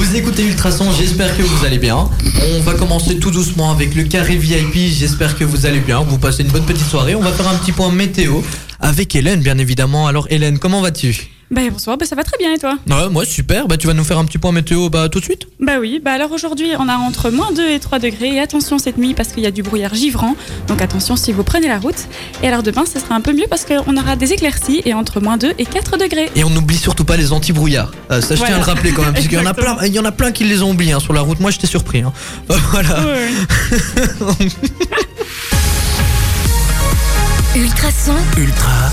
Vous écoutez Ultrason, j'espère que vous allez bien. On va commencer tout doucement avec le carré VIP, j'espère que vous allez bien, que vous passez une bonne petite soirée. On va faire un petit point météo avec Hélène, bien évidemment. Alors Hélène, comment vas-tu Bah bonsoir, bah, ça va très bien et toi Ouais, moi super, bah tu vas nous faire un petit point météo bah tout de suite Bah oui, bah alors aujourd'hui on a entre moins 2 et 3 degrés et attention cette nuit parce qu'il y a du brouillard givrant, donc attention si vous prenez la route. Et alors demain ça sera un peu mieux parce qu'on aura des éclaircies et entre moins 2 et 4 degrés. Et on n'oublie surtout pas les anti-brouillards. Euh, ça, je tiens à le Voilà. rappeler quand même, parce qu'il y en a plein, Exactement. il y en a plein qui les ont oubliés hein, sur la route. Moi, j'étais surpris. hein. Euh, voilà. Ouais, ouais. Ultrason, Ultra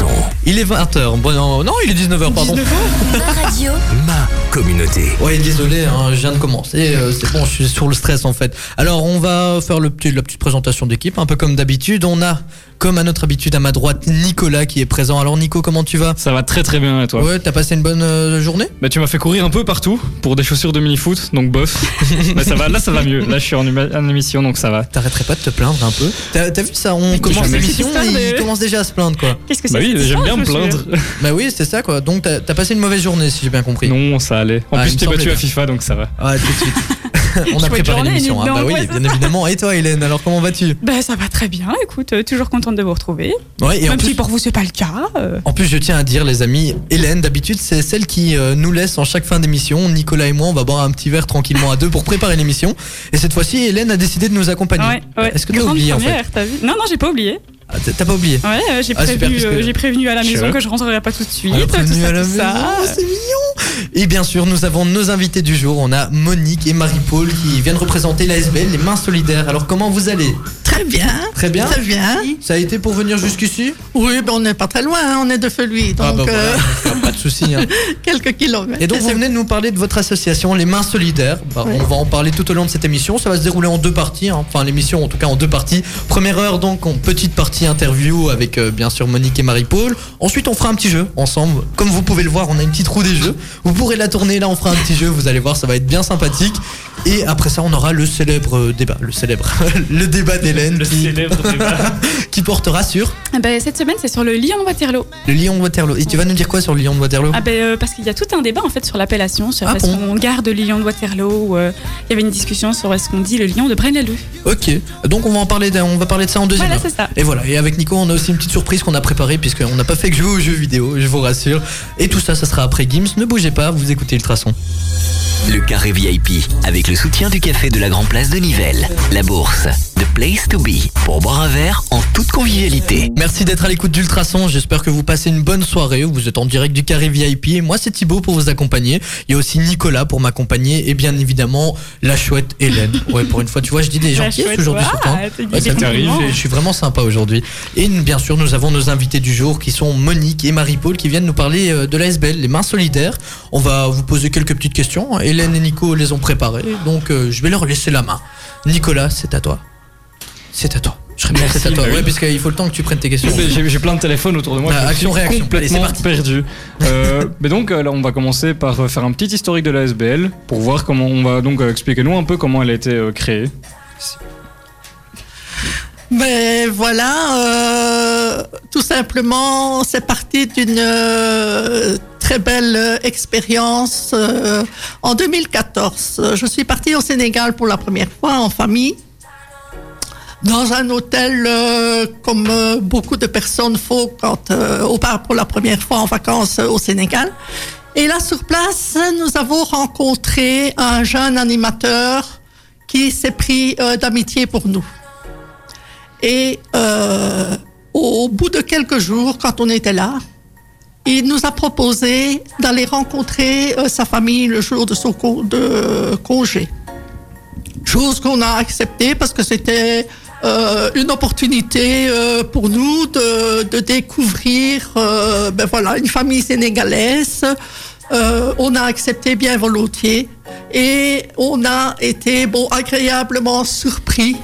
son. Il est 20h. Bon, non, non, il est 19h, pardon. ma radio. Ma communauté. Ouais, désolé, hein, je viens de commencer. euh, c'est bon, je suis sur le stress en fait. Alors, on va faire le petit, la petite présentation d'équipe, un peu comme d'habitude. On a, comme à notre habitude, à ma droite, Nicolas qui est présent. Alors, Nico, comment tu vas Ça va très très bien et toi Ouais, t'as passé une bonne euh, journée Bah tu m'as fait courir un peu partout pour des chaussures de mini-foot, donc bof. bah ça va, là ça va mieux. Là je suis en, huma- en émission donc ça va. T'arrêterais pas de te plaindre un peu T'as t'as vu ça On commence jamais. l'émission Cette histoire et il de- commence déjà à se plaindre quoi. Qu'est-ce que c'est Bah oui, que cette j'aime histoire, bien je me suis- plaindre. Bah oui, c'est ça quoi. Donc, t'as t'as passé une mauvaise journée si j'ai bien compris. Non, ça allait. En Ah, il plus me t'es battu semblait à FIFA donc ça va. Ouais, tout de suite. On a Chouette préparé journée, l'émission. dites hein. donc, Bah oui, ouais, c'est bien évidemment. Et toi, Hélène, alors comment vas-tu Bah ça va très bien, écoute, euh, toujours contente de vous retrouver. Ouais, et en Même si plus, pour vous c'est pas le cas. euh, en plus, je tiens à dire, les amis, Hélène, d'habitude, c'est celle qui euh, nous laisse en chaque fin d'émission. Nicolas et moi, on va boire un petit verre tranquillement à deux pour préparer l'émission. Et cette fois-ci, Hélène a décidé de nous accompagner. Ouais, ouais. Est-ce que t'as Grande oublié en fait première, t'as vu Non, non, j'ai pas oublié. Ah, t'as- T'as pas oublié Ouais, euh, j'ai Ah, super, prévenu, parce euh, que- j'ai prévenu à la Sure. maison que je rentrerai pas tout de suite. On l'a tout ça, prévenue Ah, à la tout ça. maison, oh, c'est mignon. Et bien sûr, nous avons nos invités du jour. On a Monique et Marie-Paul qui viennent représenter l'ASBL, les mains solidaires. Alors, comment vous allez Très bien. Très bien. Très bien. Ça a été pour venir jusqu'ici Oui, ben on n'est pas très loin, hein, on est de Feluy, donc Ah bah euh, voilà, pas de soucis. hein. quelques kilomètres. Et donc vous venez de nous parler de votre association Les Mains Solidaires. Bah, On va en parler tout au long de cette émission. Ça va se dérouler en deux parties. hein. Enfin l'émission en tout cas en deux parties. Première heure donc en petite partie interview avec euh, bien sûr Monique et Marie-Paul. Ensuite on fera un petit jeu ensemble. Comme vous pouvez le voir on a une petite roue des jeux. Vous pourrez la tourner là on fera un petit jeu. Vous allez voir ça va être bien sympathique. Et après ça on aura le célèbre euh, débat. Le célèbre. le Ah, débat d'Hélène qui, qui portera sur Ah bah, cette semaine, c'est sur le Lyon Waterloo. le Lyon de Waterloo. Et tu vas nous dire quoi sur le Lyon de Waterloo Ah ben euh, parce qu'il y a tout un débat en fait sur l'appellation, sur Ah est-ce bon qu'on garde le lion de Waterloo ou euh, il y avait une discussion sur est-ce qu'on dit le lion de Braine-l'Alleud. Ok. Donc on va en parler d'un- on va parler de ça en deuxième Voilà, heure. c'est ça. Et voilà, et avec Nico, on a aussi une petite surprise qu'on a préparée, puisqu'on n'a pas fait que jouer aux jeux vidéo, je vous rassure. Et tout ça, ça sera après Gims. Ne bougez pas, vous écoutez Ultrason. Le carré VIP avec le soutien du café de la Grand Place de Nivelles. La bourse. The place to be. Pour boire un verre en toute convivialité. Merci d'être à l'écoute d'Ultrason, j'espère que vous passez une bonne soirée. Vous êtes en direct du carré VIP, et moi, c'est Thibaut pour vous accompagner. Il y a aussi Nicolas pour m'accompagner, et bien évidemment, la chouette Hélène. Ouais, pour une fois, tu vois, je dis des La gentils chouette, aujourd'hui ouais, Ah, surtout. hein. t'as dit Ouais, ça des t'arrive, compliments. je je suis vraiment sympa aujourd'hui. Et nous, bien sûr, nous avons nos invités du jour qui sont Monique et Marie-Paul qui viennent nous parler euh, de l'ASBL, les mains solidaires. On va vous poser quelques petites questions. Hélène et Nico les ont préparées, donc euh, je vais leur laisser la main. Nicolas, c'est à toi. C'est à toi. Je serais bien, c'est à toi. bah oui. Ouais, parce qu'il faut le temps que tu prennes tes questions. J'ai j'ai plein de téléphones autour de moi. Bah, je suis action, réaction. Allez, c'est Complètement parti. perdu. Euh, mais donc euh, là on va commencer par euh, faire un petit historique de la SBL pour voir comment on va donc euh, expliquez-nous un peu comment elle a été euh, créée. Mais voilà, euh, tout simplement, c'est parti d'une euh, très belle euh, expérience. euh, en 2014, euh, je suis partie au Sénégal pour la première fois en famille, dans un hôtel euh, comme euh, beaucoup de personnes font quand euh, on part pour la première fois en vacances euh, au Sénégal. Et là, sur place, nous avons rencontré un jeune animateur qui s'est pris euh, d'amitié pour nous. Et euh, au bout de quelques jours, quand on était là, il nous a proposé d'aller rencontrer euh, sa famille le jour de son con- de congé. Chose qu'on a acceptée parce que c'était euh, une opportunité euh, pour nous de, de découvrir euh, ben voilà, une famille sénégalaise. Euh, on a accepté bien volontiers et on a été bon, agréablement surpris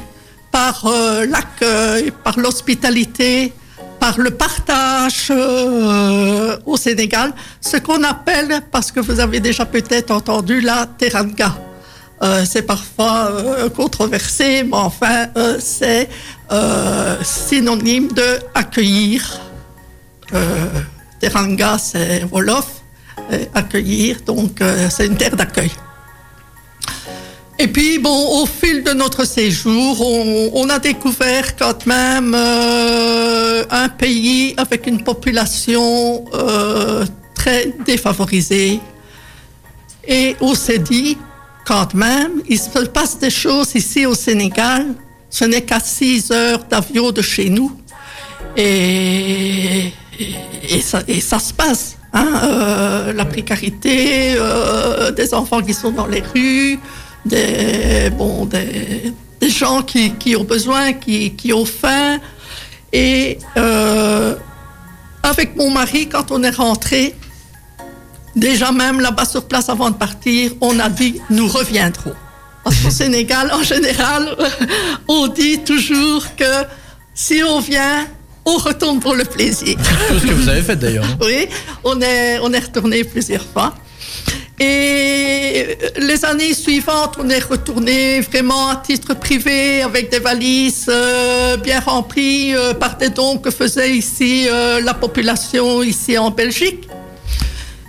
par euh, l'accueil, par l'hospitalité, par le partage euh, au Sénégal, ce qu'on appelle, parce que vous avez déjà peut-être entendu, la teranga. Euh, c'est parfois euh, controversé, mais enfin, euh, c'est euh, synonyme de accueillir. Euh, teranga, c'est Wolof, euh, accueillir, donc euh, c'est une terre d'accueil. puis, bon, au fil de notre séjour, on, on a découvert quand même euh, un pays avec une population euh, très défavorisée. Et on s'est dit, quand même, il se passe des choses ici au Sénégal. Ce n'est qu'à 6 heures d'avion de chez nous. Et, et, ça, et ça se passe. hein, euh, la précarité, euh, des enfants qui sont dans les rues, des, bon, des, des gens qui, qui ont besoin, qui, qui ont faim. Et euh, avec mon mari, quand on est rentré, Déjà même là-bas sur place avant de partir, on a dit nous reviendrons. Parce qu'au Sénégal, en général, on dit toujours que si on vient, on retourne pour le plaisir. Chose que vous avez faite d'ailleurs. hein. Oui, on est, on est retourné plusieurs fois. Et les années suivantes, on est retourné vraiment à titre privé avec des valises euh, bien remplies euh, par des dons que faisait ici euh, la population ici en Belgique.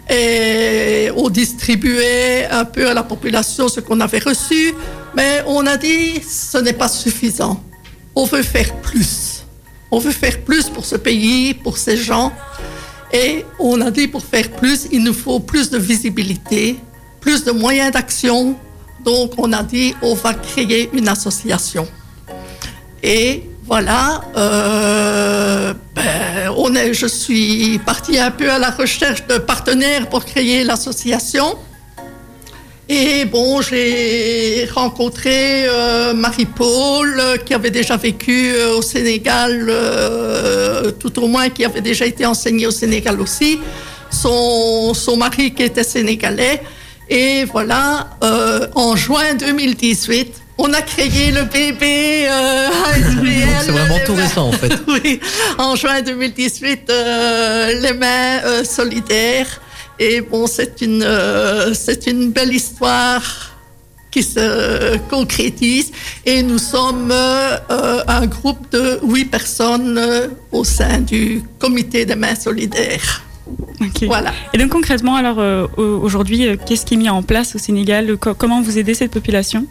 Et on distribuait un peu à la population ce qu'on avait reçu, mais on a dit ce n'est pas suffisant. On veut faire plus. On veut faire plus pour ce pays, pour ces gens. Et on a dit pour faire plus, il nous faut plus de visibilité, plus de moyens d'action. Donc on a dit on va créer une association. Et voilà, euh, ben, on est, je suis partie un peu à la recherche de partenaires pour créer l'association. Et bon, j'ai rencontré euh, Marie-Paul, euh, qui avait déjà vécu euh, au Sénégal, euh, tout au moins qui avait déjà été enseignée au Sénégal aussi, son, son mari qui était sénégalais. Et voilà, euh, en juin 2018, on a créé le bébé euh, ASBL. C'est vraiment tout Les mains- récent en fait. oui, en juin 2018, euh, les mains euh, solidaires. Et bon, c'est une, euh, c'est une belle histoire qui se concrétise. Et nous sommes euh, euh, un groupe de huit personnes euh, au sein du comité des mains solidaires. Ok. Voilà. Et donc concrètement, alors euh, au- aujourd'hui, euh, qu'est-ce qui est mis en place au Sénégal Co- Comment vous aidez cette population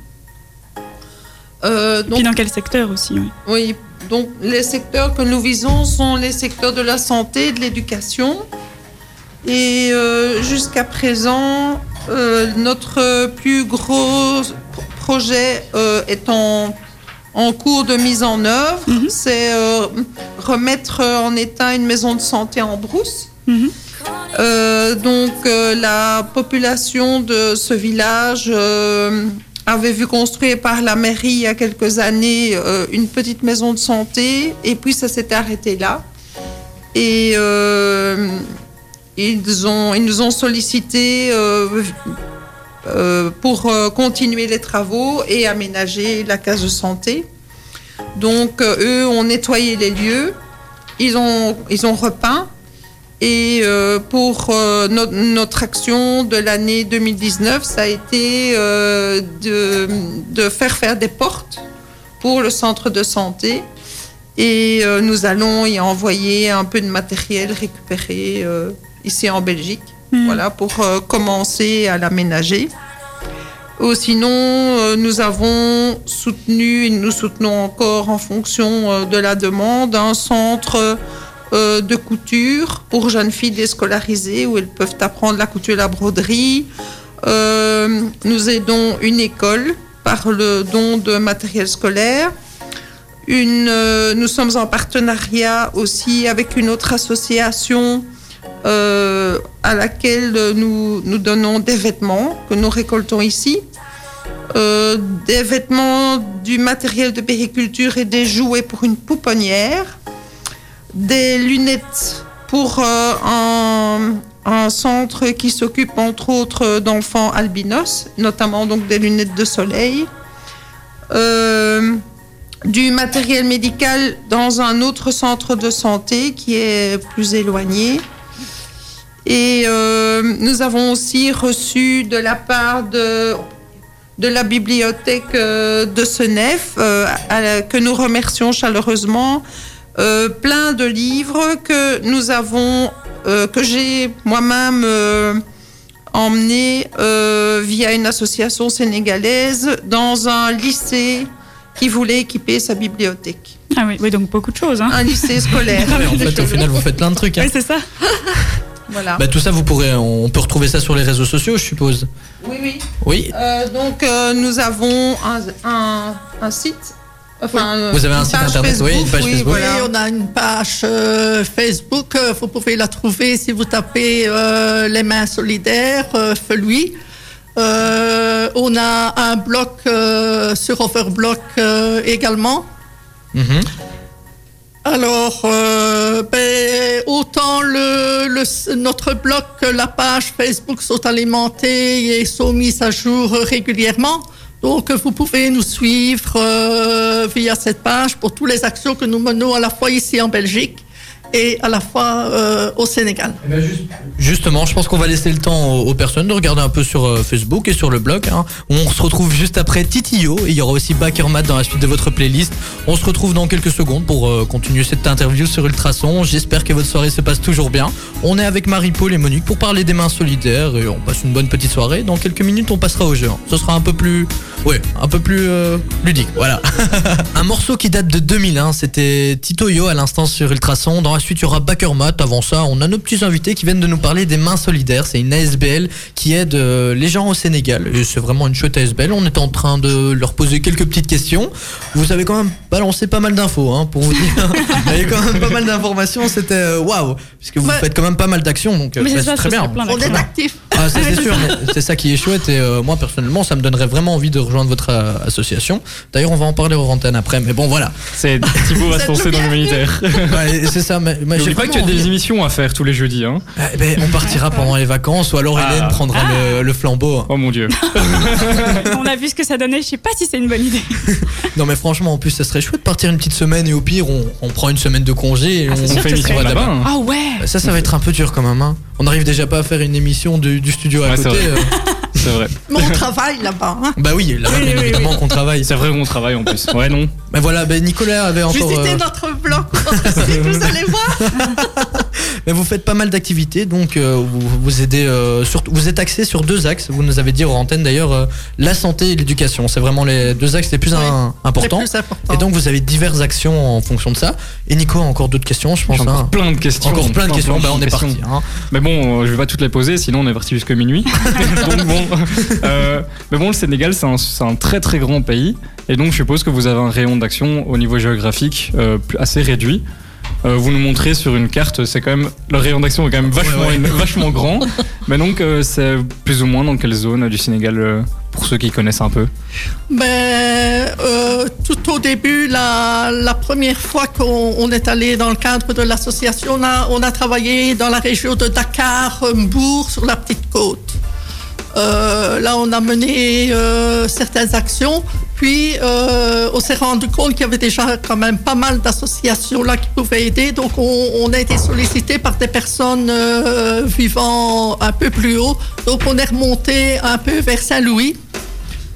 Euh, Puis donc, dans quel secteur aussi oui. oui, donc, les secteurs que nous visons sont les secteurs de la santé, de l'éducation. Et euh, jusqu'à présent, euh, notre plus gros pro- projet euh, est en, en cours de mise en œuvre. Mhm. C'est euh, remettre en état une maison de santé en brousse. Mhm. Euh, donc euh, la population de ce village euh, avait vu construire par la mairie il y a quelques années euh, une petite maison de santé et puis ça s'était arrêté là. Et euh, ils, ont, ils nous ont sollicité euh, euh, pour euh, continuer les travaux et aménager la case de santé. Donc euh, eux ont nettoyé les lieux, ils ont, ils ont repeint. Et euh, pour euh, no- notre action de l'année 2019, ça a été euh, de, de faire faire des portes pour le centre de santé. Et euh, nous allons y envoyer un peu de matériel récupéré euh, ici en Belgique, Mhm. voilà, pour euh, commencer à l'aménager. Oh, sinon, euh, nous avons soutenu et nous soutenons encore en fonction euh, de la demande un centre euh, de couture pour jeunes filles déscolarisées où elles peuvent apprendre la couture et la broderie. Euh, nous aidons une école par le don de matériel scolaire. Une, euh, nous sommes en partenariat aussi avec une autre association euh, à laquelle nous, nous donnons des vêtements que nous récoltons ici, euh, des vêtements, du matériel de périculture et des jouets pour une pouponnière, des lunettes pour euh, un, un centre qui s'occupe entre autres d'enfants albinos, notamment donc des lunettes de soleil. Euh, du matériel médical dans un autre centre de santé qui est plus éloigné. Et euh, nous avons aussi reçu de la part de, de la bibliothèque euh, de Senef, euh, à la- que nous remercions chaleureusement, euh, plein de livres que nous avons, euh, que j'ai moi-même euh, emmené euh, via une association sénégalaise dans un lycée qui voulait équiper sa bibliothèque. Ah oui, oui, donc beaucoup de choses. Hein. Ah, Un lycée scolaire. Ouais, Ah, en fait, au final, vous faites plein de trucs. hein. Oui, c'est ça. Voilà. Bah, tout ça, vous pourrez, on peut retrouver ça sur les réseaux sociaux, je suppose. Oui, oui. Oui. Euh, donc euh, nous avons un, un- un site. Enfin, euh, Vous avez un une site page internet, oui, une page Facebook. voilà. Oui, on a une page euh, Facebook, euh, vous pouvez la trouver si vous tapez euh, les mains solidaires, euh, Felui. Euh, on a un blog euh, sur Overblock euh, également. Euh, Mhm. Alors, euh, ben, autant le, le- notre blog que la page Facebook sont alimentés et sont mis à jour euh, régulièrement. Donc, vous pouvez nous suivre euh, via cette page pour toutes les actions que nous menons à la fois ici en Belgique et à la fois euh, au Sénégal. Justement, je pense qu'on va laisser le temps aux, aux personnes de regarder un peu sur euh, Facebook et sur le blog. hein. On se retrouve juste après Titio et il y aura aussi Backermat dans la suite de votre playlist. On se retrouve dans quelques secondes pour euh, continuer cette interview sur Ultrason. J'espère que votre soirée se passe toujours bien. On est avec Marie-Paul et Monique pour parler des mains solidaires et on passe une bonne petite soirée. Dans quelques minutes, on passera au jeu. hein. Ce sera un peu plus, ouais, un peu plus euh, ludique. Voilà. Un morceau qui date de 2001, c'était Tito Yo à l'instant sur Ultrason. Dans la suite, il y aura Backermat. Avant ça, on a nos petits invités qui viennent de nous parler des mains solidaires. C'est une ASBL qui aide euh, les gens au Sénégal. Et c'est vraiment une chouette ASBL. On est en train de leur poser quelques petites questions. Vous avez quand même balancé pas mal d'infos, hein, pour vous dire. Vous avez quand même pas mal d'informations. C'était euh, waouh, puisque vous Ouais. faites quand même pas mal d'actions. Donc, euh, Mais bah, c'est ça, très ce bien. serait plein On est d'actions. actifs. Ah, ça, c'est sûr, mais c'est ça qui est chouette et euh, moi personnellement ça me donnerait vraiment envie de rejoindre votre euh, association. D'ailleurs on va en parler aux antennes après, mais bon voilà. C'est Thibaut va se lancer dans l'humanitaire. Ouais, Bah, c'est ça, mais, mais j'ai N'oublie pas que tu as vraiment des envie- émissions à faire tous les jeudis. Hein. Eh ben, on partira pendant les vacances ou alors Ah. Hélène prendra le, le flambeau. Oh mon dieu. On a vu ce que ça donnait. Je sais pas si c'est une bonne idée. Non mais franchement en plus ça serait chouette de partir une petite semaine et au pire on, on prend une semaine de congé et on, On fait émission on va là-bas. d'abord. hein. Ah ouais. Ça ça va être un peu dur quand même. hein. On arrive déjà pas à faire une émission du, du studio à Ouais, c'est côté. vrai. euh. hein. C'est vrai. Mais on travaille là-bas. hein. Bah oui, là bien évidemment qu'on travaille. C'est vrai qu'on travaille en plus. Ouais, non. Mais voilà, ben Nicolas avait encore. Visitez euh, notre blog, parce que si vous allez voir. Mais vous faites pas mal d'activités, donc euh, vous, vous aidez euh, surtout- vous êtes axé sur deux axes. Vous nous avez dit en antenne d'ailleurs euh, la santé et l'éducation. C'est vraiment les deux axes les plus Oui, im- C'est importants. plus important. Et donc vous avez diverses actions en fonction de ça. Et Nico a encore d'autres questions, je pense. J'ai hein. encore plein de questions. Encore plein de questions. Bah, on est questions. parti. hein. Mais bon, euh, je vais pas toutes les poser, sinon on est parti jusqu'à minuit. donc bon, euh, mais bon, le Sénégal, c'est un, c'est un très très grand pays, et donc je suppose que vous avez un rayon d'action au niveau géographique euh, plus- assez réduit. Euh, vous nous montrez sur une carte, c'est quand même le rayon d'action est quand même vachement, Ouais, ouais. éno- vachement grand. Mais donc euh, c'est plus ou moins dans quelle zone euh, du Sénégal euh, pour ceux qui connaissent un peu. Ben, euh, tout au début, la, la première fois qu'on on est allé dans le cadre de l'association, on a, on a travaillé dans la région de Dakar, euh, Mbourg, sur la petite côte. Euh, là, on a mené euh, certaines actions. Puis, euh, on s'est rendu compte qu'il y avait déjà quand même pas mal d'associations là qui pouvaient aider. Donc, on, on a été sollicité par des personnes euh, vivant un peu plus haut. Donc, on est remonté un peu vers Saint-Louis,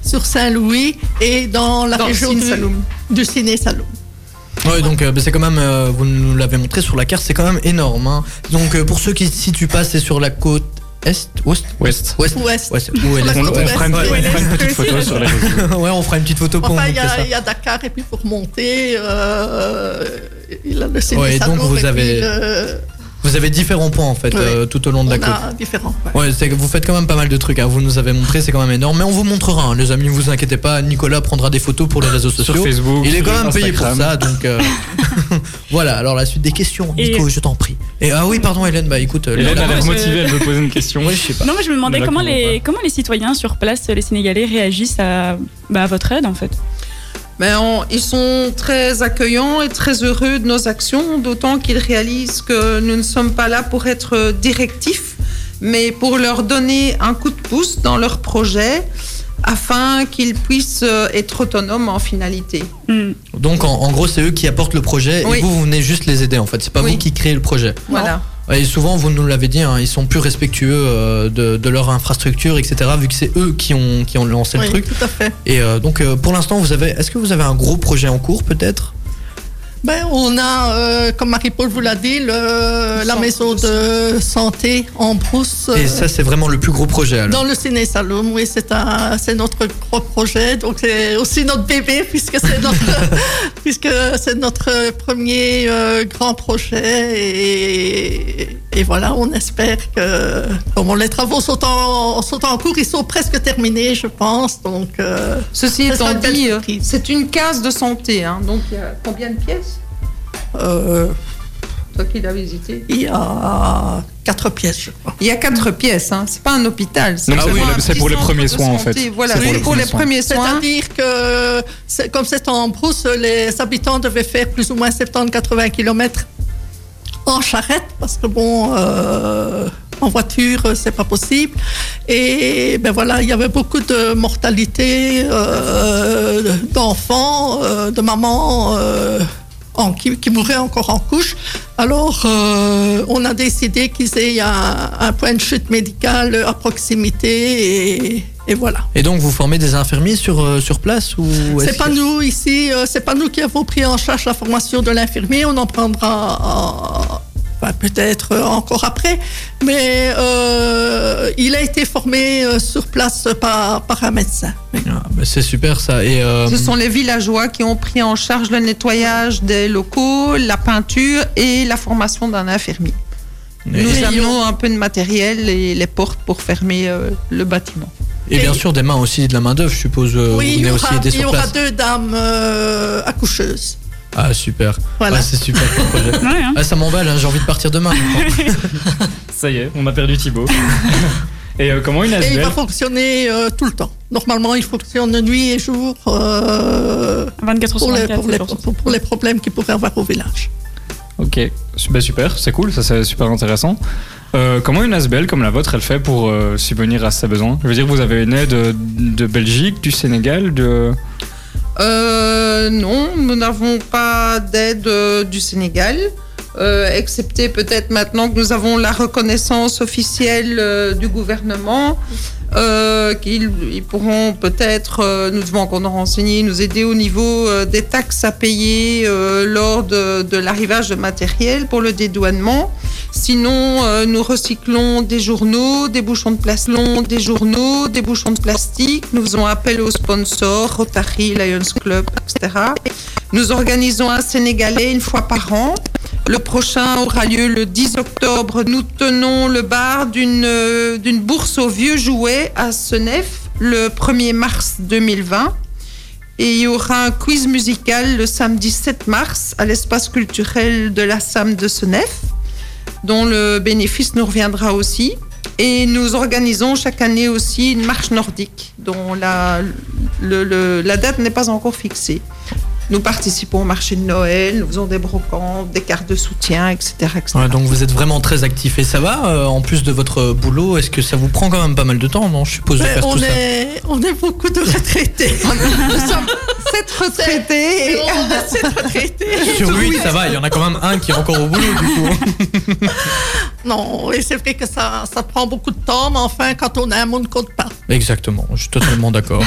sur Saint-Louis et dans la Dans le région du, Sine-Saloum. du Ciné-Saloum. Ouais, donc euh, bah, c'est quand même, euh, vous nous l'avez montré sur la carte, c'est quand même énorme. hein. Donc euh, pour ceux qui ne se situent pas, c'est sur la côte est, ouest, Ouest. ouest. Ouest. Ouais, c'est- où elle Sur la est- On, on côte fera une, ouest. on fera une petite Aussi, photo là. sur les réseaux. Ouais, on fera une petite photo pour Enfin, il montrer y, ça. a- il y a Dakar et puis pour monter, euh, il y a le Sénégal. Ouais, et donc vous avez- Vous avez différents points en fait Ouais. euh, tout au long de la euh, on côte. a différents. ouais. Ouais, c'est que vous faites quand même pas mal de trucs, hein. vous nous avez montré, c'est quand même énorme. Mais on vous montrera, hein, les amis, vous inquiétez pas, Nicolas prendra des photos pour les réseaux Sur sociaux. Facebook. Il est sur quand même payé pour Instagram. ça, donc euh, voilà. Alors la suite des questions, Et- Nico, je t'en prie. Et ah oui, pardon, Hélène, bah écoute, euh, Hélène Lola- a l'air Je- motivée, elle veut poser une question. Ouais, je sais pas. Non, mais je me demandais Là, comment comment on les, comment les citoyens sur place, les Sénégalais, réagissent à, bah, à votre aide en fait. Mais Ben, on- ils sont très accueillants et très heureux de nos actions, d'autant qu'ils réalisent que nous ne sommes pas là pour être directifs, mais pour leur donner un coup de pouce dans leur projet afin qu'ils puissent euh, être autonomes en finalité. Hmm. Donc en, en gros, c'est eux qui apportent le projet et Oui. vous, vous venez juste les aider en fait. C'est pas Oui. vous qui créez le projet. Voilà. Et souvent, vous nous l'avez dit, hein, ils sont plus respectueux euh, de, de leur infrastructure, etc. Vu que c'est eux qui ont qui ont lancé Oui, le truc. tout à fait. Et euh, donc euh, pour l'instant, vous avez, est-ce que vous avez un gros projet en cours peut-être Ben, on a, euh, comme Marie-Paul vous l'a dit, le- la Centre maison de santé en brousse. Et euh, ça, c'est vraiment le plus gros projet alors. Dans le ciné-salon, oui, c'est un- c'est notre gros projet, donc c'est aussi notre bébé puisque c'est notre, puisque c'est notre premier euh, grand projet et, et voilà, on espère que bon, les travaux sont en, sont en cours, ils sont presque terminés, je pense, donc euh, Ceci Ça sera étant une belle dit, euh, surprise. c'est une case de santé. hein. donc, il y a combien de pièces euh, Toi qui l'as visité. il y a quatre pièces, je crois. Il y a quatre pièces. Hein. C'est pas un hôpital. Donc, Ah c'est oui, pour, vraiment les- un c'est petit pour les centre premiers de soins en fait. santé. Voilà, C'est c'est pour les premiers soins. C'est-à-dire que, c'est- comme c'est en brousse, les habitants devaient faire plus ou moins 70-80 km en charrette, parce que bon, euh, en voiture, euh, c'est pas possible. Et ben voilà, il y avait beaucoup de mortalité euh, d'enfants, euh, de mamans euh, en- qui, qui mouraient encore en couche. Alors, euh, on a décidé qu'ils aient un, un point de chute médical à proximité, et- et voilà. Et donc, vous formez des infirmiers sur, euh, sur place ou est-ce C'est pas que- nous ici, euh, c'est pas nous qui avons pris en charge la formation de l'infirmier. On en prendra euh, bah, peut-être euh, encore après, mais euh, il a été formé euh, sur place par, par un médecin. Ah, bah, C'est super ça. Et euh, Ce sont les villageois qui ont pris en charge le nettoyage des locaux, la peinture et la formation d'un infirmier. et- Nous amenons un peu de matériel et les portes pour fermer euh, le bâtiment. et bien sûr, des mains aussi, de la main d'œuvre, je suppose. euh, oui, vous il y venez aussi aura, aider il y sur aura place. deux dames euh, accoucheuses. Ah super. Voilà. Ah, c'est super comme projet. Ouais, hein. Ah, ça m'emballe, hein, j'ai envie de partir demain. je crois. Ça y est, on a perdu Thibaut. et euh, comment une Et il ASBL va fonctionner euh, tout le temps. Normalement, il fonctionne nuit et jour euh, 24 sur pour, les, 24. pour, les, c'est sûr. pour- pour les problèmes qu'il pourrait avoir au village. Ok, Su- bah, super, c'est cool, ça c'est super intéressant. Euh, comment une ASBL comme la vôtre, elle fait pour euh, subvenir à ses besoins Je veux dire, vous avez une aide euh, de Belgique, du Sénégal, de... Euh, non, nous n'avons pas d'aide euh, du Sénégal, euh, excepté peut-être maintenant que nous avons la reconnaissance officielle euh, du gouvernement, euh, qu'ils ils pourront peut-être, euh, nous devons encore nous renseigner, nous aider au niveau euh, des taxes à payer euh, lors de, de l'arrivage de matériel pour le dédouanement. Sinon, euh, nous recyclons des journaux, des bouchons de plastique, des journaux, des bouchons de plastique. Nous faisons appel aux sponsors, Rotary, Lions Club, etc. Nous organisons un Sénégalais une fois par an. Le prochain aura lieu le 10 octobre. Nous tenons le bar d'une euh, d'une bourse aux vieux jouets à Senef le 1er mars 2020. Et il y aura un quiz musical le samedi 7 mars à l'espace culturel de la SAM de Senef dont le bénéfice nous reviendra aussi. Et nous organisons chaque année aussi une marche nordique, dont la, le- le- la date n'est pas encore fixée. Nous participons au marché de Noël, nous faisons des brocantes, des cartes de soutien, etc. etc. Ouais, donc vous êtes vraiment très actif et ça va. euh, en plus de votre boulot, est-ce que ça vous prend quand même pas mal de temps, non Je suppose de Mais faire Ben, on, tout ça. est, on est beaucoup de retraités. Nous sommes sept Et retraités. et- on a cette retraitée. Sur 8, ça va, il y en a quand même un qui est encore au boulot du coup. Non, et c'est vrai que ça, ça prend beaucoup de temps, mais enfin, quand on a un, on ne compte pas. Exactement, je suis totalement d'accord.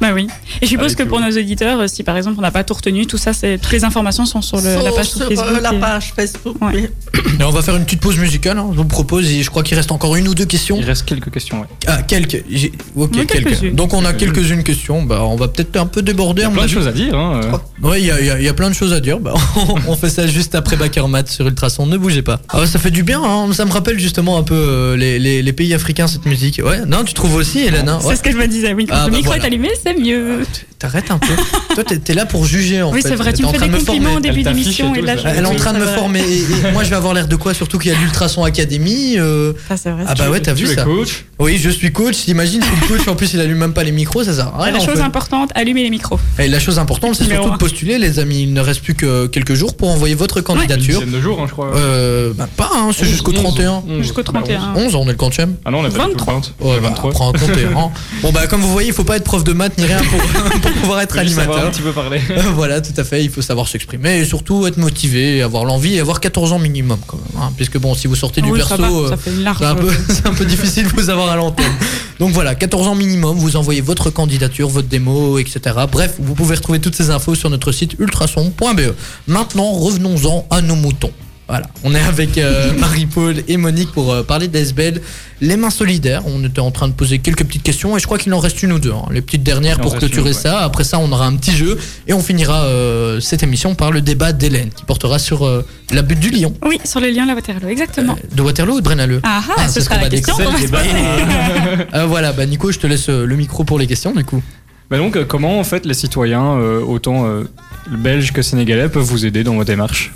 Bah oui. Et je suppose Allez, que plus pour loin. nos auditeurs, euh, si par exemple on n'a pas tout retenu, tout ça, c'est toutes les informations sont sur le- Sauf la page sur sur, euh, Facebook. la et- page Facebook. Ouais. oui. Et on va faire une petite pause musicale, hein, je vous propose, et je crois qu'il reste encore une ou deux questions. Il reste quelques questions, ouais. Ah, quelques. j'ai- Ok, Oui, quelques. quelques-unes. Donc on a quelques-unes questions, bah, on va peut-être un peu déborder. Il y a on plein a de vu. choses à dire, hein. euh. Ouais, il y a, il y a- il y a plein de choses à dire. Bah, on fait ça juste après Backer Mat sur Ultrason. Ne bougez pas. Ah, ça fait du bien. hein. Ça me rappelle justement un peu euh, les, les- les pays africains cette musique. Ouais. Non, tu trouves aussi, Hélène. hein C'est Ouais. ce que je me disais, oui. Quand Ah, le bah micro voilà. est allumé, c'est mieux. T'arrêtes un peu. Toi, t'es t'es là pour juger en oui, fait. c'est vrai, T'es tu me en fais train des de me former. compliments au Elle début t'affiche d'émission et et tout, là ça. je. Elle est en oui, train de ça me va. former. Et, et moi, je vais avoir l'air de quoi Surtout qu'il y a l'Ultrason Academy. euh, Ça, c'est vrai. Ah bah ouais, t'as Tu vu es ça coach Oui, je suis coach. T'imagines, je suis coach. En plus, il allume même pas les micros, ça sert à Ah, rien. la en chose fait. importante, allumez les micros. Et la chose importante, c'est Numéro surtout de un. postuler, les amis. Il ne reste plus que quelques jours pour envoyer votre Une candidature. dizaine de jours, hein, je crois. Euh, bah, pas, hein, c'est Onze, jusqu'au onze, 31. onze, Jusqu'au bah, onze. 31. 11, on est le quantième Ah non, on a pas du tout 23. le 20. Ouais, le bah, 23. prends un compteur, hein. Bon, bah, comme vous voyez, il faut pas être prof de maths ni rien pour, pour pouvoir être Faut juste savoir un animateur. petit peu parler. Euh, voilà, tout à fait, il faut savoir s'exprimer et surtout être motivé, avoir l'envie et avoir 14 ans minimum quand même. hein, puisque bon, si vous sortez du Ah Oui, ça berceau, va, euh, ça fait une large. c'est un, peu- c'est un peu difficile de vous avoir à l'antenne. Donc voilà, 14 ans minimum, vous envoyez votre candidature, votre démo, etc. Bref, vous pouvez retrouver toutes ces infos sur notre site ultrason.be. Maintenant, revenons-en à nos moutons. Voilà, on est avec euh, Marie-Paul et Monique pour euh, parler d'Esbel, les mains solidaires. On était en train de poser quelques petites questions et je crois qu'il en reste une ou deux. hein. Les petites dernières Il en pour reste une, clôturer ouais. ça. Après ça, on aura un petit jeu et on finira euh, cette émission par le débat d'Hélène qui portera sur euh, la butte du lion. Oui, sur le lien de la Waterloo, exactement. De Waterloo ou de Brennaleux Ah, ah, Ah, c'est ce ce sera qu'on va la question. C'est qu'on va le se poser. débat. Euh, Voilà, bah Nico, je te laisse euh, le micro pour les questions du coup. Bah donc, euh, comment en fait les citoyens, euh, autant euh, belges que sénégalais, peuvent vous aider dans vos démarches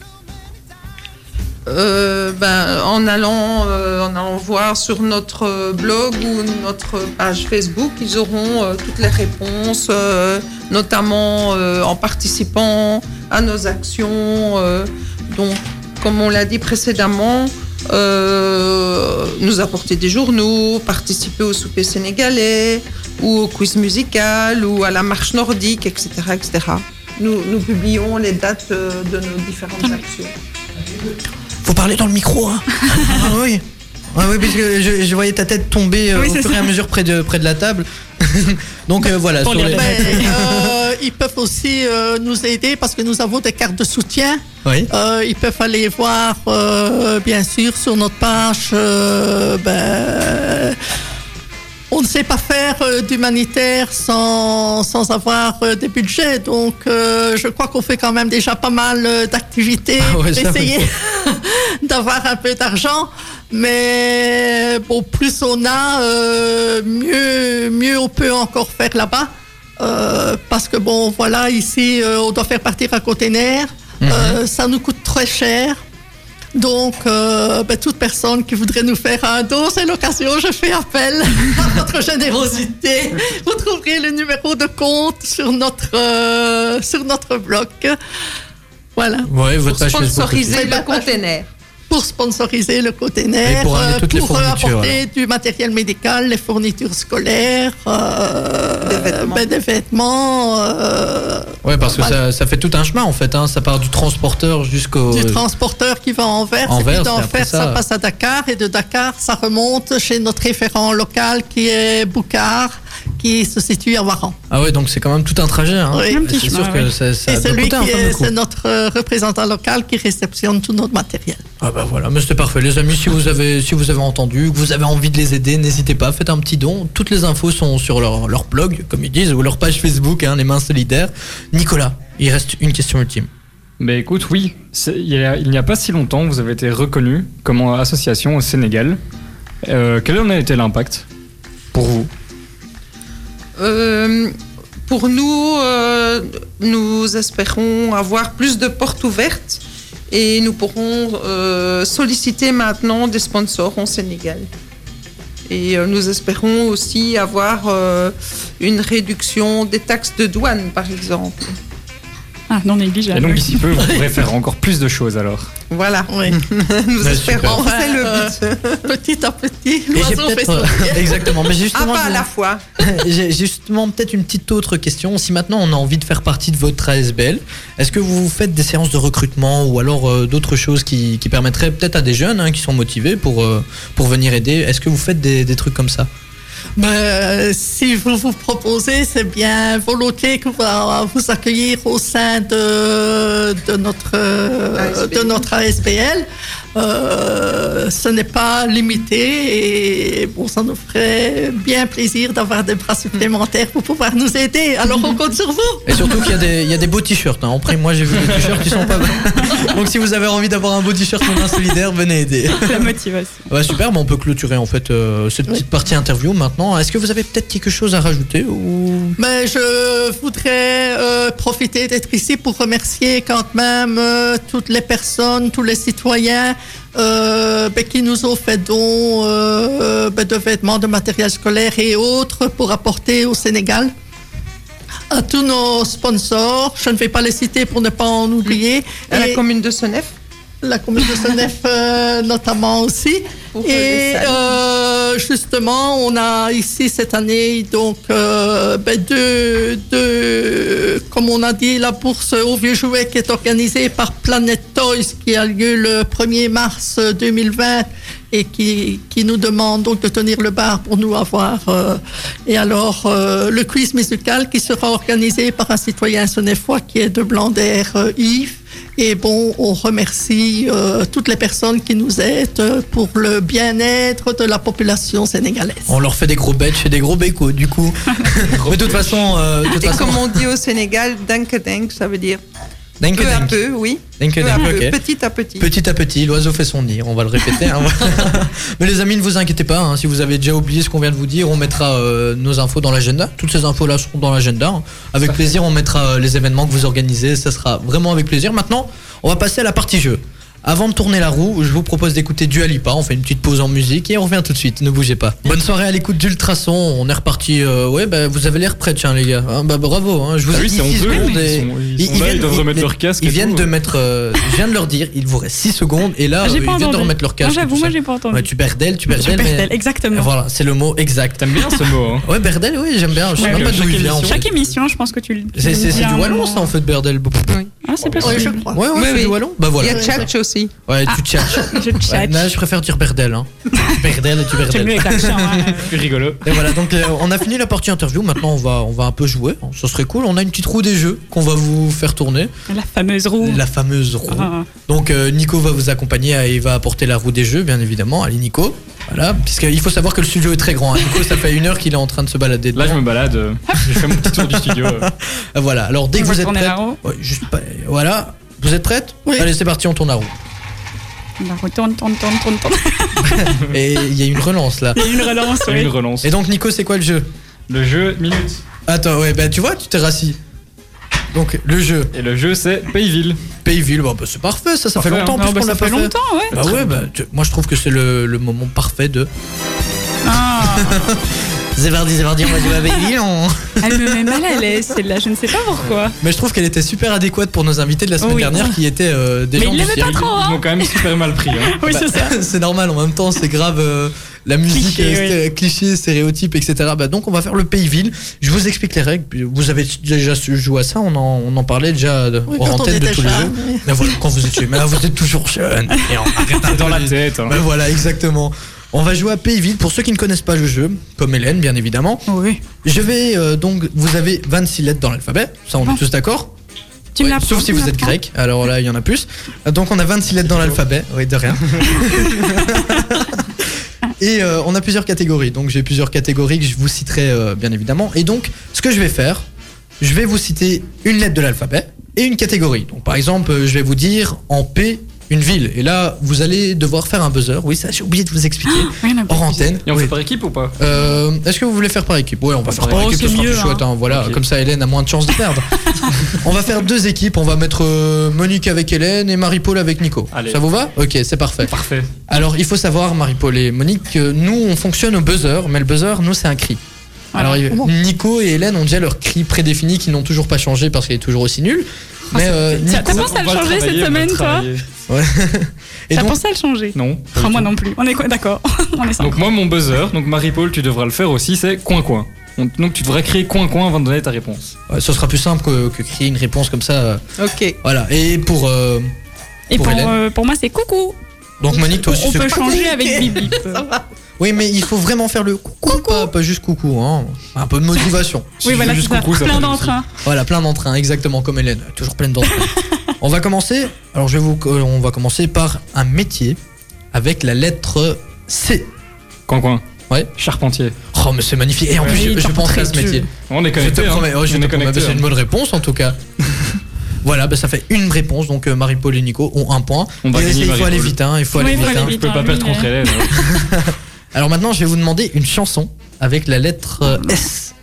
Euh, ben, en, allant, euh, en allant voir sur notre euh, blog ou notre page Facebook, ils auront euh, toutes les réponses, euh, notamment euh, en participant à nos actions. euh, donc, comme on l'a dit précédemment, euh, nous apporter des journaux, participer au souper sénégalais ou au quiz musical ou à la marche nordique, etc. etc. Nous, nous publions les dates euh, de nos différentes actions. Faut parler dans le micro, hein Ah oui Ah oui, parce que je, je voyais ta tête tomber euh, Oui, au c'est fur et à mesure près de, près de la table. Donc euh, voilà, Pour sur les les- rebelles, euh, ils peuvent aussi euh, nous aider parce que nous avons des cartes de soutien. Oui. Euh, ils peuvent aller voir, euh, bien sûr, sur notre page. euh, ben, on ne sait pas faire euh, d'humanitaire sans, sans avoir euh, des budgets. Donc, euh, je crois qu'on fait quand même déjà pas mal euh, d'activités Ah ouais, ça, pour essayer d'avoir un peu d'argent. Mais bon, plus on a, euh, mieux, mieux on peut encore faire là-bas. Euh, parce que bon, voilà, ici, euh, on doit faire partir un container. Mhm. Euh, ça nous coûte très cher. Donc, euh, ben, toute personne qui voudrait nous faire un don, c'est l'occasion. Je fais appel à votre générosité. Vous trouverez le numéro de compte sur notre, euh, sur notre blog. Voilà. Ouais, votre page Facebook aussi. sponsoriser Facebook. le container. Pour sponsoriser le container, euh, Et pour amener toutes les pour, fournitures, apporter du matériel médical, les fournitures scolaires, euh, Des vêtements. ben, des vêtements, euh, Ouais, parce que Voilà. ça, ça fait tout un chemin en fait. Hein. Ça part du transporteur jusqu'au. du transporteur qui va à Anvers, et Anvers, puis et après d'Anvers, ça... ça- passe à Dakar, et de Dakar, ça remonte chez notre référent local qui est Boucar, qui se situe à Waran. Ah ouais, donc c'est quand même tout un trajet. Hein. Oui. Ah Un petit C'est chemin, sûr que ouais. ça, ça Et doit celui coûter un qui peu est, de hein, coup. c'est notre euh, représentant local qui réceptionne tout notre matériel. Ah bah voilà, mais c'était parfait. Les amis, si vous avez, si vous avez entendu, que vous avez envie de les aider, n'hésitez pas, faites un petit don. Toutes les infos sont sur leur, leur blog, comme ils disent, ou leur page Facebook, hein, les mains solidaires. Nicolas, il reste une question ultime. Bah écoute, oui, c'est- il y a- il n'y a, pas si longtemps, vous avez été reconnu comme association au Sénégal. Euh, quel en a été l'impact pour vous Euh, pour nous, euh, nous espérons avoir plus de portes ouvertes et nous pourrons euh, solliciter maintenant des sponsors en Sénégal. Et euh, nous espérons aussi avoir euh, une réduction des taxes de douane, par exemple. Ah, non Et négligeable. donc oui. d'ici peu, vous pourrez faire encore plus de choses alors. Voilà, Oui. nous Ouais, espérons. super. C'est le but. petit à petit, Et j'ai l'oiseau fait peut-être- son Ah, Exactement, mais Un justement, pas à je- la fois. j'ai justement peut-être une petite autre question. Si maintenant on a envie de faire partie de votre ASBL, est-ce que vous faites des séances de recrutement ou alors euh, d'autres choses qui, qui permettraient peut-être à des jeunes hein, qui sont motivés pour, euh, pour venir aider Est-ce que vous faites des, des trucs comme ça Ben, si vous vous proposez, c'est bien volontiers qu'on va vous accueillir au sein de, de, notre, euh, ASBL. de notre ASBL. Euh, ce n'est pas limité et bon, ça nous ferait bien plaisir d'avoir des bras supplémentaires pour pouvoir nous aider. Alors on compte sur vous. Et surtout qu'il y, a des- il y a des beaux t-shirts. Hein. Après, moi j'ai vu des t-shirts qui sont pas mal. Donc si vous avez envie d'avoir un beau t-shirt en main solidaire, venez aider. la motivation. Ouais, super, bah, on peut clôturer en fait euh, cette petite partie interview maintenant. Est-ce que vous avez peut-être quelque chose à rajouter ou... Mais je voudrais euh, profiter d'être ici pour remercier quand même euh, toutes les personnes, tous les citoyens euh, ben, qui nous ont fait don euh, ben, de vêtements, de matériel scolaire et autres pour apporter au Sénégal. À tous nos sponsors, je ne vais pas les citer pour ne pas en oublier. À la Et- commune de Senef. la commune de Senef euh, notamment aussi. Pour Et les salles. euh, justement, on a ici cette année donc euh, ben, deux, deux comme on a dit, la bourse au vieux jouet qui est organisée par Planet Toys, qui a lieu le 1er mars 2020 et qui, qui nous demande donc de tenir le bar pour nous avoir. euh, et alors, euh, le quiz musical qui sera organisé par un citoyen sonéfois qui est de Blander, euh, Yves. Et bon, on remercie euh, toutes les personnes qui nous aident euh, pour le bien-être de la population sénégalaise. On leur fait des gros bêtes chez des gros bécos, du coup. Mais de toute façon, euh, de toute Et façon. comme on dit au Sénégal, dank dank, ça veut dire Dingue, peu à dingue. peu, oui. Dingue, Peu à dingue, peu, ok. petit à petit. Petit à petit, l'oiseau fait son nid, on va le répéter. hein, voilà. Mais les amis, ne vous inquiétez pas, hein, si vous avez déjà oublié ce qu'on vient de vous dire, on mettra euh, nos infos dans l'agenda. Toutes ces infos-là seront dans l'agenda. hein. Avec plaisir, on mettra euh, les événements que vous organisez, ça sera vraiment avec plaisir. Maintenant, on va passer à la partie jeu. Avant de tourner la roue, je vous propose d'écouter Dua Lipa, on fait une petite pause en musique et on revient tout de suite, ne bougez pas. Bonne soirée à l'écoute d'Ultrason, on est reparti, euh, ouais, bah, vous avez l'air prêt, tiens les gars, Hein, bah, bravo, hein. je vous Ah ai oui, dit c'est six honteux, secondes ils et- sont- ils sont là, ils doivent remettre leur casque Ils et viennent tout. de mettre, euh, je viens de leur dire, il vous reste 6 secondes et là, euh, Ah, J'ai ils pas viennent de entendu. remettre leur Non, casque. et j'avoue, tout moi ça. j'ai pas entendu. Ouais, tu berdel, tu Je berdel, mais- perdais, exactement. Voilà, c'est le mot exact. T'aimes bien ce mot, hein Ouais, berdel, oui, j'aime bien. Je sais Ouais, même pas chaque d'où il vient. émission. en fait. Chaque émission, je pense que tu le. C'est c'est- c'est du wallon, ça, en fait, berdel. Ah, c'est Oui, je possible. crois. Ouais, ouais, Oui, c'est oui. du wallon. Bah Il y voilà. a Tchatch aussi. Ouais, tu tchatches. Je Ouais, Ah, chat. non, je préfère dire berdel. Hein. berdel et tu C'est mieux berdel. avec l'accent. hein. C'est rigolo. Et voilà, donc euh, on a fini la partie interview. Maintenant, on va, on va un peu jouer. Ce serait cool. On a une petite roue des jeux qu'on va vous faire tourner. hein, La fameuse roue. La fameuse roue. Ah. Donc euh, Nico va vous accompagner euh, et va apporter la roue des jeux, bien évidemment. Allez Nico, voilà, puisqu'il faut savoir que le studio est très grand. hein. Nico, ça fait une heure qu'il est en train de se balader. Là, je dedans. me balade. euh, J'ai fait mon petit tour du studio. euh. Euh, Voilà. Alors dès On que va vous êtes tourner prête, la roue. Ouais, juste pas- voilà, vous êtes prête Oui. Allez, c'est parti, on tourne la roue. La roue tourne, tourne, tourne, tourne, tourne. Et il y a une relance là. Il y a une relance, Il y a eu oui. une relance. Et donc Nico, c'est quoi le jeu Le jeu, minute. Attends, ouais, bah tu vois, tu t'es rassis. Donc le jeu Et le jeu, c'est Payville. Payville, bah, bah, c'est parfait, ça, ça fait Parfait, longtemps hein. Non, puisqu'on bah, l'a ça pas fait longtemps, ouais. Bah ouais, bah, tu- moi je trouve que c'est le, le moment parfait de. Ah, Zévardi, Zévardi, on va jouer à Payville. on- elle me met mal à l'aise, celle-là, je ne sais pas pourquoi. Mais je trouve qu'elle était super adéquate pour nos invités de la semaine Oui. dernière qui étaient euh, des Mais gens il du l'aimait cirque. pas trop, Ils hein. m'ont quand même super mal pris. hein. Oui, Bah, c'est ça. c'est normal, en même temps, c'est grave. euh, la musique, Cliché, euh, sté- cliché, stéréotypes, etc. Bah, donc, on va faire le Pays-Ville. Je vous explique les règles. puis Vous avez déjà su- joué à ça, on en, on en parlait déjà de- Oui, hors quand on antenne de était tous les jeux. jeune, oui. Mais voilà, quand vous étiez, mais là, vous êtes toujours jeune. Et on arrête un C'est dans peu la les- tête. hein. Bah, voilà, exactement. On va jouer à Pays-Ville pour ceux qui ne connaissent pas le jeu, comme Hélène, bien évidemment. Oui. Je vais euh, donc, vous avez 26 lettres dans l'alphabet, ça on est Bon. tous d'accord Tu Ouais, me l'apprends, Sauf si tu me vous êtes l'apprends. grec, alors là il y en a plus. Donc on a 26 lettres dans l'alphabet, oui de rien. Et euh, on a plusieurs catégories, donc j'ai plusieurs catégories que je vous citerai euh, bien évidemment. Et donc ce que je vais faire, je vais vous citer une lettre de l'alphabet et une catégorie. Donc par exemple euh, je vais vous dire en P une ville. Et là vous allez devoir faire un buzzer, oui ça j'ai oublié de vous expliquer, Oui, on a hors pas- antenne. Et on Oui. fait par équipe ou pas Euh, Est-ce que vous voulez faire par équipe Ouais, on va faire par Oh, équipe, c'est ce sera mieux, plus chouette. hein, voilà, Ok. comme ça, Hélène a moins de chances de perdre. on va faire deux équipes. On va mettre euh, Monique avec Hélène et Marie-Paul avec Nico. Allez. Ça vous va Ok, c'est parfait. Parfait. Alors, il faut savoir, Marie-Paul et Monique, que nous, on fonctionne au buzzer, mais le buzzer, nous, c'est un cri. Voilà. Alors, il- Bon. Nico et Hélène ont déjà leur cri prédéfini qui n'ont toujours pas changé parce qu'il est toujours aussi nul. Ah, Mais c'est- euh, Tiens, Nico- t'as pensé à le On va changer cette travailler, on va semaine, toi travailler. et T'as donc, pensé à le changer Non. Ah, Moi non plus. On est quoi D'accord. On est Donc simple. moi mon buzzer, donc Marie-Paul tu devras le faire aussi, c'est coin-coin. Donc donc, tu devras crier coin-coin avant de donner ta réponse. euh, ce sera plus simple que, que crier une réponse comme ça. euh, Ok. Voilà. Et pour. euh, Et pour pour, Hélène. euh, pour moi, c'est coucou. donc, Monique, toi aussi, On c'est peut changer Ok. avec Bip Bip. Euh, Oui, mais il faut vraiment faire le coucou, Pas, pas juste coucou, hein. un peu de motivation. Si Oui, tu voilà, fais c'est juste ça. coucou, ça Plein passe d'entrain. Voilà, plein d'entrain, exactement comme Hélène, toujours pleine d'entrain. on va commencer. Alors, je vais vous, euh, on va commencer par un métier avec la lettre C. aussi. Coin-coin. Ouais. Charpentier. Oh, mais c'est magnifique. Et en Ouais. plus, Oui, je, je pensais à ce métier. On est Je te connecté. hein. promets, oh, je te promets, c'est une bonne réponse en tout cas. Voilà, bah, ça fait une réponse, donc euh, Marie-Paul et Nico ont un point. On va Et gagner, il faut aller Marie-Paul. vite, hein, il faut Oui, aller il faut vite. aller hein. Je peux Putain, pas perdre oui, contre mais- Hélène. ouais. Alors maintenant, je vais vous demander une chanson avec la lettre euh, Oh, S.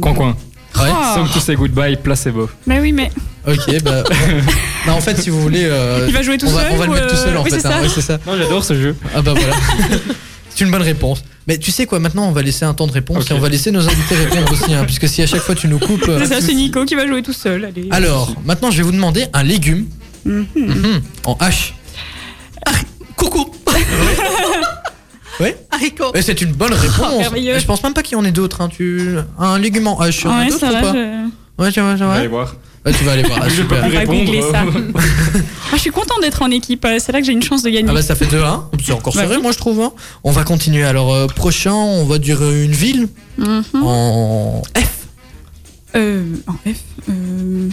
Coin-coin. Ouais. Ah. Song to say goodbye, placebo. Mais Ben oui, mais Ok, bah. on- Non, en fait, si vous voulez. euh, Il va jouer tout on va, seul On va le ou, mettre tout seul en euh, oui, fait. c'est hein. ça. Ouais, c'est ça. Non j'adore ce jeu. Ah bah voilà. c'est une bonne réponse. Mais tu sais quoi, maintenant, on va laisser un temps de réponse Ok. et on va laisser nos invités répondre aussi. hein, puisque si à chaque fois tu nous coupes. euh, c'est ça, c'est Nico qui va jouer tout seul. Allez. Alors, maintenant, je vais vous demander un légume Mhm. mhm, en H. Coucou, Ouais, haricot. et c'est une bonne réponse. Oh, merveilleux. Et je pense même pas qu'il y en ait d'autres. hein, Tu... Un légume en H, il y en a Ouais, d'autres ça ou va. pas je- Ouais, tu vois, tu vois. Allez voir. Ouais, tu vas aller voir. Ah, Je peux super. plus On va répondre. googler ça. Moi, je suis contente d'être en équipe. euh, C'est là que j'ai une chance de gagner. Ah bah ça fait 2-1, c'est encore Bah serré oui. moi je trouve. hein. On va continuer, alors euh, prochain on va dire euh, une ville Hein Mhm. en F. Euh, en F. euh,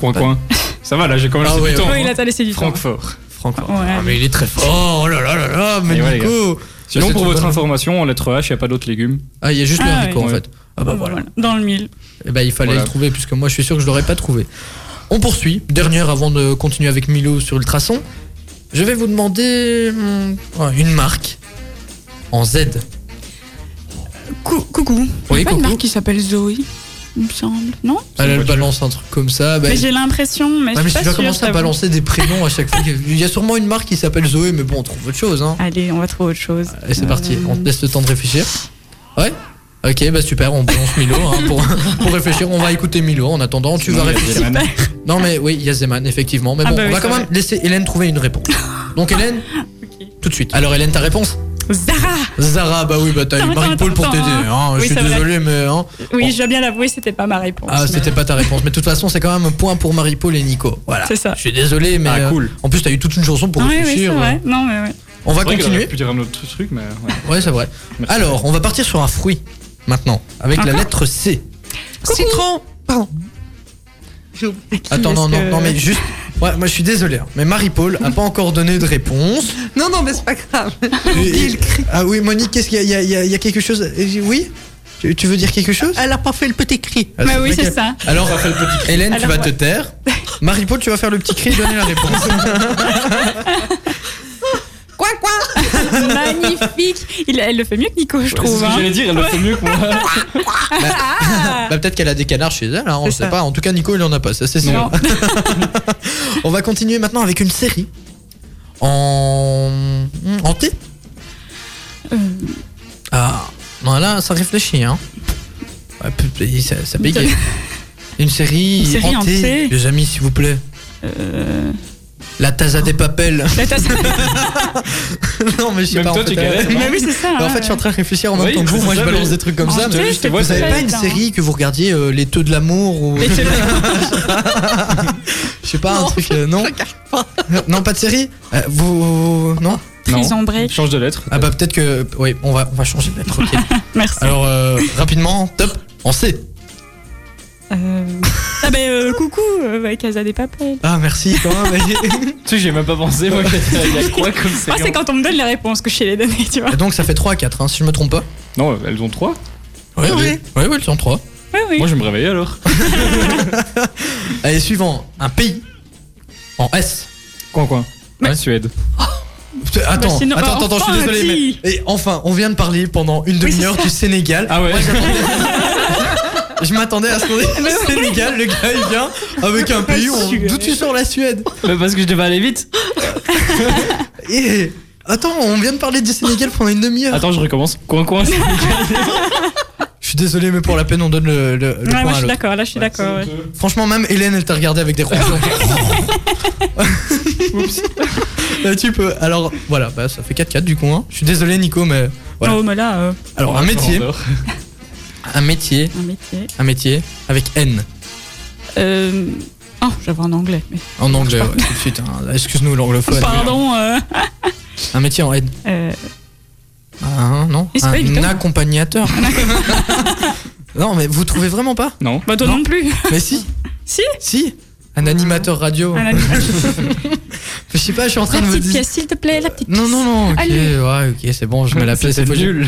Coin, coin. Ça va, là, j'ai quand même Ah laissé ouais, du temps. Oui, Oh, il hein. a t'as laissé du temps. Francfort. Francfort. Ouais. Ah, mais il est très fort. Oh là là là là, mais Et ouais, les Nico Sinon, c'est pour tout votre bon. information, en lettre H, il n'y a pas d'autres légumes. Ah il y a juste le Ah, haricot ouais. en fait. Ah bah voilà. Dans le mille. Et bah il fallait Voilà. le trouver puisque moi je suis sûr que je l'aurais pas trouvé. On poursuit, dernière avant de continuer avec Milo sur Ultrason. Je vais vous demander hum, ouais, une marque en Z. Cou- coucou. Oui, Il y a pas coucou. une marque qui s'appelle Zoé, il me semble. Non Elle voiture. balance un truc comme ça. Bah, Mais j'ai l'impression, mais Ah, je mais suis si pas tu vas sûre. commencer à j'avoue. balancer des prénoms à chaque fois, il y a sûrement une marque qui s'appelle Zoé, mais bon, on trouve autre chose. Hein. Allez, on va trouver autre chose. Allez, c'est parti, Euh, on te laisse le temps de réfléchir. Ouais Ok, bah super, on balance Milo hein, pour, pour réfléchir. On va écouter Milo en attendant, tu vas Sinon, il y a réfléchir. Zeman. Non, mais oui, il y a Zeman, effectivement. Mais bon, Ah bah on oui, va c'est quand même vrai. laisser Hélène trouver une réponse. Donc, Hélène, ok. tout de suite. Alors, Hélène, ta réponse Zara Zara, bah oui, bah t'as Attends, eu Marie-Paul attends, pour attends, t'aider. hein. hein, Oui, je suis c'est vrai. désolé, mais. hein, Oui, Bon. je dois bien l'avouer, c'était pas ma réponse. Ah, mais- c'était pas ta réponse, mais de toute façon, c'est quand même un point pour Marie-Paul et Nico. Voilà. C'est ça. Je suis désolé, mais. Ah, euh, cool. En plus, t'as eu toute une chanson pour Ah oui, oui, c'est réfléchir. euh, vrai. Non, mais ouais. On va C'est vrai qu'elle aurait continuer. pu dire un autre truc, mais. ouais. Ouais, c'est vrai. Merci. Alors, on va partir sur un fruit maintenant, avec la Encore lettre C. Citron. Pardon. J'ai oublié. À qui Attends, non, est-ce non, que- non, mais juste. Ouais, moi je suis désolé, hein, mais Marie-Paul a pas encore donné de réponse. Non, non, mais c'est pas grave. Et- Ah oui, Monique, qu'est-ce qu'il y a, il y a- il y a- il y a quelque chose Et j'ai- Oui tu, tu veux dire quelque chose Elle n'a pas fait le petit cri. Ah, Mais bah oui, vrai c'est que- ça. Alors, Hélène, tu Alors, vas ouais. te taire. Marie-Paul, tu vas faire le petit cri et donner la réponse. Quoi, quoi Magnifique Il- Elle le fait mieux que Nico, je C'est ce trouve. que hein. j'allais dire, elle le fait mieux que moi. Ah Bah, peut-être qu'elle a des canards chez elle, hein, on C'est sait ça. pas. En tout cas, Nico, il en a pas, ça c'est sûr. Non. On va continuer maintenant avec une série en en T. Euh, Ah, non, là, ça réfléchit, hein. Ouais, p- p- ça, ça bégaye. Une série, Une série hantée. hantée. Les amis, s'il vous plaît. euh, La Taza des Papels. la tasse- non, mais je sais pas. Même toi, en fait, tu euh, galères. Mais oui, c'est ça. mais en hein, fait, je suis en train de réfléchir en même Oui, temps que vous. c'est Moi, ça, je le- balance des trucs comme En ça. T, mais c'est vois, Vous ça avez va pas une Attends. série que vous regardiez euh, Les Teux de l'amour ou Mais tu- je sais pas un Non, truc euh, non je regarde pas. non pas de série Euh, vous non Prison Break. Change de lettre. ah bah peut-être que oui on va on va changer de lettre ok Merci. alors euh, rapidement top en C Euh, Ah ben euh, coucou, euh, ouais, Casa des Papels. ah merci quand même Tu sais, j'ai même pas pensé, moi, il y a quoi comme ça Moi, Ah, Oh, c'est quand on me donne les réponses que je sais les donner, tu vois. Et donc ça fait 3 à 4 hein, si je me trompe pas. Non, elles ont trois. Oui, oui. Oui, oui, ils sont 3. Oui, oui. Moi, je vais me réveiller alors. Allez, suivant, un pays en S. Coin, coin. Ouais. La Ah, Suède. Attends, Bah, sinon- attends, bah, attends, je enfin, suis désolé. si. Mais... Et enfin, on vient de parler pendant une Oui, c'est demi-heure du Sénégal. Ah ouais. Je m'attendais à ce qu'on dise le Sénégal, le gars il vient avec un pays où on- Suède. d'où tu sors la Suède. Mais parce que je devais aller vite. Et attends, on vient de parler du Sénégal pendant une demi-heure. Attends, je recommence. Coin, coin. c'est- Je suis désolé, mais pour la peine, on donne le, le- le Ouais, point moi, à je suis l'autre. d'accord, là, je suis d'accord. ouais. Franchement, même Hélène, elle t'a regardé avec des ronds. Oups. Là, Bah, tu peux. Alors, voilà, bah, ça fait 4-4 du coup. Hein. Je suis désolé, Nico, mais. Voilà. Oh, mais là, euh, Alors, un métier. Un métier. un métier. Un métier. Avec N. Euh... Oh, j'avais en anglais. Mais... En anglais, ouais, tout de suite. hein. Excuse-nous, l'anglophone. Pardon. Euh... Un métier en N. euh, Ah, hein, non Mais c'est pas Un évident. accompagnateur. non, mais vous trouvez vraiment pas Non. Bah, toi non, plus. Mais si. Si. Si. Un animateur radio. Un ami. Je sais pas, je suis en train La de me petite dire. pièce, s'il te plaît, la petite pièce. Non, non, non, ok, Allez. ouais, ok, c'est bon, je mets la pièce, C'était c'est pas nul.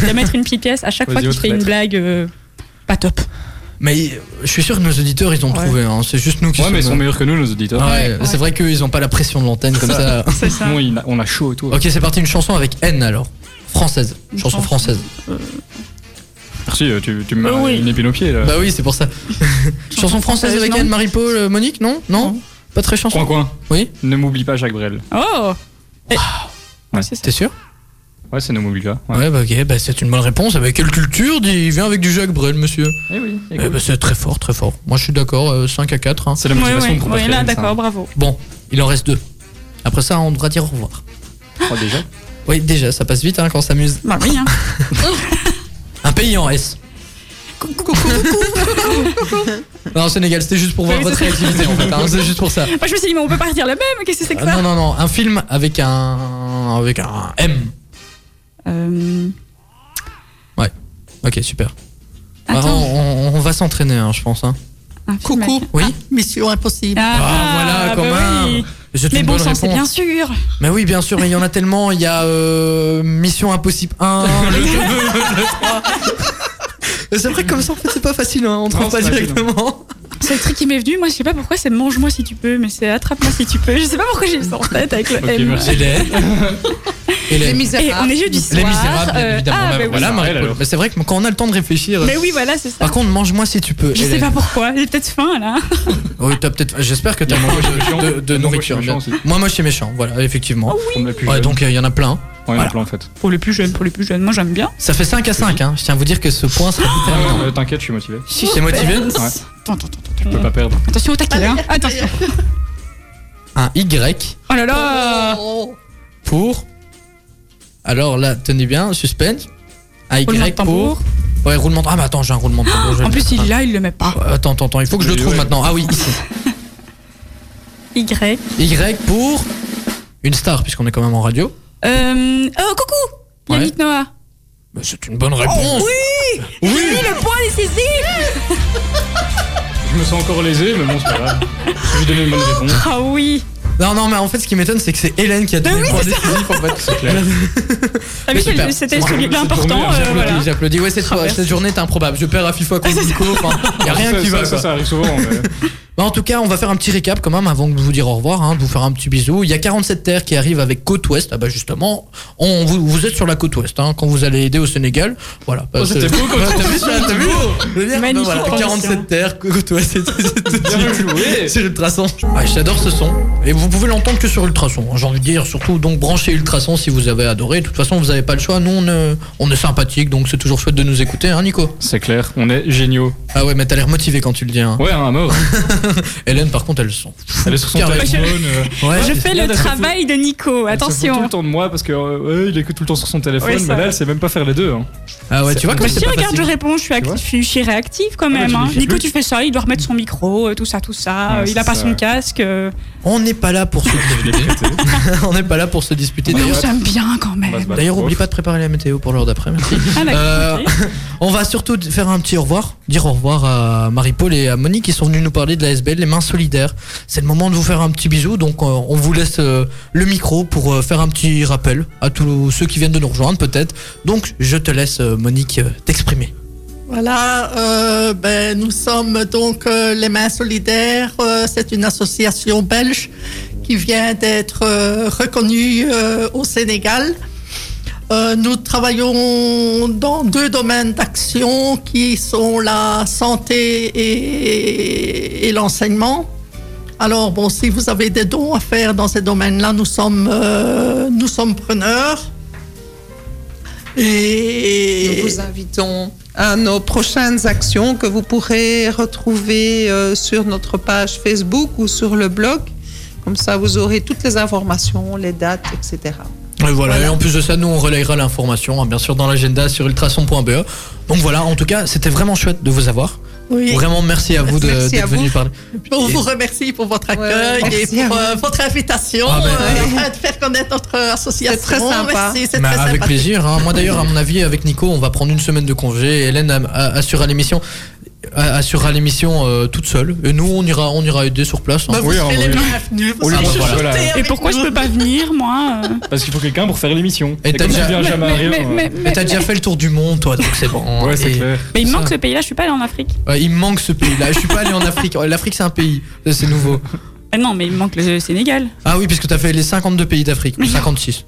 Tu vas mettre une petite pièce à chaque Vas-y, fois qu'il autre fait une lettre. blague. euh, Pas top. Mais euh, je suis sûr que nos auditeurs ils ont trouvé, hein. c'est juste nous qui Ouais, mais ils sont sommes. meilleurs que nous, nos auditeurs. Ouais, c'est vrai qu'ils ont pas la pression de l'antenne comme ça. C'est ça. Nous, il- on a chaud et tout. ok, c'est parti, une chanson avec N alors. Française, Une chanson chanson. française. Merci, euh, tu, tu me mets Ah oui. une épine au pied là. Bah oui, c'est pour ça. chanson française française, avec non N, Marie-Paul, euh, Monique, non Non Pas très chanson Coin, coin. Oui Ne m'oublie pas, Jacques Brel. Oh Eh, Ouais, c'est ça. T'es sûr Ouais, c'est Ne m'oublie pas. ouais. bah ok, bah c'est une bonne réponse. Avec quelle culture dit- Il vient avec du Jacques Brel, monsieur. Eh oui. Eh bah, c'est très fort, très fort. Moi je suis d'accord, euh, 5 à 4. hein. C'est la Ouais, motivation ouais, pour ouais, Pascal, là, ça. d'accord, bravo. Bon, il en reste deux. Après ça, on devra dire au revoir. Oh, déjà. Euh, hein, Oui, déjà, ça passe vite hein, quand on s'amuse. Bah oui, hein. Un pays en S. Non, Sénégal, c'était juste pour voir Oui, votre c'est ça. réactivité en fait. hein, c'est juste pour ça. Moi, je me suis dit, mais on peut pas redire le même, qu'est-ce que c'est que Euh, ça non, non, non, un film avec un. avec un M. Euh, Ok, super. Bah, on, Attends, on- on va s'entraîner, hein, je pense. hein. un film Coucou. avec- Oui. Mission impossible. Ah, voilà, quand bah même. oui. C'est une Mais bon bonne sang, c'est réponse. bien sûr. Mais oui, bien sûr, mais il y en a tellement. Il y a euh, Mission Impossible 1, le 2, le 3. Mais C'est vrai que comme ça, en fait, c'est pas facile, hein, on trouve Non, pas c'est pas facile. directement. C'est le truc qui m'est venu. Moi, je sais pas pourquoi c'est mange-moi si tu peux, mais c'est attrape-moi si tu peux. Je sais pas pourquoi j'ai ça en tête avec le Ok, M. merci. Hélène. Les Hélène. Et on misérables. est jeudi Les soir. Misérables, bien euh, évidemment. ah, bah, bah oui. voilà, oui. Marie-Paul. Elle, alors. Mais c'est vrai que quand on a le temps de réfléchir. Mais oui, voilà, c'est ça. Par contre, mange-moi si tu peux. Je sais Hélène. pas pourquoi. J'ai peut-être faim là. Oui, t'as peut-être. J'espère que t'as Il y a mangé moi, je suis de, méchant. de- de Il y a moi, nourriture. je suis méchant mais- aussi. Moi, moi, je suis méchant. Voilà, effectivement. Oh. Comme la plus Ouais, jeune. donc euh, il y en a plein. Ouais, il y en a voilà. plein en fait. Pour le plus jeune, pour le plus jeune. Moi, j'aime bien. Ça fait 5 à 5. Hein. Je tiens à vous dire que ce point sera déterminant. Euh, T'inquiète, je suis motivé. Si t'es motivé Ouais. Attends, attends, attends, Je attends. peux pas perdre. Attention au taquet, hein. Attention. Un Y Oh là là. Oh. pour. Alors là, tenez bien, suspense. Un Roulement de Y tambour. pour. Ouais, roulement de. Ah, mais attends, j'ai un roulement de tambour. je vais En le plus, faire. il est là, il le met pas. Ah, Attends, attends, attends, il faut que je le Oui, trouve ouais. maintenant. Ah oui, ici. Y. Y pour. Une star, puisqu'on est quand même en radio. Euh, oh, coucou Ouais. Yannick Noah Bah, C'est une Oh bonne réponse. oui Oui le point est saisi Je me sens encore lésé, mais bon, c'est pas grave. Je vais lui donner une bonne réponse. Ah oui Non, non, mais en fait, ce qui m'étonne, c'est que c'est Hélène qui a donné le point décisif, en fait. C'est clair. Ah oui, super. c'était le Moi, celui c'est tourné, l'important, j'ai euh, applaudi, voilà. J'applaudis, j'applaudis. Ouais, cette, Ah, fois- merci. cette journée est improbable. Je perds à FIFA contre Nico. Enfin, y a rien Ça, qui ça, va. Ça, quoi. ça arrive souvent. mais- Bah, en tout cas, on va faire un petit récap quand même avant de vous dire au revoir, hein, de vous faire un petit bisou. Il y a 47 terres qui arrivent avec côte ouest. Ah bah justement, on, vous, vous êtes sur la côte ouest hein, quand vous allez aider au Sénégal. Voilà. Oh, c'était beau quand T'as tu vu ça T'as vu Je veux dire, Magnifique bah, voilà, transition. 47 terres, côte ouest. et tout, c'est tout de Bien suite. joué. Sur Ultrason. Ah, J'adore ce son. Et vous pouvez l'entendre que sur Ultrason. hein, J'ai envie de dire, surtout, donc branchez Ultrason si vous avez adoré. De toute façon, vous n'avez pas le choix. Nous, on, euh, on est sympathique, donc c'est toujours chouette de nous écouter, hein, Nico C'est clair, on est géniaux. Ah ouais, mais t'as l'air motivé quand tu le dis. hein. Ouais, hein, à mort. Hélène, par contre, elle le sent. Elle est sur son Carrément. téléphone. euh, Ouais. Je fais Là, le elle se travail de Nico, elle se fout tout attention le temps de moi parce que euh, ouais, il est que tout le temps sur son téléphone, Oui, ça mais là va. elle sait même pas faire les deux. hein. Ah ouais, tu vois Bah comment si, c'est pas regarde, je facile. réponds, je suis, act- Tu vois Ah, je suis- je suis réactive quand même. tu hein. lui fais Nico, plus. tu fais ça, il doit remettre son micro, euh, tout ça, tout ça. Ouais, euh, il a Ah, c'est pas ça. Bah, son casque. euh. On n'est pas là pour se disputer. On n'est pas là pour se disputer. Bah, Mais on D'ailleurs, s'aime bien quand On va se même. battre. d'ailleurs, oublie pas de préparer la météo pour l'heure d'après. Merci. Ah, d'accord, Euh, ok. On va surtout faire un petit au revoir, dire au revoir à Marie-Paul et à Monique qui sont venus nous parler de la SBL, les mains solidaires. C'est le moment de vous faire un petit bisou, donc euh, on vous laisse euh, le micro pour euh, faire un petit rappel à tous ceux qui viennent de nous rejoindre peut-être. Donc je te laisse euh, Monique euh, t'exprimer. Voilà, euh, ben, nous sommes donc euh, les Mains Solidaires. euh, c'est une association belge qui vient d'être euh, reconnue euh, au Sénégal. Euh, nous travaillons dans deux domaines d'action qui sont la santé et, et l'enseignement. Alors bon, si vous avez des dons à faire dans ces domaines-là, nous sommes euh, nous sommes preneurs. Et Nous vous invitons à nos prochaines actions que vous pourrez retrouver euh, sur notre page Facebook ou sur le blog. Comme ça, vous aurez toutes les informations, les dates, etc. Et voilà, et en plus de ça, nous on relayera l'information hein, bien sûr dans l'agenda sur ultrason.be. E. Donc voilà, en tout cas, c'était vraiment chouette de vous avoir. oui. Vraiment merci à vous de- Merci à d'être vous. venus parler. On vous remercie pour votre accueil Ouais, et merci à pour euh, votre invitation Ah ben, euh, ouais. afin de faire connaître notre association. C'est très sympa. Merci, c'est Bah, très avec sympa. plaisir. hein. Moi d'ailleurs, à mon avis, avec Nico, on va prendre une semaine de congé. Hélène a- a- assurera l'émission, a- assurera l'émission euh, toute seule. Et nous, on ira, on ira aider sur place. hein. Bah, vous Oui, serez hein, les oui. bienvenus. Vous Au lieu serez de- chouchoutés voilà. avec Et pourquoi nous. je peux pas venir, moi euh Parce qu'il faut quelqu'un pour faire l'émission. Et Et, t'as comme tu déjà- viens jamais à rien. mais, euh, mais- Mais mais- t'as déjà fait le tour du monde, toi, donc c'est bon. Ouais, c'est Et- clair. mais il ça. manque ce pays-là, je suis pas allée en Afrique. Ouais, il me manque ce pays-là. Je suis pas allé en Afrique. Ouais, L'Afrique, c'est un pays. Là, C'est nouveau. Ah non, mais il manque le Sénégal. Ah oui, puisque t'as fait les 52 pays d'Afrique, ou 56.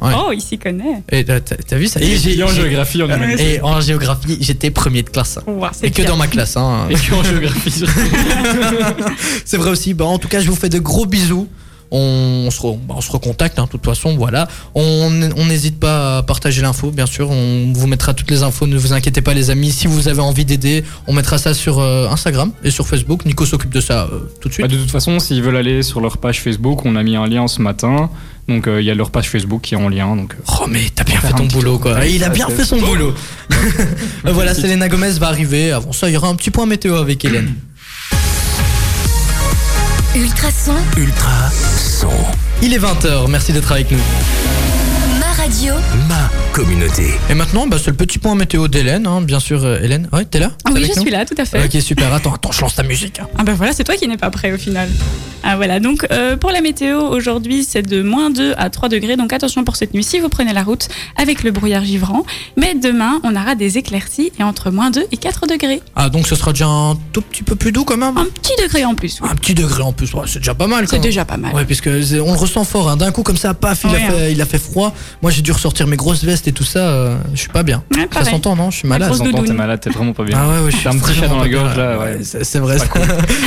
Ouais. Oh, il s'y connaît. Et là, t'as t'as vu ça Et j'ai- j'ai en j'ai- géographie en humanité. Et en géographie, j'étais premier de classe. hein. Ouah, c'est Et que bien. dans ma classe. Hein. Et en géographie. C'est vrai aussi. Bah, en tout cas, je vous fais de gros bisous. on se, re- bah, on se recontacte, hein, de toute façon, voilà. On on n'hésite pas à partager l'info, bien sûr. On vous mettra toutes les infos, ne vous inquiétez pas, les amis. Si vous avez envie d'aider, on mettra ça sur euh, Instagram et sur Facebook. Nico s'occupe de ça euh, tout de Bah, suite. de toute façon, s'ils veulent aller sur leur page Facebook, on a mis un lien ce matin. Donc euh, il y a leur page Facebook qui est en lien. Donc, euh, Oh, mais t'as bien Faire fait un ton petit boulot, tour. quoi. Ouais, Il a ça, bien c'est- fait son boulot. Euh, voilà, Selena Gomez va arriver. Avant ça, il y aura un petit point météo avec Hélène. Ultrason, Ultra son. Il est 20h, merci d'être avec nous. ma radio, Ma communauté. Et maintenant, bah, c'est le petit point météo d'Hélène, hein, bien sûr. euh, Hélène, ouais, t'es là Ah T'es oui, avec je nous suis là, tout à fait. Ok, super. Attends, attends, je lance ta musique. hein. Ah ben voilà, c'est toi qui n'es pas prêt au final. Ah voilà, donc euh, pour la météo, aujourd'hui c'est de moins 2 à 3 degrés, donc attention pour cette nuit si vous prenez la route avec le brouillard givrant. Mais demain, on aura des éclaircies et entre moins 2 et 4 degrés. Ah, donc ce sera déjà un tout petit peu plus doux quand même Un petit degré en plus, oui. Un petit degré en plus, ouais, c'est déjà pas mal quand c'est même. déjà pas mal. Ah, hein. Ouais, puisque c'est- on le ressent fort. hein. D'un coup, comme ça, paf, il, Ouais, a fait, il a fait froid. Moi, j'ai dû ressortir mes grosses vestes et tout ça. euh, je suis pas bien. Ouais, Ça pareil. s'entend, non Je suis malade. grosse t'entends, doudoune. t'es malade, t'es vraiment pas bien. Ah ouais, ouais, je suis T'as un petit chat vraiment dans la pas gorge, bien. là, ouais. c'est c'est vrai.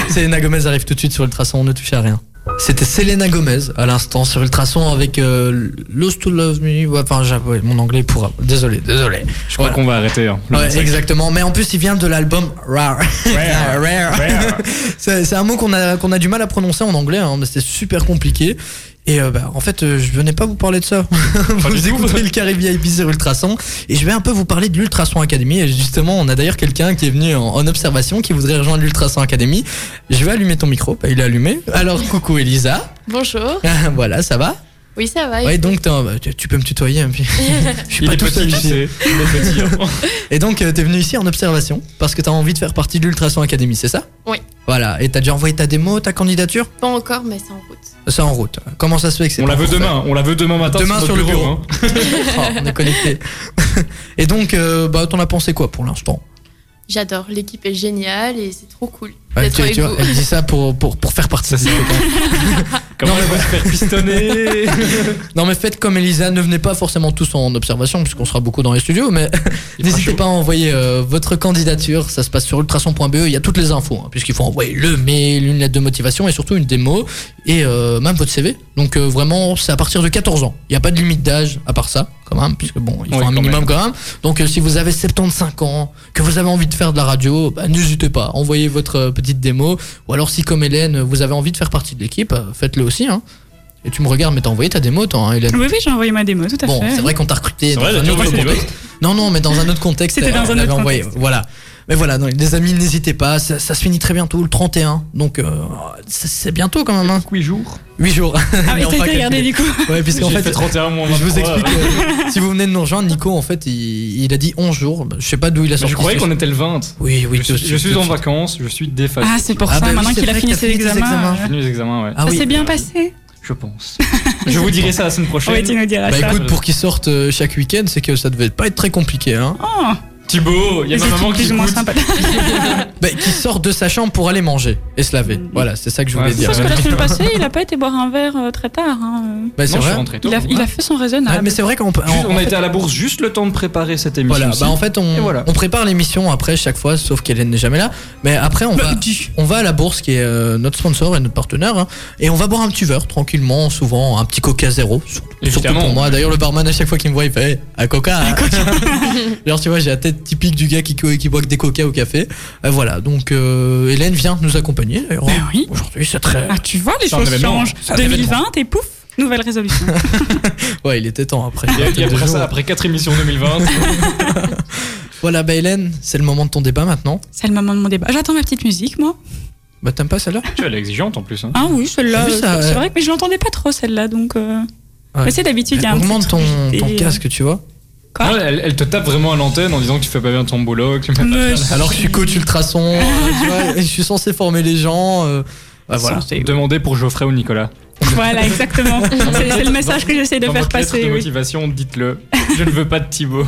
Selena Gomez arrive tout de suite sur Ultrason, on ne touche à rien. C'était Selena Gomez à l'instant sur Ultrason avec euh, Lost to Love Me. Ouais, Enfin, j'ai- ouais, mon anglais pourra. Désolé, désolé. Je crois Voilà. qu'on va arrêter. hein. Le Ouais, message. exactement. Mais en plus, il vient de l'album Rare. Rare. Rare. C'est c'est un mot qu'on a, qu'on a du mal à prononcer en anglais, hein, mais c'est super compliqué. Et euh, bah, en fait, euh, je venais pas vous parler de ça. du vous tout. écoutez le Carré VIP sur Ultrason. Et je vais un peu vous parler de l'Ultrason Academy. Et justement, on a d'ailleurs quelqu'un qui est venu en, en observation qui voudrait rejoindre l'Ultrason Academy. Je vais allumer ton micro. Bah, il est allumé. Alors, coucou Elisa. Bonjour. voilà, ça va Oui, ça va. Ouais, donc t'es en- bah, tu tu peux me tutoyer. hein, puis- je suis Il pas est tout seul petit, tu ici. sais. Il est petit, hein. Et donc, euh, t'es venu ici en observation parce que t'as envie de faire partie de l'Ultrason Academy, c'est ça Oui. Voilà. Et t'as déjà envoyé ta démo, ta candidature Pas encore, mais c'est en route. C'est en route. Comment ça se fait que c'est On la pas veut encore fait demain. On la veut demain matin. Demain notre sur le bureau. hein. Oh, on est connecté. Et donc, euh, bah, t'en as pensé quoi pour l'instant J'adore. L'équipe est géniale et c'est trop cool Ouais, d'être tu, avec tu vois, vous. elle dit ça pour, pour, pour faire partie. Ça, c'est Comment Non, mais elle va se faire pistonner non mais faites comme Elisa, ne venez pas forcément tous en observation puisqu'on sera beaucoup dans les studios, mais Il fera n'hésitez chaud. pas à envoyer euh, votre candidature, ça se passe sur ultrason.be, il y a toutes les infos, hein, puisqu'il faut envoyer le mail, une lettre de motivation et surtout une démo et euh, même votre CV. Donc euh, vraiment c'est à partir de 14 ans, il n'y a pas de limite d'âge à part ça quand même, puisque bon, il faut Oui, un quand minimum quand même. Donc euh, si vous avez 75 ans, que vous avez envie de faire de la radio, bah, n'hésitez pas, envoyez votre euh, petite démo. Ou alors si comme Hélène, vous avez envie de faire partie de l'équipe, euh, faites-le aussi. Hein. Et tu me regardes, mais t'as envoyé ta démo, toi, hein, Hélène. Oui, oui, j'ai envoyé ma démo, tout à Bon, fait. c'est vrai qu'on t'a recruté C'est dans vrai, un autre t'as envoyé des contexte. Non, non, mais dans un autre contexte. C'était dans elle un autre l'avait envoyé, contexte. Voilà. Mais voilà, donc, les amis, n'hésitez pas. Ça, ça se finit très bientôt, le 31. Donc, euh, c'est c'est bientôt quand même. Hein. 8 jours. 8 jours. Ah oui, Mais on t'as va été regarder calculer. du coup. Ouais, puisqu'en J'ai fait, fait 31 mois. je vous 23, explique. euh, euh, si vous venez de nous rejoindre, Nico, en fait, il, il a dit 11 jours. Bah, Je sais pas d'où il a mais sorti. Je croyais ce- qu'on était le 20. Oui, oui, Je suis- tout- je suis tout- en vacances, je suis défasé. Ah, c'est pour Ah ça, bah oui, maintenant c'est qu'il a vrai fini que t'as ses fini tes examens. examens. euh. Je suis venu aux examens, ouais. Ah Ça oui. s'est bien passé Je pense. Je vous dirai ça la semaine prochaine. Oui, tu nous diras Bah ça. écoute, pour qu'ils sortent euh, chaque week-end, c'est que ça devait pas être très compliqué. Hein. Oh, Thibaut, il y a les ma équipes maman qui plus ou moins écoute. sympa. Bah, qu'ils sortent de sa chambre pour aller manger et se laver. Voilà, c'est ça que je voulais Ouais, dire. Parce que vrai. la semaine passée, il a pas été boire un verre euh, très tard. hein. Bah, c'est Non, je suis vrai. rentré tôt. Il a, il a fait son Ah, raisonnable. mais c'est vrai qu'on peut. Juste, en- on en a fait- été à la bourse juste le temps de préparer cette émission. Voilà, aussi. bah en fait on, Et voilà. on prépare l'émission après chaque fois, sauf qu'Hélène n'est jamais là. Mais après on va, on va à la bourse qui est euh, notre sponsor et notre partenaire hein, et on va boire un petit verre tranquillement, souvent un petit coca zéro. surtout- Surtout Évidemment. pour moi. D'ailleurs le barman à chaque fois qu'il me voit il fait hey, un coca. hein. Genre tu vois j'ai la tête typique du gars qui, co- qui boit que des coca au café. Euh, voilà donc euh, Hélène vient nous accompagner. d'ailleurs. Ben oui. Aujourd'hui c'est très... Ah, tu vois, les Euh, C'est un choses événement. changent. 2020 et pouf, nouvelle résolution. Ouais il était temps après. Et- et Deux après jours. ça, après 4 émissions 2020, Voilà bah Hélène c'est le moment de ton débat maintenant. C'est le moment de mon débat. J'attends ma petite musique, moi. Bah t'aimes pas celle-là tu vois, elle est exigeante en plus. hein. Ah oui, celle-là. J'ai vu ça, euh, ouais. C'est vrai que mais je l'entendais pas trop, celle-là. Donc, euh... Ouais. mais c'est d'habitude, il y a un petit Augmente ton, truc, ton et- euh, casque tu vois. Ah. Ouais, elle, elle te tape vraiment à l'antenne en disant que tu fais pas bien ton boulot. que tu fais pas Mais bien. Alors que je suis coach ultrason, euh, tu vois, et je suis censé former les gens. euh, bah voilà. Demandez pour Geoffrey ou Nicolas. Voilà, exactement. C'est c'est le message que j'essaie de Dans faire votre lettre passer. de oui. motivation, dites-le. Je ne veux pas de Thibaut.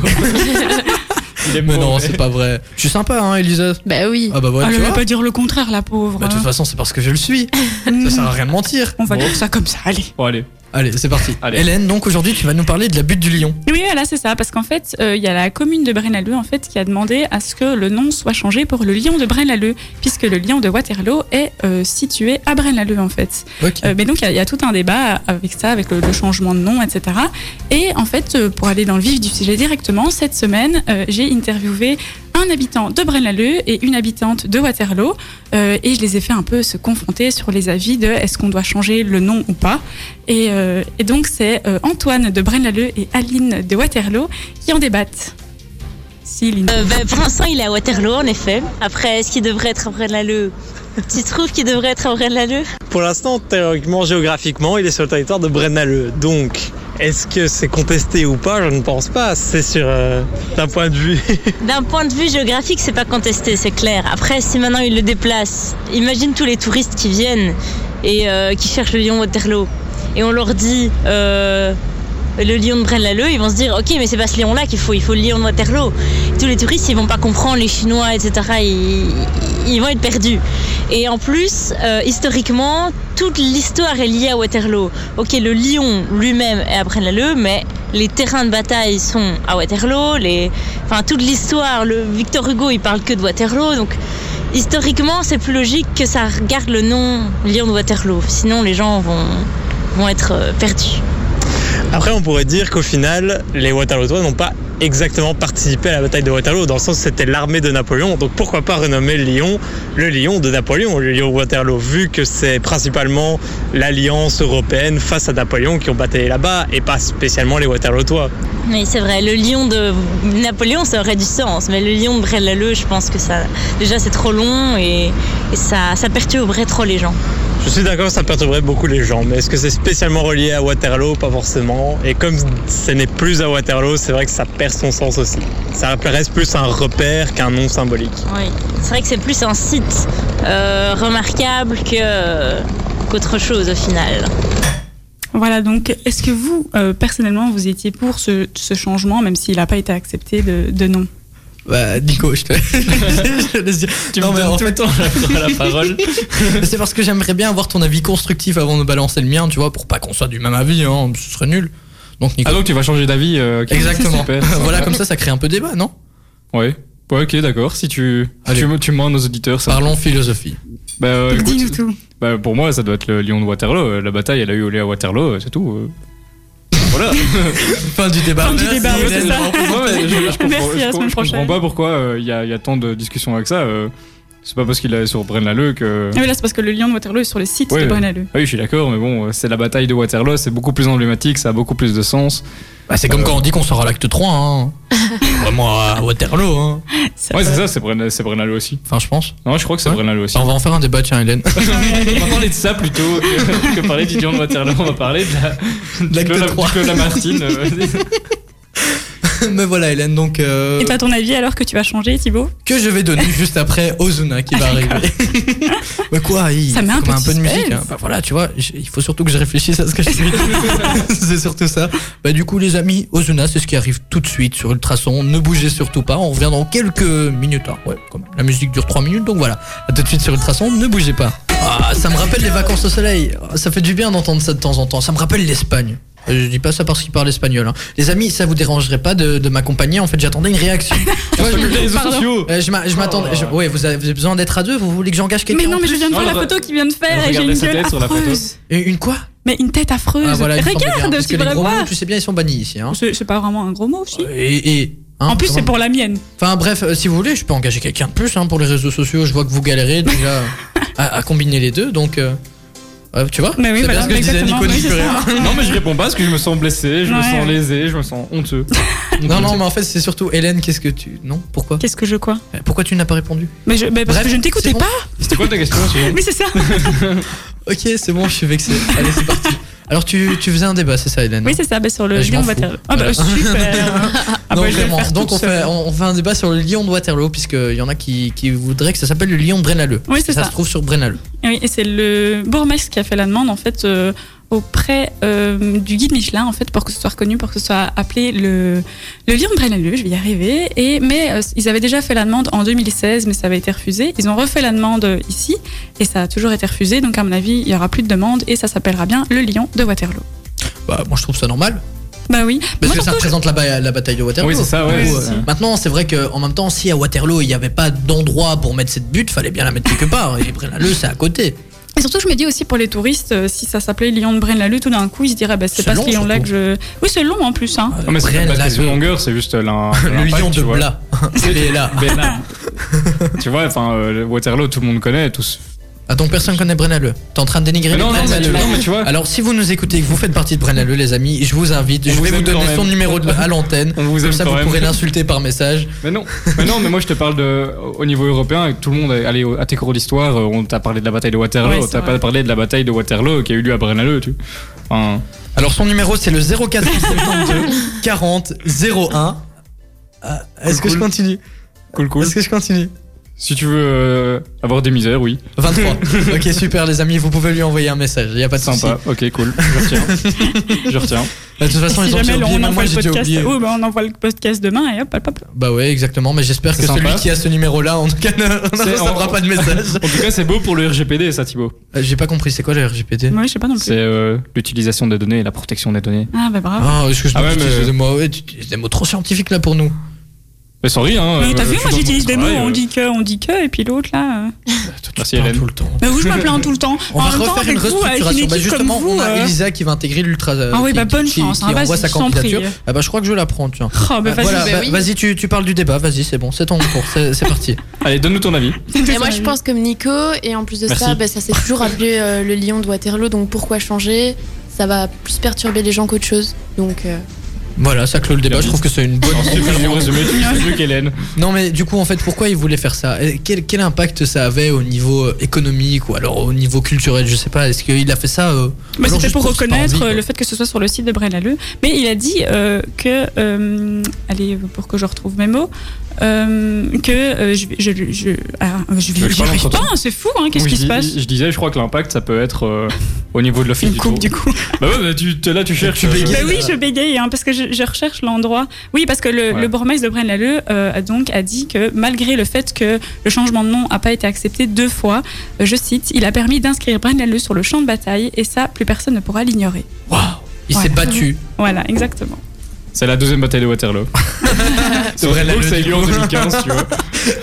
Il est Mais non, mauvais. c'est pas vrai. Je suis sympa, hein, Elisa. Bah oui. Ah bah ouais, Ah, tu elle va vois. pas dire le contraire, la pauvre. Bah, de toute façon, c'est parce que je le suis. Mmh. Ça sert à rien de mentir. On va Bon. dire ça comme ça, allez. Bon, allez, Allez, c'est parti. Allez. Hélène, donc aujourd'hui, tu vas nous parler de la butte du lion. Oui, voilà, c'est ça, parce qu'en fait, euh, il y a la commune de Braine-l'Alleud en fait, qui a demandé à ce que le nom soit changé pour le lion de Braine-l'Alleud, puisque le lion de Waterloo est euh, situé à Braine-l'Alleud, en fait. Ok. Euh, mais donc, il y a- il y, a tout un débat avec ça, avec le, le changement de nom, etc. Et en fait, euh, pour aller dans le vif du sujet directement, cette semaine, euh, j'ai interviewé un habitant de Braine-l'Alleud et une habitante de Waterloo. euh, et je les ai fait un peu se confronter sur les avis de est-ce qu'on doit changer le nom ou pas. Et, euh, et donc, c'est euh, Antoine de Braine-l'Alleud et Aline de Waterloo qui en débattent. Si, Lynn. Euh, ben, pour l'instant, il est à Waterloo, en effet. Après, est-ce qu'il devrait être à Braine-l'Alleud Tu trouves qu'il devrait être à Braine-l'Alleud Pour l'instant, théoriquement, géographiquement, il est sur le territoire de Brennaleux. Donc, est-ce que c'est contesté ou pas Je ne pense pas. C'est sur euh, d'un point de vue. D'un point de vue géographique, c'est pas contesté, c'est clair. Après, si maintenant il le déplace, imagine tous les touristes qui viennent et euh, qui cherchent le lion Waterloo. Et on leur dit euh, le lion de Braine-l'Alleud, ils vont se dire Ok, mais c'est pas ce lion-là qu'il faut, il faut le lion de Waterloo. Tous les touristes, ils vont pas comprendre, les Chinois, etc. Ils, ils vont être perdus. Et en plus, euh, historiquement, toute l'histoire est liée à Waterloo. Ok, le lion lui-même est à Braine-l'Alleud, mais les terrains de bataille sont à Waterloo, les, enfin toute l'histoire, le Victor Hugo il parle que de Waterloo, donc historiquement c'est plus logique que ça regarde le nom Lyon de Waterloo, sinon les gens vont, vont être euh, perdus. Après, on pourrait dire qu'au final, les Waterlootois n'ont pas exactement participé à la bataille de Waterloo, dans le sens que c'était l'armée de Napoléon. Donc, pourquoi pas renommer Lyon le Lion de Napoléon, le Lion Waterloo, vu que c'est principalement l'alliance européenne face à Napoléon qui ont bataillé là-bas, et pas spécialement les Waterlootois. Oui c'est vrai, le lion de Napoléon ça aurait du sens, mais le lion de Braine-l'Alleud je pense que ça, déjà c'est trop long et, et ça, ça perturberait trop les gens. Je suis d'accord, ça perturberait beaucoup les gens, mais est-ce que c'est spécialement relié à Waterloo Pas forcément. Et comme ce n'est plus à Waterloo, c'est vrai que ça perd son sens aussi. Ça reste plus un repère qu'un nom symbolique. Oui, c'est vrai que c'est plus un site euh, remarquable que qu'autre chose au final. Voilà, donc est-ce que vous, euh, personnellement, vous étiez pour ce, ce changement, même s'il n'a pas été accepté de, de nom Bah, Nico, je te, je te laisse dire. Tu Non, me mais donnes en tout le fait- temps la, la parole. C'est parce que j'aimerais bien avoir ton avis constructif avant de balancer le mien, tu vois, pour pas qu'on soit du même avis, hein, ce serait nul. Donc, Nico. Ah donc tu vas changer d'avis euh, Kim. Exactement. Super. voilà, comme ça, ça crée un peu débat, non Ouais. Ouais, ok, d'accord. Si tu, Allez. tu, me- tu mens à nos auditeurs, ça. Parlons philosophie. Bah, euh, écoute, Dis-nous tout. bah, pour moi, ça doit être le lion de Waterloo. Euh, La bataille, elle a eu lieu à Waterloo, euh, c'est tout. euh. Voilà. Fin du débat. Fin du débat, ouais, c'est ça. Ouais, ouais, je, je comprends, Merci, à je la semaine com- je comprends prochaine. pas pourquoi euh, il y, a- il y a tant de discussions avec ça. euh. c'est pas parce qu'il est sur Braine-l'Alleud que. Ah oui, là, c'est parce que le lion de Waterloo est sur le site Ouais. de Braine-l'Alleud. Ah oui, je suis d'accord, mais bon, euh, c'est la bataille de Waterloo, c'est beaucoup plus emblématique, ça a beaucoup plus de sens. Bah, c'est comme quand on dit qu'on sort à l'acte 3, hein. Vraiment à Waterloo, hein. Ouais, c'est ça, c'est Braine- c'est Braine-l'Alleud aussi. Enfin, je pense. Non, je crois que c'est Ouais. Braine-l'Alleud aussi. Bah, on va en faire un débat, tiens, Hélène. On va parler de ça plutôt que, que parler du lion de Waterloo, on va parler de la, De l'acte du Claude- 3. du Claude Lamartine. euh, Mais voilà, Hélène, donc. euh, Et toi, ton avis alors que tu vas changer, Thibaut que je vais donner juste après Ozuna qui va arriver. Mais quoi il Ça met un faut quand même peu de de suspense. musique. hein. Bah voilà, tu vois, j- il faut surtout que je réfléchisse à ce que je dis. c'est surtout ça. Bah du coup, les amis, Ozuna, c'est ce qui arrive tout de suite sur Ultrason. Ne bougez surtout pas. On revient dans quelques minutes. hein. Ouais, quand même. La musique dure 3 minutes, donc voilà. À tout de suite sur Ultrason. Ne bougez pas. Ah, ça me rappelle les vacances au soleil. Ah, Ça fait du bien d'entendre ça de temps en temps. Ça me rappelle l'Espagne. Euh, Je dis pas ça parce qu'il parle espagnol. hein. Les amis, ça vous dérangerait pas de, de m'accompagner En fait, j'attendais une réaction. Tu vois, je- Les réseaux sociaux euh, je m'a- je m'attendais. je- Ouais, vous avez vous avez besoin d'être à deux. Vous voulez que j'engage quelqu'un Mais non, en mais je plus viens de Non, voir la re- photo qu'il vient de faire et j'ai regardez une sa gueule tête sur la photo. affreuse. Et Euh, Une quoi Mais une tête affreuse. Ah, voilà, il me semble bien, Euh, Regarde, parce que tu les devrais gros mots, voir. tu sais bien, ils sont bannis ici. hein. C'est c'est pas vraiment un gros mot aussi. Et, et- hein, en plus, c'est vraiment. pour la mienne. Enfin bref, euh, si vous voulez, je peux engager quelqu'un de plus hein, pour les réseaux sociaux. Je vois que vous galérez déjà à, à combiner les deux, donc. euh, euh, tu vois Mais oui, C'est voilà, bien ce que disait exactement, Nico oui, du c'est Curé. ça. Non, mais je réponds pas parce que je me sens blessé, je me Ouais. sens lésé, je me sens honteux. Non, non, mais en fait, c'est surtout Hélène, qu'est-ce que tu. Non Pourquoi Qu'est-ce que je quoi Euh, Pourquoi tu n'as pas répondu mais, je, mais parce Bref, que je ne t'écoutais c'est bon. pas. C'est quoi ta question Simon Oui, c'est ça. Ok, c'est bon, je suis vexé. Allez, c'est parti. Alors, tu, tu faisais un débat, c'est ça, Hélène Oui, c'est ça. bah, sur le Bah, je lion m'en fous. Waterloo. Ah bah super. Ah non, bah, je vais le vraiment. faire Donc, toute on fait, seule. on, on fait un débat sur le lion de Waterloo, puisqu'il y en a qui, qui voudraient que ça s'appelle le lion de Braine-l'Alleud. Oui, c'est ça. ça. se trouve sur Braine-l'Alleud. Et Oui, et c'est le bourgmestre qui a fait la demande en fait euh, auprès euh, du guide Michelin en fait pour que ce soit reconnu, pour que ce soit appelé le le lion de Braine-l'Alleud. Je vais y arriver. Et mais euh, ils avaient déjà fait la demande en 2016, mais ça avait été refusé. Ils ont refait la demande euh, ici et ça a toujours été refusé. Donc à mon avis, il y aura plus de demande et ça s'appellera bien le lion de Waterloo. bah, moi je trouve ça normal. Bah oui. Parce Moi, que ça surtout, représente la, ba- la bataille de Waterloo. Oui, c'est ça, ouais, Du coup, c'est euh, ça. Maintenant, c'est vrai qu'en même temps, si à Waterloo il n'y avait pas d'endroit pour mettre cette butte, fallait bien la mettre quelque part. Et Brenaleux, c'est à côté. Et surtout, je me dis aussi pour les touristes, euh, si ça s'appelait Lyon de Braine-l'Alleud, tout d'un coup, ils se diraient, bah, c'est C'est pas ce long, Lyon-là que je. Oui, c'est long en plus. Hein. Non, mais c'est Brienne, pas une là, question de le- longueur, c'est juste euh, l'un. Le lion de Blas. Il est là. tu vois, enfin, euh, Waterloo, tout le monde connaît, tous. Attends, Ah, personne connaît Brennaleux. T'es en train de dénigrer Mais les non, non, mais Brennaleux. tu- non, mais tu vois. Alors, si vous nous écoutez et que vous faites partie de Brennaleux, les amis, je vous invite. On je vous vais vous aime donner quand son même. numéro de- à l'antenne. On vous Comme aime ça, quand vous même. pourrez l'insulter par message. Mais non, mais non, mais moi je te parle de, au niveau européen, et tout le monde, allez au- à tes cours d'histoire, euh, on t'a parlé de la bataille de Ouais, Waterloo, c'est t'as vrai. pas parlé de la bataille de Waterloo qui a eu lieu à Brennaleux, tu. Enfin, Alors, son numéro, c'est le 0472 40 01. Ah, Est-ce que je Cool. continue cool, cool. Est-ce que je continue Si tu veux euh, avoir des misères, oui. 23. ok, super, les amis, vous pouvez lui envoyer un message. Il n'y a pas de souci. Sympa, ok, cool. Je retiens. je retiens. Bah, de toute façon, si ils ont jamais déjà on oublié, mais moi envoie le j'ai déjà podcast, oublié. oh, bah, on envoie le podcast demain et hop, hop, hop. Bah ouais, exactement, mais j'espère que C'est celui sympa. qui a ce numéro-là, en tout cas, ne ne C'est- recevra on- pas de message. En tout cas, c'est beau pour le RGPD, ça, Thibaut. Euh, J'ai pas compris, c'est quoi le RGPD Moi, je sais pas non plus. C'est euh, l'utilisation des données et la protection des données. Ah, bah bravo. Ah, excuse-moi, Ah ouais, tu mais- utilises des mots- ouais, tu utilises des mots trop scientifiques là pour nous. Mais sorry, hein. Mais euh, t'as vu, je moi suis j'utilise des dans mon mots, travail, on euh, dit que, on dit que, et puis l'autre là. euh. Merci, Plein Hélène. tout le temps. Bah oui, je me plains tout le temps. On en va même temps, refaire avec une vous, avec une restructuration. équipe Bah justement, comme vous, on a euh, Elisa qui va intégrer l'ultra. euh, Ah oui, qui- bah, bonne qui- qui- chance, hein, qui vas-y, envoie sa je t'en candidature. prie. Ah bah je crois que je la prends, tiens. Oh, bah Ah, vas-y. voilà, bah bah, oui. vas-y, tu, tu parles du débat, vas-y, c'est bon, c'est ton cours, c'est c'est parti. Allez, donne-nous ton avis. bah, bah, Et moi, je pense comme Nico, et en plus de Merci. ça, bah, ça s'est toujours appelé euh, le lion de Waterloo, donc pourquoi changer Ça va plus perturber les gens qu'autre chose. Donc, euh, Voilà, ça clôt le débat, Bien. je trouve que c'est une bonne. Alors, super bien résumé, tu fais mieux qu'Hélène. Non mais du coup en fait pourquoi ils voulaient faire ça Et quel, quel impact ça avait au niveau euh, économique ou alors au niveau culturel je sais pas est-ce qu'il a fait ça euh, ou Bah, alors c'était juste pour que c'est pas reconnaître envie, euh, quoi. le fait que ce soit sur le site de Braine-l'Alleud. Mais il a dit euh, que, euh, allez, pour que je retrouve mes mots, euh, que euh, je, je, je, ah, je, veux que je j'y arrive parle entre pas, c'est fou, hein, qu'est-ce Oui, qui je se dis- passe Je disais, je crois que l'impact, ça peut être euh, au niveau de l'office Une coupe tour. du coup. Bah ouais, bah, tu, t'es là, tu cherches. Tu euh, bégayes. Bah oui, je bégaye, hein, parce que je, je recherche l'endroit. Oui, parce que le, Ouais. le bourgmestre de Braine-l'Alleud euh, a donc a dit que malgré le fait que le changement de nom n'a pas été accepté deux fois, euh, je cite, il a permis d'inscrire Braine-l'Alleud sur le champ de bataille et ça, plus personne ne pourra l'ignorer. Waouh, il s'est Ouais. battu. Voilà, exactement. C'est la deuxième bataille de Waterloo. C'est vrai, vrai, la que le- ça a eu lieu en 2015, tu vois.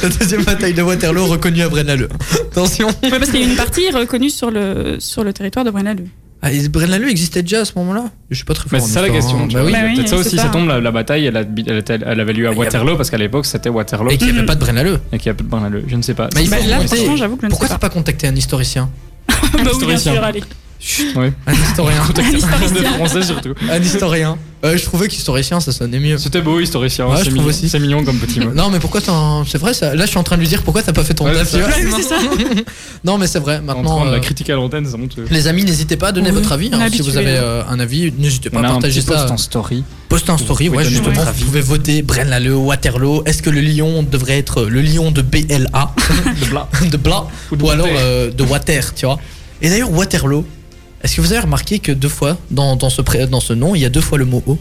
La deuxième bataille de Waterloo reconnue à Braine-l'Alleud. Attention. Ouais, parce qu'il y a une partie reconnue sur le, sur le territoire de Braine-l'Alleud. Ah, et Braine-l'Alleud existait déjà à ce moment-là Je suis pas très fort. Mais en c'est ça la histoire, question. hein. tu Bah vois. oui. Bah oui, Peut-être ça c'est aussi, ça. ça tombe, la, la bataille, elle, a- elle était- elle avait lieu à Il y avait- Waterloo, parce qu'à l'époque, c'était Waterloo. Et qu'il n'y avait pas de Braine-l'Alleud. Et qu'il y a plus de Braine-l'Alleud. Je ne sais pas. Mais il faut Bah, là, remonter. franchement, j'avoue que je ne Pourquoi sais t'as pas. pas contacté un historicien Bah oui, bien historicien. sûr, allez. Un historien. Tout Un historicien. de français surtout. un historien. Euh, je trouvais qu'historicien ça sonnait mieux. C'était beau, historicien. Ouais, je c'est, trouve mignon. aussi. c'est mignon comme petit mot. Non mais pourquoi t'en- C'est vrai ça. Là je suis en train de lui dire pourquoi t'as pas fait ton Ouais, taf, c'est tu vois. Ouais, c'est ça. Non mais c'est vrai. en train Maintenant. de euh, la critique à l'antenne, ça monte. euh, Les amis, n'hésitez pas à donner Oui, votre avis. on est hein, si vous habitué, avez hein. euh, un avis, n'hésitez pas On à a un partager petit ça. post en story. Postez en story, Vous ouais, pouvez donner justement. votre Vous pouvez voter Braine-l'Alleud, Waterloo. Est-ce que le lion devrait être euh, le lion de BLA De bla. de Blas Ou ou, de alors Water. euh, de Water, tu vois. Et d'ailleurs, Waterloo, est-ce que vous avez remarqué que deux fois, dans, dans ce, pré- dans ce nom, il y a deux fois le mot eau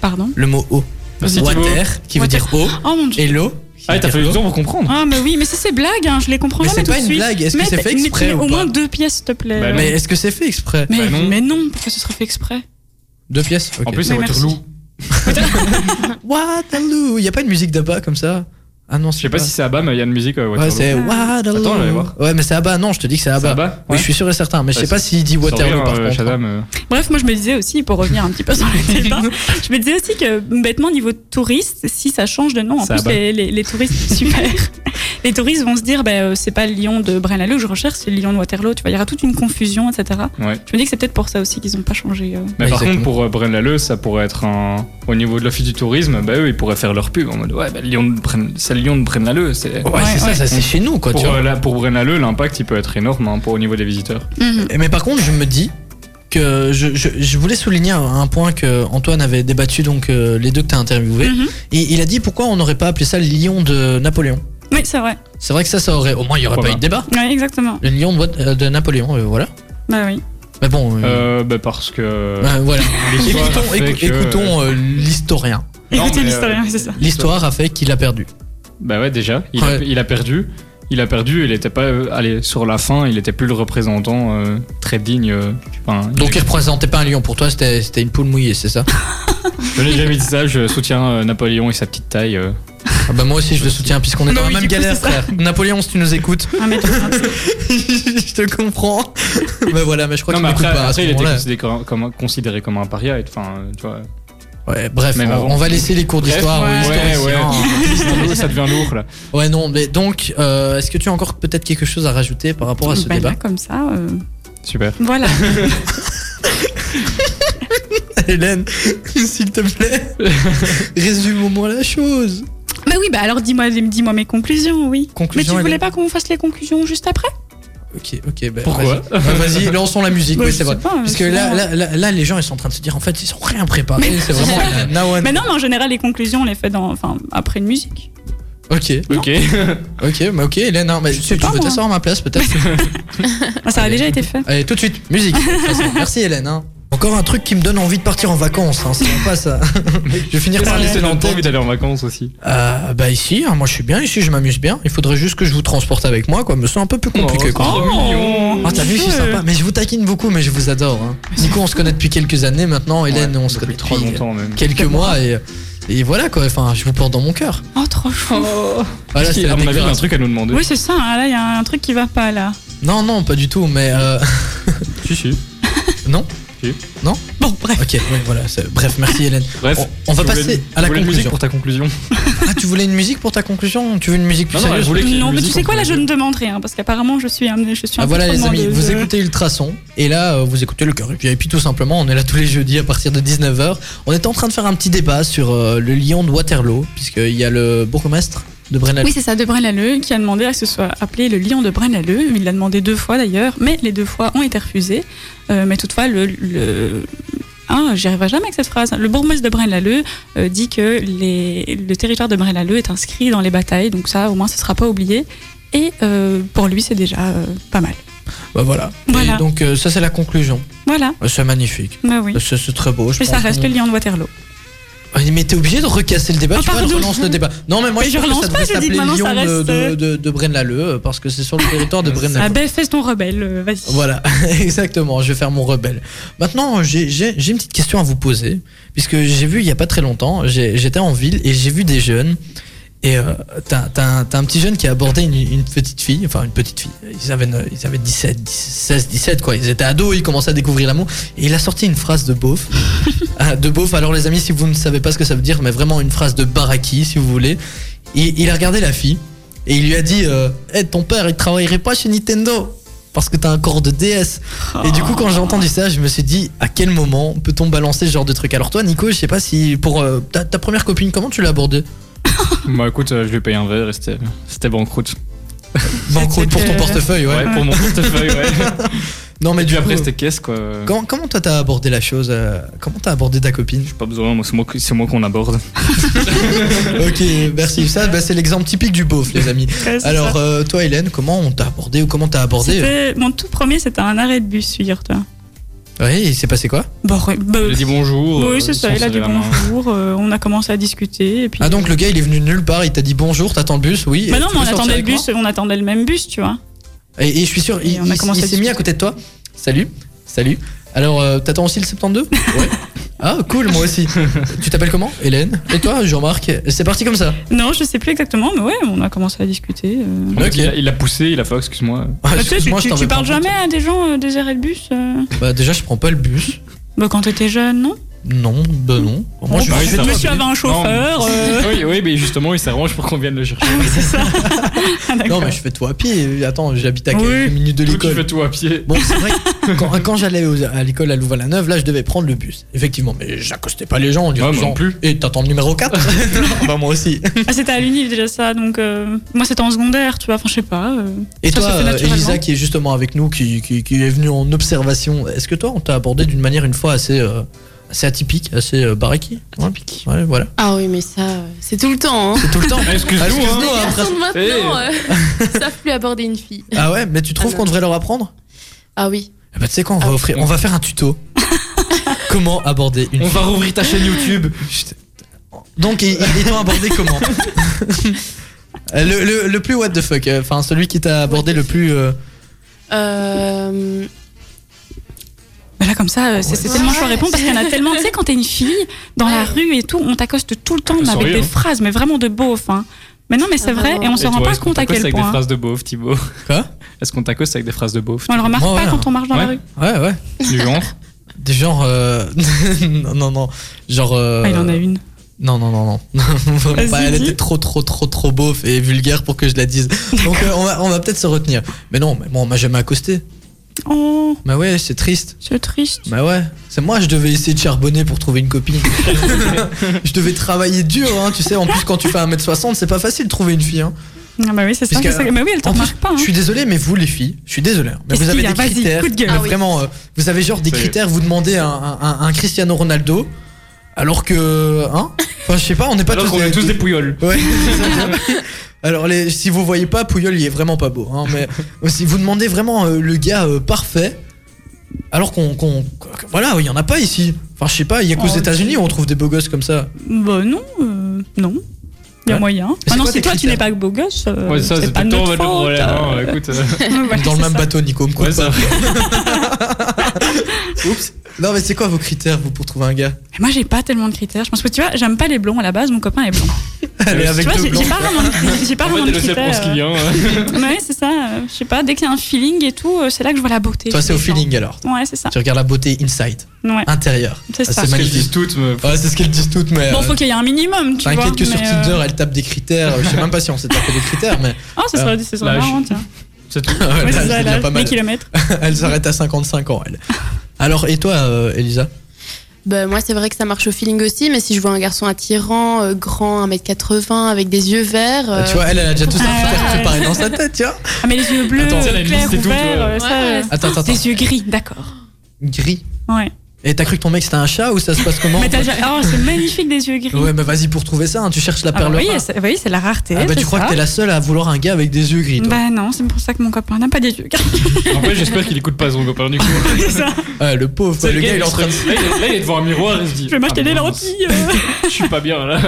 Pardon. Le mot eau. Merci, Water, qui veut Water. dire eau, Oh mon dieu. et l'eau. qui Ah, veut t'as dire fallu eau. du temps pour comprendre. Ah, mais oui, mais ça, c'est blague, hein, je les comprends Mais jamais c'est tout pas de une suite. blague, est-ce que Mais c'est fait mais exprès mets ou au pas moins deux pièces, s'il te plaît. Bah non. Mais est-ce que c'est fait exprès Mais, Bah non. mais non, pourquoi ce serait fait exprès Deux pièces ok. En plus, c'est Mais merci. Waterloo. Waterloo, il n'y a pas une musique d'abat comme ça Ah non, Je sais pas si c'est à bas, mais il y a une musique euh, Ouais, Waterloo. c'est Waterloo. Attends, je vais voir. Ouais, mais c'est Abba, non, je te dis que c'est C'est Abba. à bas Oui, je suis sûr et certain, mais je sais Ouais, pas s'il dit Waterloo par contre. Shazam, euh, Bref, moi je me disais aussi, pour revenir un petit peu sur le débat, je me disais aussi que bêtement, niveau touriste, si ça change de nom, en Ça plus abat. les, les- les touristes, super, les touristes vont se dire, bah, euh, c'est pas le lion de Braine-l'Alleud que je recherche, c'est le lion de Waterloo, tu vois, il y aura toute une confusion, etc. ouais. Je me dis que c'est peut-être pour ça aussi qu'ils ont pas changé. euh. Mais par Exactement. contre, pour euh, Braine-l'Alleud, ça pourrait être un. Au niveau de l'office du tourisme, bah eux, ils pourraient faire leur pub en mode Ouais, bah, Lyon de Braine- c'est Lyon de Braine-l'Alleud. C'est... Ouais, Ouais, c'est ça, ouais. ça c'est chez nous quoi, tu Pour, vois. euh, là, pour Braine-l'Alleud, l'impact il peut être énorme hein, pour, au niveau des visiteurs. Et- Mais par contre, je me dis que je, je- je voulais souligner un- un point que Antoine avait débattu, donc euh, les deux que tu as interviewés. Mhm. Et il a dit pourquoi on n'aurait pas appelé ça le lion de Napoléon. Oui, c'est vrai. C'est vrai que ça, ça aurait. Au moins, il n'y aurait Pourquoi pas eu de débat. Ouais, exactement. Le lion de, Wat- euh, de Napoléon, euh, voilà. Bah oui. Mais bon. euh, Euh, bah, parce que. euh, voilà. l'histoire Écoutons, a fait écou- que- écoutons, euh, l'historien. Non, Écoutez mais, l'historien, euh, c'est ça. L'histoire a fait qu'il a perdu. Bah ouais, déjà, il, Ouais. A, il a perdu. il a perdu, il n'était pas. euh, allez, sur la fin, il n'était plus le représentant euh, très digne. euh, enfin, Donc il représentait pas un lion pour toi, c'était c'était une poule mouillée, c'est ça Je n'ai jamais dit ça, je soutiens euh, Napoléon et sa petite taille. euh. Ah bah moi aussi je le soutiens puisqu'on est dans la même galère frère. Napoléon si tu nous écoutes. Ah, je te comprends. bah voilà, mais je crois Non, qu'il mais m'écoute après, pas à ce après, il était moment-là. considéré comme, comme- considéré comme un paria. et- Enfin, euh, tu vois. Ouais, bref, on- on va laisser les cours d'histoire aux Ouais, ouais, historiens. ouais. ça devient lourd là. Ouais non, mais donc euh, est-ce que tu as encore peut-être quelque chose à rajouter par Oh, rapport à ce Bah, débat là, comme ça. euh, Super. Voilà. Hélène, s'il te plaît, résume au moins la chose. Mais oui, bah alors dis-moi dis -moi mes conclusions, oui. Conclusions, Mais tu voulais Hélène. pas qu'on fasse les conclusions juste après Ok, ok. bah, Pourquoi vas-y. Bah, Vas-y, lançons la musique. Bah, oui, je c'est sais vrai. pas, Parce que c'est là, bon. là, là, là, les gens, ils sont en train de se dire, en fait, ils sont rien préparés. C'est vraiment la- na one. Mais non, mais en général, les conclusions, on les fait dans, enfin, après une musique. Ok. Ok. ok, mais ok, Hélène, hein, mais tu, tu pas, veux moi. t'asseoir à ma place peut-être Ah, ça a déjà été fait. Allez, tout de suite, musique. de toute façon. Merci Hélène. hein. Encore un truc qui me donne envie de partir en vacances, hein, c'est sympa ça. je vais finir par Ça laisser laissé l'antenne. longtemps envie d'aller en vacances aussi. Euh, bah ici, hein, moi je suis bien, ici je m'amuse bien. Il faudrait juste que je vous transporte avec moi, quoi. Me sens un peu plus compliqué. c'est quoi. trop mignon. Ah, t'as vu, je suis sympa. Mais je vous taquine beaucoup, mais je vous adore. Hein. Nico, on se connaît depuis quelques années maintenant. Hélène, on se connaît depuis trop longtemps même. quelques mois et, et voilà quoi. Enfin, je vous porte dans mon cœur. Ah, Oh, trop chaud. Voilà, Est-ce qu'il- c'était la à mon avis, il y a un déclaration. truc à nous demander. Oui, c'est ça, hein, là, il y a un truc qui va pas, là. Non, non, pas du tout, mais euh, Si, si. non. Si. Non Bon, bref. Ok, ouais, voilà. c'est- Bref, merci Hélène. Bref. On, on va Tu voulais- passer tu à la voulais une musique conclusion. pour ta conclusion. Ah, tu voulais une musique pour ta conclusion Tu veux une musique plus Non, non, sérieuse je voulais qu'il y ait Non, une mais tu musique sais quoi, là, entre les je deux. ne demande rien, parce qu'apparemment, je suis, un- je suis Ah un peu voilà trop les amis, demandeuse. vous écoutez Ultrason et là euh, vous écoutez le cœur et puis tout simplement on est là tous les jeudis à partir de 19h. On est en train de faire un petit débat sur euh, le lion de Waterloo puisqu'il y a le bourgmestre de Brennal. Oui, c'est ça, de Braine-l'Alleud, qui a demandé à ce que ce soit appelé le lion de Braine-l'Alleud. Il l'a demandé deux fois d'ailleurs, mais les deux fois ont été refusées. Euh, mais toutefois, le. le... Ah, j'y arriverai jamais avec cette phrase. Le bourgmestre de Braine-l'Alleud euh, dit que les... le territoire de Braine-l'Alleud est inscrit dans les batailles, donc ça, au moins, ce sera pas oublié. Et euh, pour lui, c'est déjà euh, pas mal. Bah voilà. Voilà. Et donc euh, ça c'est la conclusion. Voilà, Euh, C'est magnifique. bah oui. Euh, C'est c'est très beau. Je Mais ça pense reste qu'on- le lion de Waterloo. Ouais, Mais t'es obligé de recasser le débat. Ah, tu vois, elle pardon. relance le débat. Non mais moi Mais je je pense que relance ça pas, devrait je dis que s'appeler lion maintenant, ça de, reste, de, euh, de, de Braine-l'Alleud euh, parce que c'est sur le territoire de Ah, Braine-l'Alleud. ben, fais ton rebelle, euh, vas-y. Voilà, exactement, je vais faire mon rebelle. Maintenant, j'ai- j'ai j'ai une petite question à vous poser, puisque j'ai vu il y a pas très longtemps, j'ai- j'étais en ville et j'ai vu des jeunes. Et euh, t'as t'as un, t'as un petit jeune qui a abordé une, une petite fille, enfin une petite fille, ils avaient, ne- ils avaient 17, 10, 16, 17 quoi, ils étaient ados, ils commençaient à découvrir l'amour, et il a sorti une phrase de beauf. Ah, de beauf, alors les amis, si vous ne savez pas ce que ça veut dire, mais vraiment une phrase de baraki, si vous voulez. Et il a regardé la fille, et il lui a dit euh, Eh, ton père, il travaillerait pas chez Nintendo parce que t'as un corps de DS. Et du coup, quand j'ai entendu ça, je me suis dit à quel moment peut-on balancer ce genre de truc Alors, toi, Nico, je sais pas si pour euh, ta, ta première copine, comment tu l'as abordée Bah écoute, euh, je lui ai payé un verre et c'était c'était banqueroute. Banqueroute pour ton C'était- portefeuille, ouais. Ouais, pour mon portefeuille, ouais. Non, mais Et du puis coup, après, euh, c'était caisse quoi. comment, comment toi t'as abordé la chose euh, Comment t'as abordé ta copine Pas besoin, moi, c'est moi, qui- c'est moi qu'on aborde. Ok, merci. Ça, bah, c'est l'exemple typique du beauf, les amis. Ouais, c'est Alors, ça. euh, toi, Hélène, comment on t'a abordé ou comment t'as abordé euh C'était- Mon tout premier, c'était un arrêt de bus, figure-toi. Ouais, il s'est passé quoi Bon, ouais, bah, Il a dit bonjour. euh, Oui, c'est ça, sans il a serrer dit la main. bonjour, euh, on a commencé à discuter. Et puis... Ah, donc le gars, il est venu de nulle part, il t'a dit bonjour, t'attends le bus, oui. Bah non, tu veux mais on sortir attendait le avec moi bus, on attendait le même bus, tu vois. Et, et je suis sûr, Et il, on a il- commencé il à s'est mis à côté de toi. Salut, salut. Alors, euh, t'attends aussi le 72 Ouais. Ah, cool, moi aussi. tu t'appelles comment Hélène. Et toi, Jean-Marc C'est parti comme ça. Non, je sais plus exactement, mais ouais, on a commencé à discuter. euh. En fait, Ok. il a- Il l'a poussé, il a fait, oh, excuse-moi. Ah, Bah, tu sais, tu, excuse-moi, je tu- t'en tu veux pas parles en fait. jamais à des gens euh, des arrêts de bus euh Bah, déjà, je prends pas le bus. Bah, quand t'étais jeune, non Non, bah non. Moi, Bon, je bah, vais- vais Ah ça Le va. monsieur avait un chauffeur. Non, euh, Oui, oui, mais justement, il s'arrange pour qu'on vienne le chercher. oui, c'est ça. Ah, Non, d'accord. mais je fais tout à pied. Attends, j'habite à quelques Oui. minutes de Toi, tu fais l'école. tout à pied. Bon, c'est vrai que quand, quand j'allais aux- à l'école à Louvain-la-Neuve, là, je devais prendre le bus. Effectivement, mais j'accostais pas les gens en disant Ouais, moi non plus. Et Eh, t'attends le numéro 4 Non, Bah, moi aussi. Ah, c'était à l'UNIF déjà ça, donc euh, moi c'était en secondaire, tu vois, enfin je sais pas. euh, Et ça toi, se fait euh, naturellement. Elisa, qui est justement avec nous, qui, qui- qui est venue en observation, est-ce que toi, on t'a abordé d'une manière une fois assez, euh, assez atypique, assez euh, baraki Atypique. Ouais, voilà. Ah oui, mais ça, euh, c'est tout le temps. Hein. C'est tout le temps. Ah, Excuse-nous, Excuse-nous, hein. hein, Personne presque. maintenant euh, savent plus aborder une fille. Ah ouais, mais tu trouves Ah qu'on devrait leur apprendre Ah oui. Eh ben, Tu sais quoi, on va, Ah. offrir, on va faire un tuto. Comment aborder une On va rouvrir ta chaîne YouTube. Donc, ils, ils t'ont abordé comment Le, le- le plus what the fuck, euh, enfin celui qui t'a abordé le plus. euh, Euh, Bah Là, comme ça, euh, c'est c'est tellement chaud à répondre parce qu'il y en a tellement. Tu sais, quand t'es une fille, dans la rue et tout, on t'accoste tout le temps mais avec sourire, des hein. phrases, mais vraiment de beauf. Hein. Mais non, mais c'est vrai, et on se Et rend toi, pas est-ce qu'on compte à t'accoste quel avec des point. phrases de beauf, Thibaut Quoi Est-ce qu'on t'accoste avec des phrases de beauf On le remarque Moi, pas ouais. quand on marche dans la Ouais. rue. Ouais, ouais. Du genre Des genres. euh, non, non, non. Genre. euh, Ah, il en a une. Non, non, non, non. Vraiment Vas-y, pas, elle dis. était trop, trop, trop, trop beauf et vulgaire pour que je la dise. Donc euh, on va, on va peut-être se retenir. Mais non, mais moi, on m'a jamais accosté. Oh, Bah ouais, c'est triste. c'est triste. Bah ouais, c'est moi, je devais essayer de charbonner pour trouver une copine. je devais travailler dur, hein, tu sais. En plus, quand tu fais 1m60, c'est pas facile de trouver une fille. Hein. Ah bah oui, c'est ça. Puisque- c'est ça. Mais oui, elle te en plus, remarque pas. hein. Je suis désolé, mais vous les filles, je suis désolé. hein, Mais Qu'est-ce vous avez qu'il y a des Vas-y, critères. coup de gueule. mais Ah oui. Vraiment, euh, vous avez genre des Ça y est. critères. Vous demandez un, un- un- un Cristiano Ronaldo, alors que hein Enfin, je sais pas, on n'est pas Alors tous. qu'on est tous des pouilloles. Ouais. Alors les, si vous voyez pas Pouyol, il est vraiment pas beau. Hein, mais si vous demandez vraiment euh, le gars euh, parfait, alors qu'on, qu'on- que- voilà, il y en a pas ici. Enfin, je sais pas, il y a qu'aux Oh, États-Unis où on trouve des beaux gosses comme ça. Bah non, euh, non. Il y a Ouais. moyen. c'est Ah non, quoi si tes toi tu critères n'es pas beau gosse, euh, Ouais, ça, c'est c'est pas tout le temps notre votre faute. problème. hein, Écoute, euh, Voilà, Dans le c'est même ça. bateau, Nico. me coupe ouais, pas. ça. Oups. Non, mais c'est quoi vos critères vous pour trouver un gars Mais Moi j'ai pas tellement de critères. Je pense que tu vois, j'aime pas les blonds à la base, mon copain est blond. Allez, Tu avec vois, deux j'ai blancs. j'ai pas vraiment de, j'ai pas En fait, vraiment de elle ne sait pas ce qui critères. euh. vient. Ouais, c'est ça. euh, Je sais pas, dès qu'il y a un feeling et tout, euh, c'est là que je vois la beauté. Toi, c'est au des gens. feeling alors. Ouais, c'est ça. Tu regardes la beauté inside, Ouais, intérieure. c'est Ah, ça. c'est Parce qu'elles magnifique. disent toutes, mais- Ouais, c'est ce qu'elles disent toutes, mais. Bon, euh, faut qu'il y ait un minimum, tu vois. T'inquiète que sur mais, euh, Tinder, elles tapent des critères. Je sais même pas si on s'est tapé des critères, mais. Oh, ça euh, serait, ça serait L'âge. marrant, tiens. c'est tout. Ouais, c'est ça, il y a l'âge, pas les mal. kilomètres. Elle s'arrête à 55 ans, elle. Alors, et toi, euh, Elisa bah, moi, c'est vrai que ça marche au feeling aussi, mais si je vois un garçon attirant, euh, grand, 1m80, avec des yeux verts. euh, Bah, Tu vois, elle, elle a déjà tout ça Ah, préparé ouais. préparé dans sa tête, tiens. Ah, mais les yeux bleus, Attends, la clairs, liste et tout, tu ouverts, vois. euh, ça. Ouais, euh, Attends, attends, attends. Des yeux gris, d'accord. Gris. Ouais. Et t'as cru que ton mec c'était un chat ou ça se passe comment Mais t'as en fait déjà- Oh, c'est magnifique des yeux gris. Ouais, mais vas-y pour trouver ça, hein, tu cherches la Ah bah perle oui, rare. c'est oui, c'est la rareté. Ah bah c'est tu crois ça. que t'es la seule à vouloir un gars avec des yeux gris, toi. Bah non, c'est pour ça que mon copain n'a pas des yeux gris. En fait, j'espère qu'il écoute pas son copain du coup. C'est ça. Ah, le pauvre, quoi, le gars il est en train de. Là, il est- là, il est devant un miroir et il se dit Je vais m'acheter ah, des mince, lentilles. euh. Je suis pas bien là.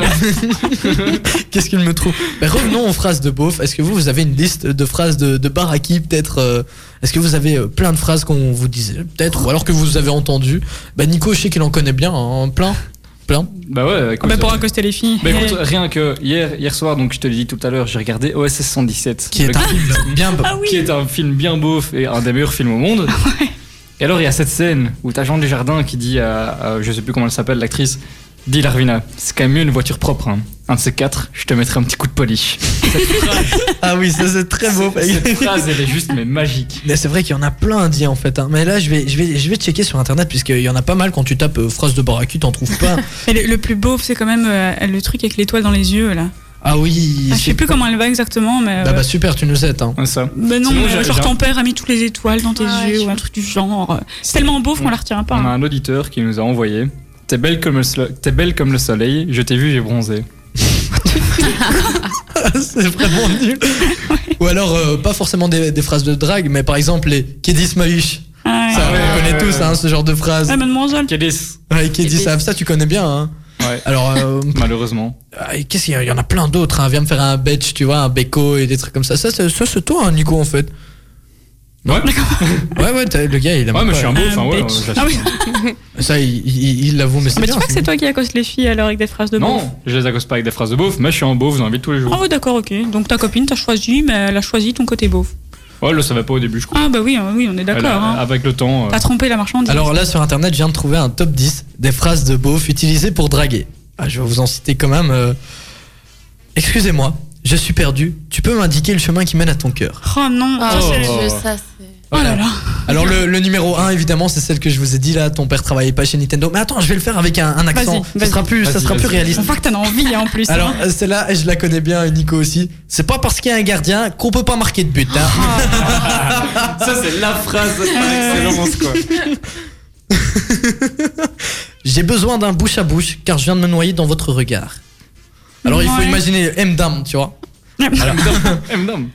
Qu'est-ce qu'il me trouve Bah, Revenons aux phrases de beauf. Est-ce que vous, vous avez une liste de phrases de, de baraki peut-être euh, Est-ce que vous avez euh, plein de phrases qu'on vous disait peut-être Ou alors que vous avez entendu Bah Nico, je sais qu'il en connaît bien, hein, plein. Plein. Bah ouais, écoute. Mais pour euh, accoster les filles. bah écoute, rien que hier, hier soir, donc je te l'ai dit tout à l'heure, j'ai regardé OSS 117. Qui est Le- un film bien beau. Ah oui. qui est un film bien beauf et un des meilleurs films au monde. Et alors il y a cette scène où t'as Jean Desjardins qui dit à, à- je sais plus comment elle s'appelle l'actrice, dit Larvina, c'est quand même mieux une voiture propre. hein. Un de ces quatre, je te mettrai un petit coup de polish. Ah oui, ça c'est très beau. bah Cette phrase elle est juste mais magique. Mais c'est vrai qu'il y en a plein à dire en fait. hein. Mais là, je vais, je, vais, je vais checker sur internet, puisqu'il y en a pas mal quand tu tapes euh, phrase de baraki, t'en trouves pas. Mais le, le plus beau, c'est quand même euh, le truc avec l'étoile dans les yeux là. Ah oui. Ah, je sais c'est- plus comment elle va exactement, mais. Bah, euh, bah super, tu nous aides. Hein. Hein, ça. mais non, Sinon, mais euh, j'ai- genre j'ai- ton père a mis toutes les étoiles dans tes Ouais, yeux je- ou un truc du genre. C'est tellement beau qu'on la retient pas. On a hein. un auditeur qui nous a envoyé. T'es belle comme le, sole- t'es belle comme le soleil. Je t'ai vu, j'ai bronzé. c'est vraiment nul. Ou alors, euh, pas forcément des, des phrases de drague, mais par exemple les Kedis Maïch. Ah, Ça, ouais, on ouais, connaît ouais, tous ouais. hein, ce genre de phrase. ouais, mademoiselle. Kélis. Ouais, Kedis, Kedis. ça, ça, tu connais bien. Hein. Ouais. Alors, euh, Malheureusement. ah, et qu'est-ce qu'il y a Il y en a plein d'autres. Hein. Viens me faire un betch, tu vois, un beko et des trucs comme ça. Ça, c'est, ça, c'est toi, hein, Nico, en fait. Ouais. Ouais, ouais, t'as- le gars, il a Ouais, même mais je suis pas- un beau. Enfin, Un ouais, bitch. euh, Ah oui. Ça, il, il- il l'avoue, mais c'est Mais tu bien, crois que c'est c'est toi qui accoste les filles alors avec des phrases de beauf Non, je les accoste pas avec des phrases de beauf, mais je suis un beauf dans la vie de tous les Ah jours. oui, d'accord, ok. Donc ta copine t'a choisi, mais elle a choisi ton côté beauf. Ouais, Oh, elle le savait pas au début, je crois. Ah bah oui, hein, oui, on est d'accord. Elle a- hein. Avec le temps. euh, T'as trompé la marchandise. Alors là, sur internet, je viens de trouver un top 10 des phrases de beauf utilisées pour draguer. Ah, je vais vous en citer quand même. euh. Excusez-moi, je suis perdu. Tu peux m'indiquer le chemin qui mène à ton cœur Oh non. ah, Oh. je- ça, c'est. Oh là là. Alors, le, le numéro 1, évidemment, c'est celle que je vous ai dit là. Ton père travaillait pas chez Nintendo. Mais attends, je vais le faire avec un, un accent. Vas-y, ça vas-y. sera plus, ça Vas-y, sera plus vas-y. réaliste. On voit que t'en as envie hein, en plus. Alors, hein. euh, celle-là, je la connais bien, et Nico aussi. C'est pas parce qu'il y a un gardien qu'on peut pas marquer de but. hein. Ah. Ça, c'est la phrase par Euh. excellence, quoi. J'ai besoin d'un bouche à bouche car je viens de me noyer dans votre regard. Alors, il faut Ouais. imaginer M dame, tu vois. Eh, mais non.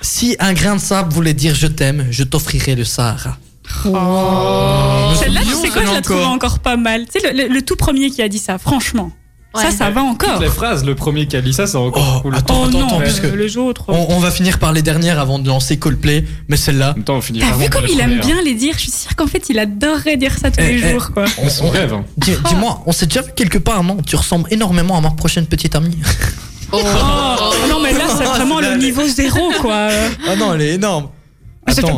Si un grain de sable voulait dire je t'aime, je t'offrirais le Sahara. Celle-là, tu Mignon, Oh, sais quoi, je celle-là la trouve Oh. encore. encore pas mal. Tu sais, le, le- le tout premier qui a dit ça, franchement. Ça, ça va encore. Toutes les phrases, le premier qui a dit ça, c'est encore cool. Attends, oh attends, non, attends, le- parce que le jeu autre. on, on va finir par les dernières avant de lancer Coldplay, mais celle-là. Attends, on finit T'as vu comme il aime hein. bien les dire Je suis sûre qu'en fait, il adorerait dire ça tous Eh, les eh, jours, quoi. on- on- rêve. hein. Dis- Oh. Dis-moi, on s'est déjà vu quelque part, non Tu ressembles énormément à ma prochaine petite amie. Oh, non, mais là, c'est vraiment le niveau zéro, quoi. Ah non, elle est énorme. Attends,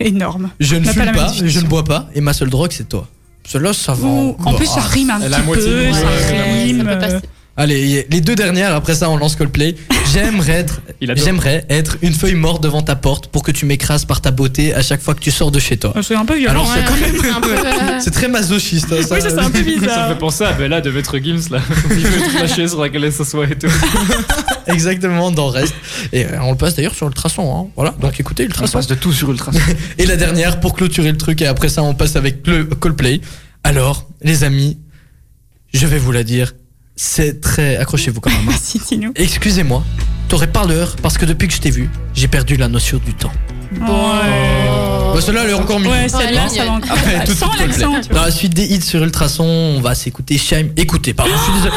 Énorme. je ne Ah, On n'a fume la même pas, définition. je ne bois pas, et ma seule drogue, c'est toi. Cela, ça va. Ouh, en encore. plus, ça rime un elle a petit moitié peu. mis, ça ouais, Eh, ça rime, euh, Allez, y- les deux dernières, après ça on lance Coldplay. J'aimerais être, Il adore. j'aimerais être une feuille morte devant ta porte pour que tu m'écrases par ta beauté à chaque fois que tu sors de chez toi. C'est un peu violent. hein, Alors, c'est quand même- un peu. euh, C'est très masochiste. hein, ça. Oui, ça, c'est un peu Ça me bizarre. fait penser à Bella de Maître Gims là. Il veut toute la chaise sur laquelle elle s'assoit et tout. Exactement, dans Reste. Et euh, on le passe d'ailleurs sur Ultrason. Hein. Voilà, donc écoutez Ultrason. de tout sur Ultra. Et la dernière pour clôturer le truc, et après ça on passe avec le Coldplay. Alors, les amis, je vais vous la dire, c'est très. Accrochez-vous quand même. hein. Merci, Tino. Excusez-moi, t'aurais pas l'heure parce que depuis que je t'ai vu, j'ai perdu la notion du temps. Bah, celle-là elle est encore mieux. Oh. Ouais, celle-là, Ouais, ça va euh, oh, là, encore. Après, tout de Sans suite, Coldplay. l'accent, tu Dans vois. la suite des hits sur Ultrason, on va s'écouter Shime. Écoutez, pardon, je suis désolé.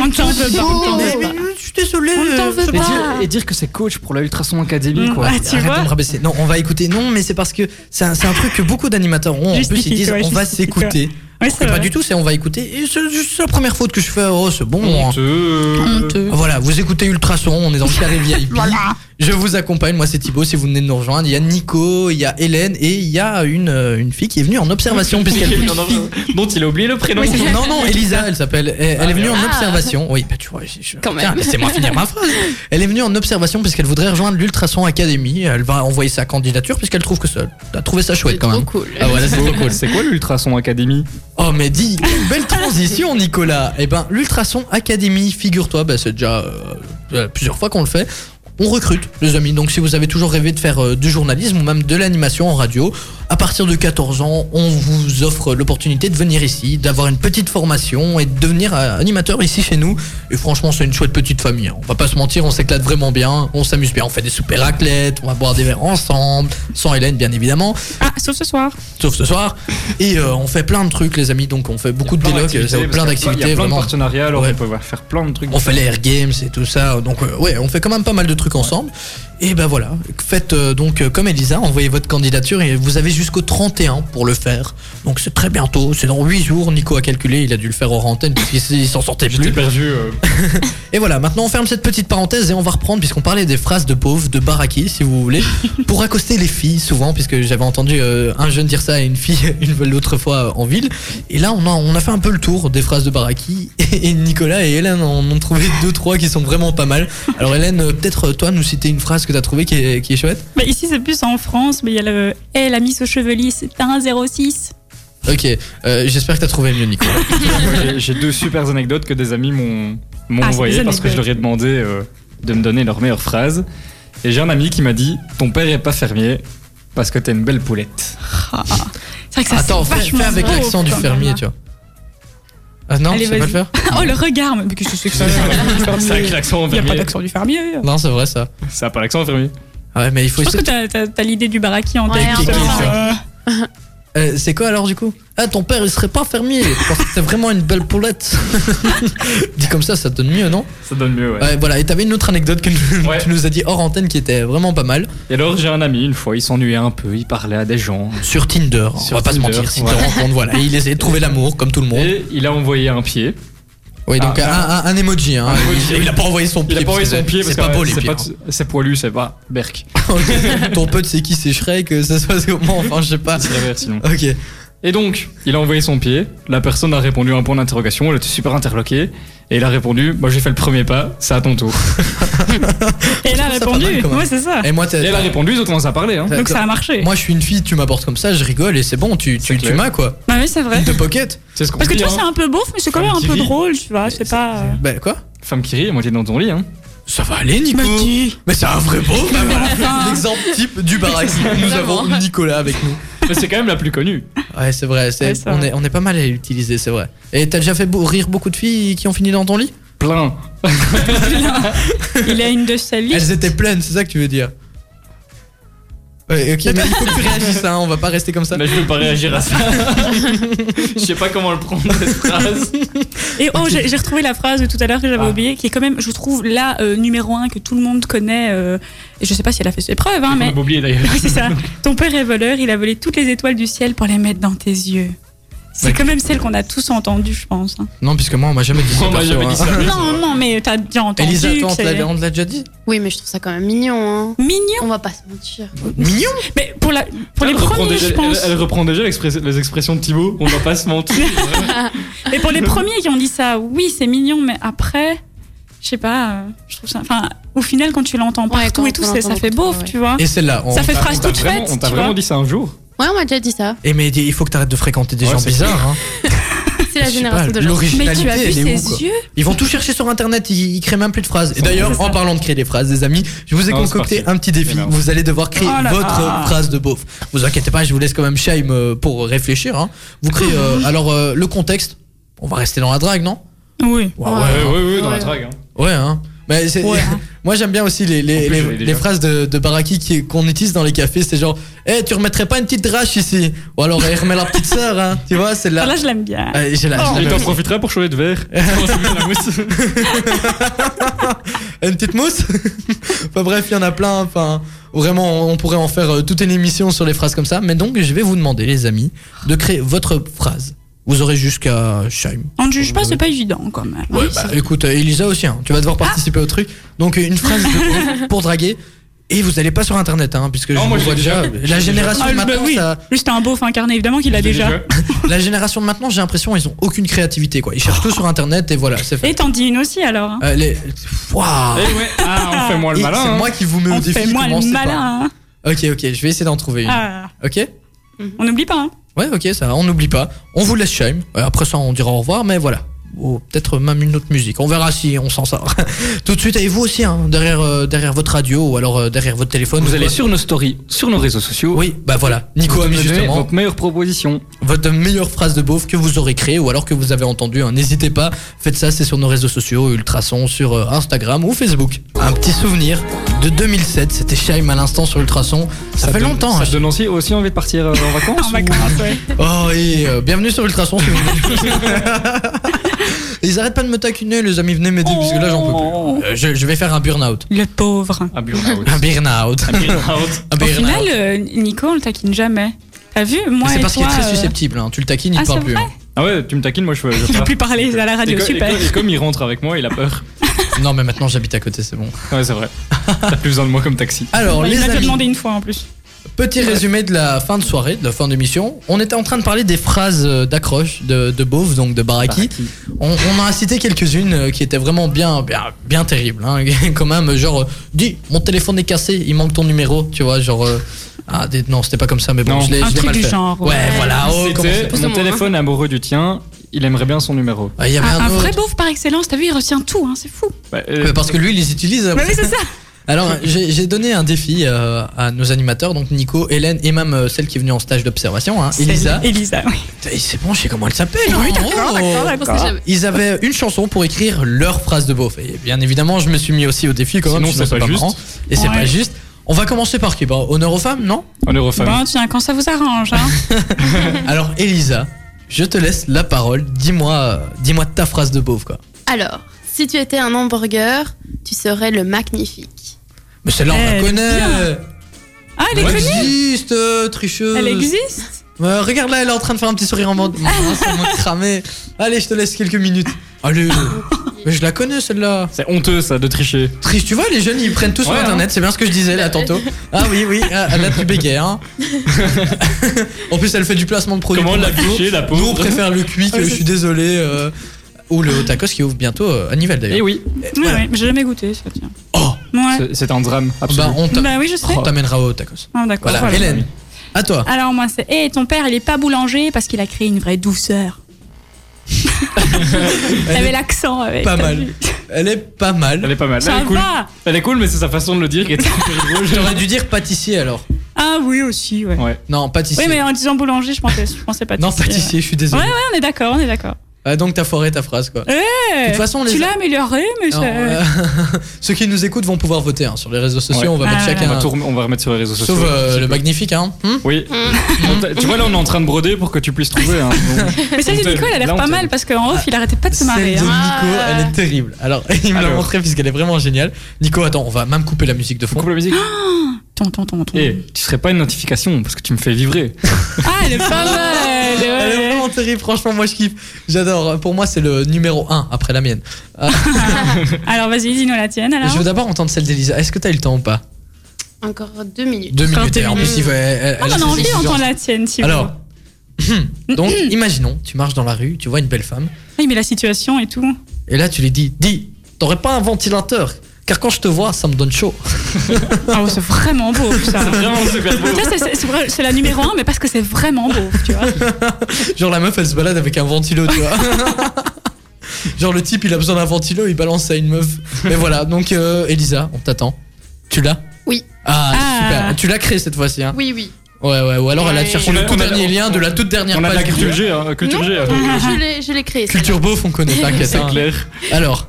On ne t'en veut pas, on t'en veut pas. Je suis désolé. On t'en veut Ah, Et pas. dire, et dire que c'est coach pour la Ultrason Academy Mm, quoi. ouais, tu Arrête vois de me rabaisser. Non, on va écouter. Non, mais c'est parce que c'est un, c'est un truc que beaucoup d'animateurs ont. En plus, ils Justifie-toi, disent on va justifie-toi. s'écouter. Ouais, C'est c'est pas vrai. du tout, c'est on va écouter. Et c'est c'est la première faute que je fais. Oh, c'est bon. hein. Honteux. Voilà, vous écoutez Ultrason, on est dans le carré VIP. Je vous accompagne, moi c'est Thibaut, si vous venez de nous rejoindre. Il y a Nico, il y a Hélène et il y a une, euh, une fille qui est venue en observation puisqu'elle Non, non, non. Dont il a oublié le prénom. non, non, Elisa, elle s'appelle. Elle, elle est venue en Ah. observation. Oui, bah tu vois, je- je- Quand même. Tiens, laissez-moi finir ma phrase. Elle est venue en observation puisqu'elle voudrait rejoindre l'Ultrason Academy. Elle va envoyer sa candidature puisqu'elle trouve que ça. Elle a trouvé ça chouette C'est quand trop même. cool. Ah voilà, c'est trop cool. C'est quoi l'Ultrason Academy Oh, mais dis, quelle belle transition, Nicolas. Eh ben, l'Ultrason Academy, figure-toi, bah, c'est déjà euh, euh, plusieurs fois qu'on le fait. On recrute, les amis. Donc, si vous avez toujours rêvé de faire euh, du journalisme ou même de l'animation en radio, à partir de 14 ans, on vous offre l'opportunité de venir ici, d'avoir une petite formation et de devenir euh, animateur ici chez nous. Et franchement, c'est une chouette petite famille. hein. On va pas se mentir, on s'éclate vraiment bien, on s'amuse bien, on fait des super raclettes, on va boire des verres ensemble, sans Hélène, bien évidemment Ah, sauf ce soir. sauf ce soir. Et euh, on fait plein de trucs, les amis. Donc on fait beaucoup de Plein dialogues, d'activités, ça vaut parce plein qu'il y a Il y d'activités, a plein de vraiment. partenariats, alors Ouais. on peut voir- faire plein de trucs. On fait les Air Games et tout ça. Donc euh, ouais, on fait quand même pas mal de trucs ensemble. Et ben voilà, faites euh, donc euh, comme Elisa, envoyez votre candidature et vous avez jusqu'au 31 pour le faire. Donc c'est très bientôt, c'est dans 8 jours. Nico a calculé, il a dû le faire hors antenne parce qu'il s'en sortait J'étais plus. perdu. euh, Et voilà, maintenant on ferme cette petite parenthèse et on va reprendre puisqu'on parlait des phrases de pauvres, de baraki si vous voulez, pour accoster les filles souvent puisque j'avais entendu euh, un jeune dire ça à une fille une l'autre fois euh, en ville. Et là on a, on a fait un peu le tour des phrases de baraki et, et Nicolas et Hélène en ont trouvé deux trois qui sont vraiment pas mal. Alors Hélène, euh, peut-être euh, toi nous citer une phrase que t'as trouvée qui est, qui est chouette. Bah, ici, c'est plus en France, mais il y a le. Eh, la mise au chevelu, c'est un 06. Ok, euh, j'espère que t'as trouvé mieux Nicolas. J'ai- J'ai deux super anecdotes que des amis m'ont m'ont Ah, c'est envoyées des parce que je leur ai demandé euh, de me donner leur meilleure phrase. Et j'ai un ami qui m'a dit Ton père est pas fermier parce que t'es une belle poulette. Ah, ah. C'est vrai que ça Attends, c'est fais, vachement fais avec beau, l'accent du quand fermier même. tu vois. Ah non, Allez, tu sais pas vas-y. le faire Oh, le regard, mais qu'est-ce que c'est que ça C'est avec l'accent Il n'y a pas fermier. d'accent du fermier. Non, c'est vrai ça. Ça a pas l'accent fermier. Ah Ouais, mais il faut Je pense essayer. que t'as- t'as t'as l'idée du baraki en Ouais, tête. un peu, Euh, Euh, c'est quoi alors du coup Ah ton père il serait pas fermier parce que t'es vraiment une belle poulette. Dit comme ça ça te donne mieux non Ça donne mieux, ouais. Ouais, Voilà et t'avais une autre anecdote que nous- Ouais. tu nous as dit hors antenne qui était vraiment pas mal Et alors j'ai un ami, une fois, il s'ennuyait un peu, il parlait à des gens. sur Tinder. on Sur va pas se Tinder, mentir si tu ouais. te rencontres voilà. Et il essayait de trouver l'amour comme tout le monde. Et il a envoyé un pied. Oui donc Ah, un, un- un emoji. Hein. Un emoji. Il, il a pas envoyé son pied. Il a pas envoyé parce que son pied parce c'est que pas beau les c'est pieds. pas- c'est poilu, c'est pas Berk. hein. Ok. Ton pote c'est qui c'est Shrek euh, ça se passe comment enfin je sais pas. C'est l'inverse, sinon. Ok. Et donc, il a envoyé son pied, la personne a répondu à un point d'interrogation, elle était super interloquée, et il a répondu Moi j'ai fait le premier pas, c'est à ton tour. Et elle a Je trouve ça pas mal, répondu. quand même. Ouais, c'est ça. Et moi t'as- Et elle a répondu, ils ont commencé à parler. Hein. t'as- Donc ça a marché. Moi je suis une fille tu m'abordes comme ça je rigole et c'est bon tu tu, C'est tu clair. m'as quoi. Bah oui, c'est vrai. De pocket. C'est ce qu'on Parce que dit, tu vois, hein. c'est un peu beauf, mais c'est quand Femme même un qui peu rit. drôle, tu vois. C'est pas. euh, Bah quoi Femme qui rit, moi j'étais dans ton lit. Hein. Ça va aller, Nico Mais dis. Mais c'est un vrai beau bah voilà. Enfin. L'exemple type du baraque. Nous avons Nicolas avec nous. Mais c'est quand même la plus connue. Ouais, c'est vrai. c'est- Ouais, ça on, va. est, on est pas mal à l'utiliser, c'est vrai. Et t'as déjà fait beau- rire beaucoup de filles qui ont fini dans ton lit Plein. Il a une de sa liste. Elles étaient pleines, c'est ça que tu veux dire Ouais, ok, mais il faut que tu réagisses, hein, on va pas rester comme ça. Mais je peux pas réagir à ça. Je sais pas comment le prendre cette phrase. Et oh, j'ai- j'ai retrouvé la phrase de tout à l'heure que Ah. j'avais oubliée, qui est quand même, je trouve, la euh, numéro un que tout le monde connaît. euh, et je sais pas si elle a fait ses preuves, hein, On mais. l'a oublié d'ailleurs. Oui, c'est ça. Ton père est voleur, il a volé toutes les étoiles du ciel pour les mettre dans tes yeux. C'est Ouais. quand même celle qu'on a tous entendue, je pense. hein. Non, puisque moi, on m'a jamais dit ça. On m'a perso, jamais hein. dit ça. Non, non, mais t'as déjà entendu. Elisa, attends, que on te c'est- l'a- on te l'a déjà dit Oui, mais je trouve ça quand même mignon. Hein. Mignon On va pas se mentir. Mignon Mais pour, la, Ah pour les Elle reprend premiers, déjà- je pense. Elle, elle reprend déjà l'express- les expressions de Thibaut, on va pas se mentir. Ah, Mais pour les premiers qui ont dit ça, oui, c'est mignon, mais après, je sais pas, euh, je trouve ça. Enfin, au final, quand tu l'entends Ouais, partout quand et tout, on c'est- ça l'entend fait beaucoup, beauf, ouais. tu vois. Et celle-là, on Ça fait t'a- phrase on t'a toute vraiment- faite, on t'a tu vraiment vois. dit ça un jour Ouais, on m'a déjà dit ça. Eh, mais il faut que t'arrêtes de fréquenter des Ouais, gens c'est bizarres. hein. C'est la Je sais pas, génération d'aujourd'hui. l'origine- Mais tu as Finalité, vu elle est où, quoi ses yeux Ils vont tout chercher sur internet, ils, ils créent même plus de phrases. Et d'ailleurs, en parlant de créer des phrases, les amis, je vous ai Ah, c'est concocté parti. un petit défi. C'est marrant. Vous allez devoir créer Oh là votre là. phrase de beauf. Vous inquiétez pas, je vous laisse quand même Shaim euh, pour réfléchir. hein. Vous créez. euh, alors, euh, le contexte, on va rester dans la drague, non Oui. Ouais, Ouais, ouais, ouais, dans Ouais. la drague. hein. Ouais, hein. Mais c'est- Ouais. Moi j'aime bien aussi les, les, En plus, les- je l'ai les déjà. phrases de, de Baraki qui- qu'on utilise dans les cafés, c'est genre Eh tu remettrais pas une petite drache ici Ou alors elle remet la petite sœur, hein. tu vois, c'est Ah, là. Là, je l'aime bien. Euh, j'ai la- j'ai Et la- t'en profiteras pour changer de verre. Pour se mettre la mousse. une petite mousse Enfin bref, il y en a plein. Enfin, vraiment, on pourrait en faire euh, toute une émission sur les phrases comme ça. Mais donc, je vais vous demander, les amis, de créer votre phrase. Vous aurez jusqu'à Shaim. On ne juge pas, c'est pas évident quand même. Ouais, bah, écoute, euh, Elisa aussi, hein, tu vas Ah. devoir participer au truc. Donc, une phrase de- pour draguer. Et vous allez pas sur internet, hein, puisque Non, je moi, vous je vois l'ai déjà. déjà. La génération Ah, de bah maintenant, oui. ça- Lui, c'était un beauf incarné, évidemment qu'il a Je l'ai déjà. la génération de maintenant, j'ai l'impression, ils ont aucune créativité, quoi. Ils cherchent tout sur internet et voilà, c'est fait. Ah. Et t'en dis une aussi alors. hein. Euh, les- Eh Waouh. ouais, ah, on fait moi Et le C'est malin. hein. moi qui vous mets au On Ah, défi. fait moins le commencez pas. malin. hein. Ok, ok, je vais essayer d'en trouver une. Ah, Ok On n'oublie pas. hein. Ouais, ok, ça va, on n'oublie pas. On vous laisse Shime. Après ça, on dira au revoir, mais voilà. Ou peut-être même une autre musique. On verra si on s'en sort. Tout de suite, et vous aussi, hein, derrière, euh, derrière votre radio ou alors euh, derrière votre téléphone. Vous ou allez quoi. sur nos stories, sur nos réseaux sociaux. Oui, bah voilà. Nico Vous a mis donnez justement Votre meilleure proposition. votre meilleure phrase de beauf que vous aurez créée ou alors que vous avez entendue. hein. N'hésitez pas, faites ça, c'est sur nos réseaux sociaux, Ultrason, sur euh, Instagram ou Facebook. Un petit souvenir de 2007, c'était Shime à l'instant sur Ultrason. Ça, fait donne- longtemps. hein. Ça te donne aussi, aussi envie de partir euh, en vacances En ou- vacances, ouais. Oh et euh, bienvenue sur Ultrason si vous voulez. Ils arrêtent pas de me taquiner les amis, venez m'aider parce que là j'en peux plus. Oh, Euh, je, je vais faire un burn-out. Le pauvre. Un burn-out. Un burn-out. Un burn-out. Un Au burn-out. final, euh, Nico, on le taquine jamais. T'as vu Moi Mais et c'est parce qu'il est toi, très euh, susceptible, hein. tu le taquines, il Ah, te parle c'est plus. vrai hein. Ah ouais, tu me taquines, moi je je Il pars. veut plus parler à la radio, Et co- et super. co- Et comme il rentre avec moi, il a peur. Non mais maintenant j'habite à côté, c'est bon. Ouais, c'est vrai. T'as plus besoin de moi comme taxi. Alors Ouais, Bah, il les m'a déjà amis, demandé une fois en plus. petit résumé de la fin de soirée, de la fin d'émission. On était en train de parler des phrases euh, d'accroche de, de Beauf, donc de Baraki. On, on en a cité quelques-unes euh, qui étaient vraiment bien, bien, bien terribles. hein. Quand même, genre, euh, dis, mon téléphone est cassé, il manque ton numéro, tu vois, genre. euh, ah, des- non, c'était pas comme ça, mais bon, Non. je l'ai Un je l'ai truc mal du fait. genre, Ouais, ouais. voilà, oh, comment Ah, C'était c'est- Plus ou mon moins. téléphone amoureux du tien, il aimerait bien son numéro. Ah, Il y avait Un, un, un autre. vrai beauf par excellence, t'as vu, il retient tout, hein, c'est fou. Bah, euh, Euh, Parce que lui, il les utilise. euh, Mais oui, c'est ça. Alors, j'ai j'ai donné un défi euh, à nos animateurs, donc Nico, Hélène et même euh, celle qui est venue en stage d'observation, hein, Elisa. Oh, Elisa, oui. Putain, C'est bon, je sais comment elle s'appelle. hein. Oh. Je pensais jamais. Ils avaient une chanson pour écrire leur phrase de beauf. Et bien évidemment, je me suis mis aussi au défi quand même. Sinon, c'est pas juste. marrant. Et c'est Ouais. pas juste. On va commencer par qui Bah, Honneur aux femmes, non on est refait. Bon, tiens, quand ça vous arrange, hein. Alors, Elisa, je te laisse la parole. Dis-moi euh, dis-moi ta phrase de beauf, quoi. Alors, si tu étais un hamburger, tu serais le magnifique. Mais celle-là, on la Elle connaît. Ah, elle est Elle connue existe, euh, tricheuse. Elle existe Ouais, regarde là, elle est en train de faire un petit sourire en mode. Ah, ça m'a cramé. Allez, je te laisse quelques minutes. Allez. Mais je la connais celle-là. C'est honteux ça de tricher. Triste, tu vois, les jeunes ils prennent tout sur Ouais, hein. internet, c'est bien ce que je disais là tantôt. Ah oui, oui, ah, là tu bégayes. Hein. en plus, elle fait du placement de produits. Comment pour la McDo. tricher, la Nous, on pauvre préfère le cuit, que je suis désolé. euh, ou le tacos qui ouvre bientôt euh, à Nivelles Eh d'ailleurs. oui, Oui, oui, j'ai jamais goûté, ça, tiens. Oh, Ouais. c'est- c'est un drame bah absolu. on t'a- Bah oui, je sais. on t'amènera au Oh, tacos. Ah, d'accord. Voilà, voilà. Hélène, à toi. Alors, moi, c'est. Eh, ton père, il est pas boulanger parce qu'il a créé une vraie douceur. Elle T'avais est- l'accent avec. pas t'as mal. Ah, vu Elle est pas mal. Elle est pas mal. Ça Elle est cool. va Elle est cool, mais c'est sa façon de le dire qui est très drôle. J'aurais dû dire pâtissier alors. Ah, oui, aussi, ouais. Ouais. Non, pâtissier. Oui, mais en disant boulanger, je pensais, je pensais pas Non, pâtissier, je suis désolé. Ouais, ouais, on est d'accord, on est d'accord. Ouais, donc t'as foiré ta phrase quoi. Ouais, De toute façon, on tu les a- l'as amélioré, mais Alors, ça- euh, ceux qui nous écoutent vont pouvoir voter hein, sur les réseaux sociaux. Ouais. On va mettre chacun. On va, tout rem- on va remettre sur les réseaux sociaux. Sauf euh, un petit le peu. magnifique, hein. Hmm Oui. On t'a- tu vois, là, on est en train de broder pour que tu puisses trouver. hein. Donc, Mais celle on de t'aide. Nico, elle a Là, l'air on pas t'aide. mal parce qu'en off, il arrêtait pas de se Ah, Celle marrer. de Nico, hein. elle est terrible. Alors, il me l'a Alors. montré puisqu'elle est vraiment géniale. Nico, attends, on va même couper la musique de fond. Coupe la musique. Ton, ton, ton, ton. Eh. Et tu serais pas une notification parce que tu me fais vibrer. Ah, elle est pas mal. ouais. Elle est vraiment terrible, franchement, moi je kiffe. J'adore. Pour moi, c'est le numéro 1 après la mienne. Alors vas-y, dis-nous la tienne alors. Je veux d'abord entendre celle d'Elisa. Est-ce que t'as eu le temps ou pas Encore deux minutes. Deux Encore minutes. deux et En plus, minutes. il va- elle- Oh, elle on a en a ses envie exigences. d'entendre la tienne, si vous Alors, voulez. donc, imaginons, tu marches dans la rue, tu vois une belle femme, Oui, mais la situation et tout. et là tu lui dis Dis, t'aurais pas un ventilateur Car quand je te vois, ça me donne chaud. Ah ouais, c'est vraiment beau, ça. Ah. C'est vraiment super beau. Tu vois, c'est- c'est- c'est vrai- c'est la numéro 1, mais parce que c'est vraiment beau, tu vois. Genre la meuf elle se balade avec un ventilo, tu vois. Genre le type il a besoin d'un ventilo, il balance à une meuf. Mais voilà, donc euh, Elisa, on t'attend. Tu l'as Oui. Ah, Ah. super. Tu l'as créé cette fois-ci, hein Oui, oui. Ouais, ouais, ou alors elle a cherché On a- le tout on a- dernier lien de la toute dernière On a de page. la du culture livre. G. hein, culture G, hein. Je l'ai- je l'ai créé. celle-là. Culture beauf, on connaît, t'inquiète. C'est hein. clair. Alors,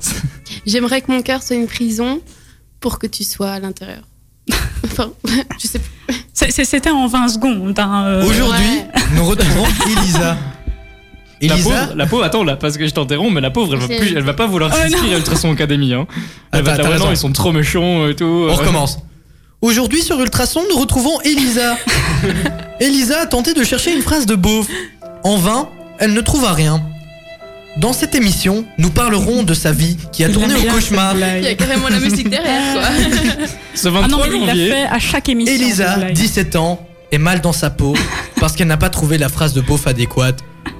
J'aimerais que mon cœur soit une prison pour que tu sois à l'intérieur. enfin, je sais plus. C'est- c'est- C'était en 20 secondes. hein, euh. aujourd'hui, ouais. nous retrouvons Elisa. La Elisa, pauvre, la pauvre, attends, là, parce que je t'interromps, mais la pauvre, elle va, C'est- plus, elle va pas vouloir Oh, s'inscrire à Ultrason Academy. Hein. Elle Attends, va te dire, t'as ouais, non, raison. ils sont trop méchants euh, et tout. on recommence. Aujourd'hui sur Ultrason, nous retrouvons Elisa. Elisa a tenté de chercher une phrase de beauf. En vain, elle ne trouva rien. Dans cette émission, nous parlerons de sa vie qui a Il tourné aime au bien cauchemar. cette blague. Il y a carrément la musique derrière, quoi. Euh, Ce Ah 23 non, mais il l'a janvier, fait à chaque émission. cette Elisa, blague. 17 ans, est mal dans sa peau parce qu'elle n'a pas trouvé la phrase de beauf adéquate.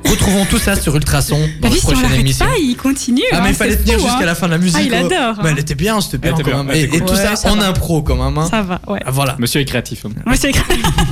Retrouvons tout ça sur Ultrason dans T'as vu, la Bah, si on prochaine l'arrête émission. pas, il continue. Ah, mais hein, il fallait c'est tenir fou, jusqu'à hein. la fin de la musique. Ah, il oh. adore. Mais elle était bien, c'était bien Elle était quand bien, même. elle Et, était et cool. tout ça, Ouais, ça en va. impro quand même. hein. Ça va, ouais. Ah, Voilà, monsieur est créatif. hein. Ah, Moi, c'est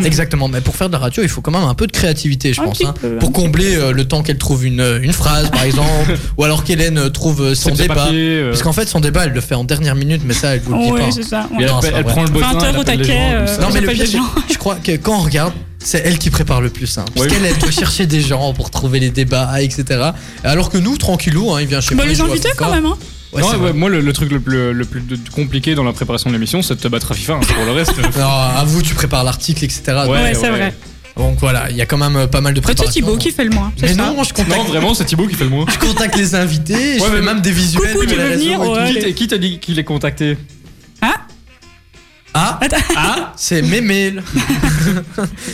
exactement. Mais pour faire de la radio, il faut quand même un peu de créativité, je Un pense. petit hein. peu, un Pour combler euh, le temps qu'elle trouve une, euh, une phrase, par exemple, ou alors qu'Hélène euh, trouve euh, son C'est le débat. papier, euh, Parce qu'en fait, son débat, elle le fait en dernière minute, mais ça, elle vous le dit pas. Ouais, c'est ça. ouais. et elle, Non, appelle- c'est elle vrai. prend le bottin, 20 elle heures au appelle les taquet, gens, comme euh, ça. Non, mais le J'appelle pire, des gens. c'est- je crois que quand on regarde, c'est elle qui prépare le plus. Hein, parce Oui. qu'elle, elle doit chercher des gens pour trouver les débats, etc. Alors que nous, tranquillou, hein, il vient chez Bah, moi, les il joue à invités, FIFA. quand même. hein. Ouais, Non, c'est ouais, vrai. moi, le, le truc le plus, le plus de- compliqué dans la préparation de l'émission, c'est de te battre à FIFA. hein. Pour le reste, euh, Non, à vous, tu prépares l'article, etc. Ouais, Ouais, c'est ouais. vrai. Donc voilà, il y a quand même euh, pas mal de Mais C'est préparation. Bah, Thibaut qui fait le moins. Mais c'est ça. non, je contacte, non, vraiment, c'est Thibaut qui fait le mot. je contacte les invités, je Ouais, fais mais- même des visuels. Coucou, de tu la veux raison venir, et tout. ouais. Qui allez. t'a- Qui t'a dit qu'il est contacté Ah, Attends. ah c'est mes mails.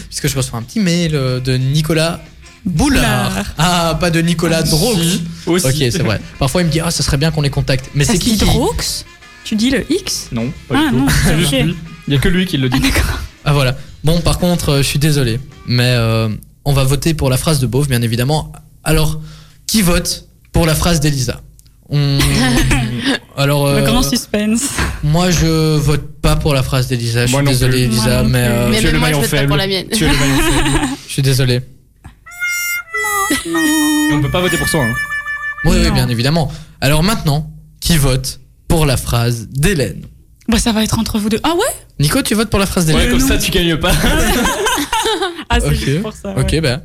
Puisque je reçois un petit mail euh, de Nicolas Boulard. Boulard. Ah, pas de Nicolas Drox. Si, Aussi. Ok, c'est vrai. Parfois, il me dit, ah, ça serait bien qu'on les contacte. Mais Ça c'est se dit qui qui- Drox Tu dis le X Non, pas Ah, du tout. non, C'est juste ok. lui. Il y a que lui qui le dit. D'accord. Ah voilà. Bon, par contre, euh, je suis désolé, mais euh, on va voter pour la phrase de Beauf, bien évidemment. Alors, qui vote pour la phrase d'Elisa On- Alors, On euh, Comment suspense moi, je vote pas pour la phrase d'Elisa. Je Moi suis non désolé, plus. Elisa, Moi non mais plus. euh, Mais tu es le même moi, je maillon vote pas faible. pour la mienne. Tu es le maillon faible. je suis désolé. Et on peut pas voter pour soi. hein. Oui, oui, Non. bien évidemment. Alors maintenant, qui vote pour la phrase d'Hélène Bah, ça va être entre vous deux. Ah ouais Nico, tu votes pour la phrase Ouais, d'Hélène comme ça, tu gagnes pas. Ah, c'est Ok. juste pour ça. Ah, ouais. Ok, ben.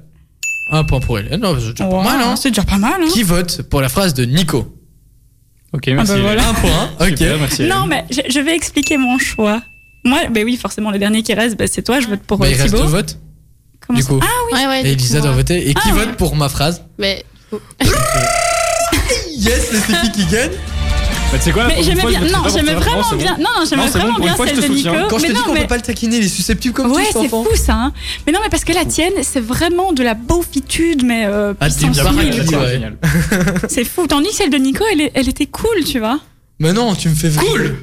Un point pour Hélène. Non, c'est déjà pas Wow, mal, hein C'est déjà pas mal, hein Qui vote pour la phrase de Nico Ok, merci. bah voilà. Un point, ok. Super, merci. Non, mais je, je vais expliquer mon choix. Moi, bah oui, forcément, le dernier qui reste, bah, c'est toi, je vote pour Bah, euh, il reste deux Thibaut. votes, Comment du ça- coup. Ah, Ouais, ouais. Et Elisa doit dites-moi. voter. Et qui Ah ouais. vote pour ma phrase Mais Yes, mais c'est qui qui gagne Bah, tu sais quoi, la mais prochaine j'aimais fois, je bien, voterai non, pas pour j'aimais toi. vraiment c'est bon. bien, non, non, Non, j'aimais c'est bon, vraiment pour une bien fois, je celle de te soutiens. Nico. Quand je Oh, mais te dis non, qu'on mais peut pas le taquiner, il est susceptible comme ouais, tout c'est cet enfant. fou ça. hein. Mais non, mais parce que la tienne, c'est vraiment de la beaufitude, mais euh, Ah, t'es puissance bien mille, barré, quoi. ouais. Génial. C'est fou. Tandis que celle de Nico, elle, est- elle était cool, tu vois. Mais non, tu me fais Cool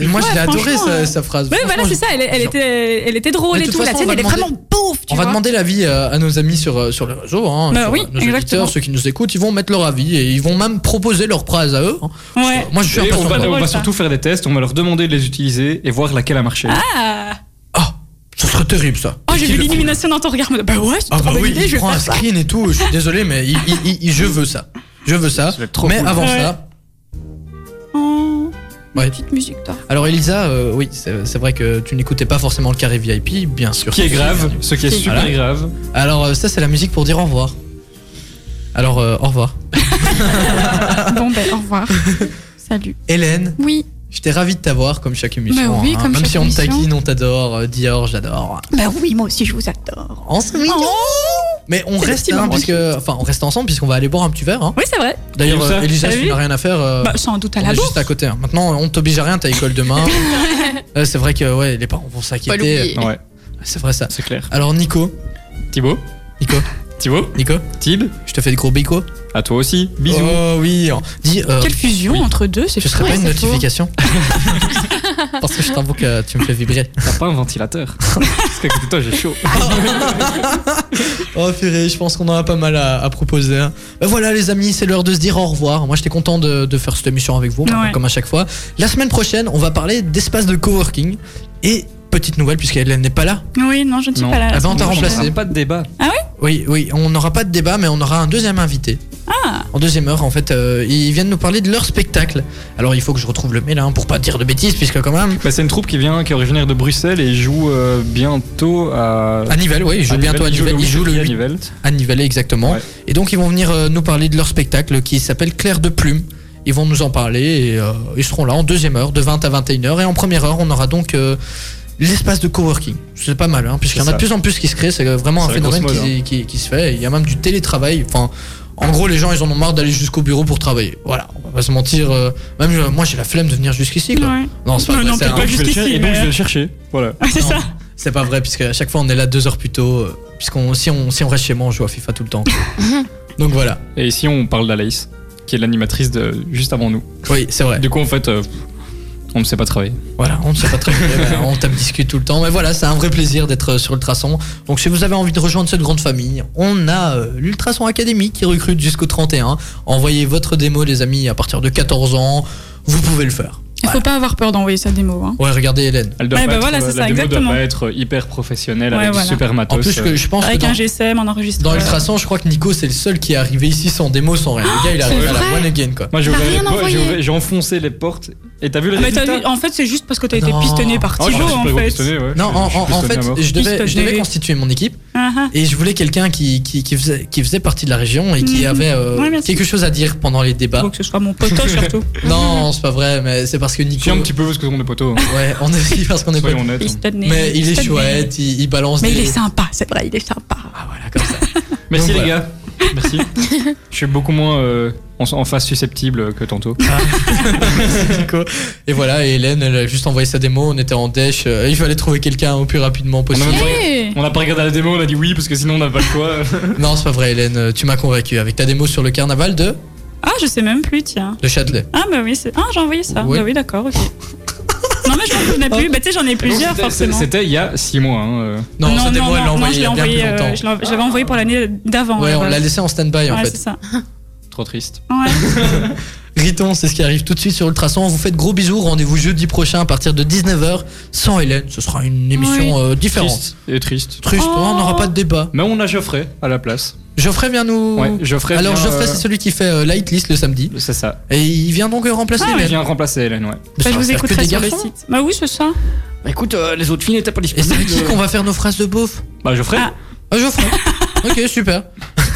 Moi, Ouais, je l'ai adoré franchement, hein. sa, ouais. sa phrase. Oui, Franchement, voilà, c'est je- ça. Elle, elle était, elle était drôle De et toute tout. La façon, tienne, on va elle est demander- vraiment beauf, tu On va vois. demander l'avis euh, à nos amis sur, euh, sur les réseaux, hein, Bah sur, euh, oui, nos exactement. auditeurs, ceux qui nous écoutent, ils vont mettre leur avis et ils vont même proposer leur phrase à eux. hein. Ouais. Moi, je suis Et on impatient. de va, on voir. va Drôle, ça. surtout faire des tests, on va leur demander de les utiliser et voir laquelle a marché. Ah. Ah, ça serait terrible ça. Oh, Et j'ai qui vu le prend l'illumination dans ton regard. mais- Bah ouais, c'est Ah trop bah bonne oui, idée, je il vais prend un faire ça. screen et tout. Je suis désolé, mais il- il- il- il- je veux ça. Je veux ça. Ça va être trop mais cool. avant Ouais. ça, Oh, ouais. petite musique, toi. Alors Elisa, euh, oui, c'est c'est vrai que tu n'écoutais pas forcément le carré VIP, bien sûr. Qui est grave, ce qui est Voilà. super grave. Alors euh, ça, c'est la musique pour dire au revoir. Alors, euh, au revoir. Ah, bon, ben, au revoir. Salut. Hélène Oui. J'étais ravi de t'avoir comme chaque émission. Bah oui, hein. comme Même chaque si on te émission. taquine, on t'adore. euh, Dior, j'adore. Bah oui, moi aussi, je vous adore. En ce Oh Mais on C'est le reste, petit hein, moment puisque- enfin, on reste ensemble puisqu'on va aller boire un petit verre. hein. Oui, c'est vrai. D'ailleurs, Où ça euh, Elisa, T'as si tu vu n'as rien à faire. euh, Bah, sans doute à on la est bourse. juste à côté. hein. Maintenant, on t'oblige à rien, t'as école demain. Euh, c'est vrai que ouais, les parents vont s'inquiéter. Euh, l'oublier. Ouais, C'est vrai ça. c'est clair. Alors, Nico, Thibaut Nico, Thibaut Nico, Tib je te fais des gros bico. À toi aussi. Bisous. Oh oui. hein. Dis, euh, Quelle fusion oui. entre deux, c'est tu serais fou. pas une Ouais, c'est fou. notification Parce que je t'avoue que tu me fais vibrer. T'as pas un ventilateur Parce qu'à côté de toi, j'ai chaud. Oh purée, je pense qu'on en a pas mal à, à proposer. hein. Ben voilà les amis, c'est l'heure de se dire au revoir. Moi j'étais content de, de faire cette émission avec vous, maintenant, Ouais. comme à chaque fois. La semaine prochaine, on va parler d'espace de coworking. Et petite nouvelle, puisqu'elle n'est pas là. Oui, non, je ne suis Non. pas là. Ah ben, on t'a remplacé. C'est pas de débat. Oui, oui, on n'aura pas de débat, mais on aura un deuxième invité. Ah. En deuxième heure, en fait, euh, ils viennent nous parler de leur spectacle. Alors il faut que je retrouve le mail hein, pour pas dire de bêtises, puisque quand même. Bah, c'est une troupe qui vient, qui est originaire de Bruxelles et joue euh, bientôt à. À Nivelles, oui, ils jouent Nivelles. Ah, bientôt à Nivelles. Ils jouent le à 8 Nivelles. à Nivelles, exactement. Ouais. Et donc, ils vont venir euh, nous parler de leur spectacle qui s'appelle Claire de Plume. Ils vont nous en parler et euh, ils seront là en deuxième heure, de 20 à 21h. Et en première heure, on aura donc euh, l'espace de coworking. C'est pas mal, hein, puisqu'il y en C'est a de ça. plus en plus qui se crée. C'est vraiment un C'est la phénomène grosse mode, hein. qui, qui- qui se fait. Il y a même du télétravail. Enfin, en gros, les gens, ils en ont marre d'aller jusqu'au bureau pour travailler. Voilà, on va pas se mentir. euh, même euh, moi, j'ai la flemme de venir jusqu'ici. quoi. Ouais. Non, c'est pas Non, vrai, non, c'est peut-être un- pas Je vais le jusqu'ici, chercher, et donc mais- je hein. vais le chercher. Voilà. Ah, c'est Non, ça. C'est pas vrai, puisque à chaque fois on est là deux heures plus tôt, euh, puisqu'on si on, si on reste chez moi, on joue à FIFA tout le temps. Donc voilà. Et ici, on parle d'Alaïs, qui est l'animatrice de juste avant nous. Oui, c'est vrai. Du coup, en fait, euh, on ne sait pas travailler. Voilà, on ne sait pas très bien, ben, on tape discute tout le temps. Mais voilà, c'est un vrai plaisir d'être euh, sur Ultrason. Donc si vous avez envie de rejoindre cette grande famille, on a euh, l'Ultrason Académie qui recrute jusqu'au 31. Envoyez votre démo, les amis, à partir de 14 ans. Vous pouvez le faire. Il faut pas avoir peur d'envoyer sa démo. Hein. Ouais, regardez Hélène. Elle doit Ouais, pas bah être, euh, voilà, c'est la ça, démo exactement. doit pas être hyper professionnelle Ouais, avec voilà. du super En matos. euh. plus, que, je pense que Avec dans, un GSM, un enregistreur. dans Ultrason, je crois que Nico, c'est le seul qui est arrivé ici sans démo, sans rien. Le gars, il est Ah, arrivé à la vrai one again, quoi. Moi, j'ai T'as ouvert les rien portes, j'ai envoyé. ouvert- j'ai enfoncé les portes. Et t'as vu le Ah, mais t'as résultat vu, en fait, c'est juste parce que t'as été Non. pistonné par Ah ouais, je Thibaut, suis en pas fait. pistonné, ouais. Non, Je- en, je suis en- en pistonné à mort. fait, je devais, je Pistonné. devais constituer mon équipe Ah, ah. et je voulais quelqu'un qui, qui, qui faisait, qui faisait partie de la région et qui Mhm. avait euh, Ouais, bien sûr. quelque chose à dire pendant les débats. Faut que ce soit mon poteau surtout. Non, c'est pas vrai, mais c'est parce que Nico. Si, un petit peu parce que on est poteau. hein. Ouais, on est aussi parce qu'on est pas. Soyons honnêtes. Pistonné, Mais il est pistonné. chouette, il, il balance Mais des. il est sympa, c'est vrai, il est sympa. Ah voilà, comme ça. Merci Donc, les gars. Merci. Je suis beaucoup moins euh, en, en face susceptible que tantôt. Nico. Et voilà, et Hélène, elle a juste envoyé sa démo, on était en dèche, euh, il fallait trouver quelqu'un au plus rapidement possible. Eh On a- Hey On n'a pas regardé la démo, on a dit oui parce que sinon on n'a pas le choix. Non, c'est pas vrai, Hélène, euh, tu m'as convaincu avec ta démo sur le carnaval de, Ah, je sais même plus, tiens. de Châtelet. Ah, bah oui, c'est. Ah, j'ai envoyé ça. Ouais. Ah. Bah oui, d'accord, ok. non, mais je m'en souvenais plus. Bah, tu sais, j'en ai plusieurs, C'était- forcément. C'était il y a 6 mois. hein, euh. Non, sa démo, elle l'a non, envoyée je il y l'ai a bien envoyé, plus euh, longtemps. je l'ai- je l'avais envoyé pour l'année d'avant. ouais, on voilà. l'a laissé en stand-by en Ouais, fait. c'est ça. Trop triste. Ouais. Bah, Riton, c'est ce qui arrive tout de suite sur Ultrason. On vous fait de gros bisous. Rendez-vous jeudi prochain à partir de 19h sans Hélène. Ce sera une émission euh, différente. Triste et triste. Triste, Oh. on n'aura pas de débat. Mais on a Geoffrey à la place. Geoffrey vient nous. Ouais, Geoffrey. Alors, vient, Geoffrey, euh, c'est celui qui fait euh, Lightlist le samedi. c'est ça. Et il vient donc remplacer Il Hélène. vient remplacer Hélène, ouais. Mais ça Bah, Ah je va vous faire que écouterai des sur le garçons. site. Bah oui, c'est ça. écoute, euh, les autres filles n'étaient pas Et c'est à qui qu'on va faire nos phrases de beauf Bah Geoffrey, Ah. Ah, Geoffrey. ok, super.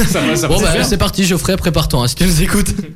ça va, ça va Bon, se bah, faire. c'est parti, Geoffrey, prépare-toi hein, si tu nous écoutes.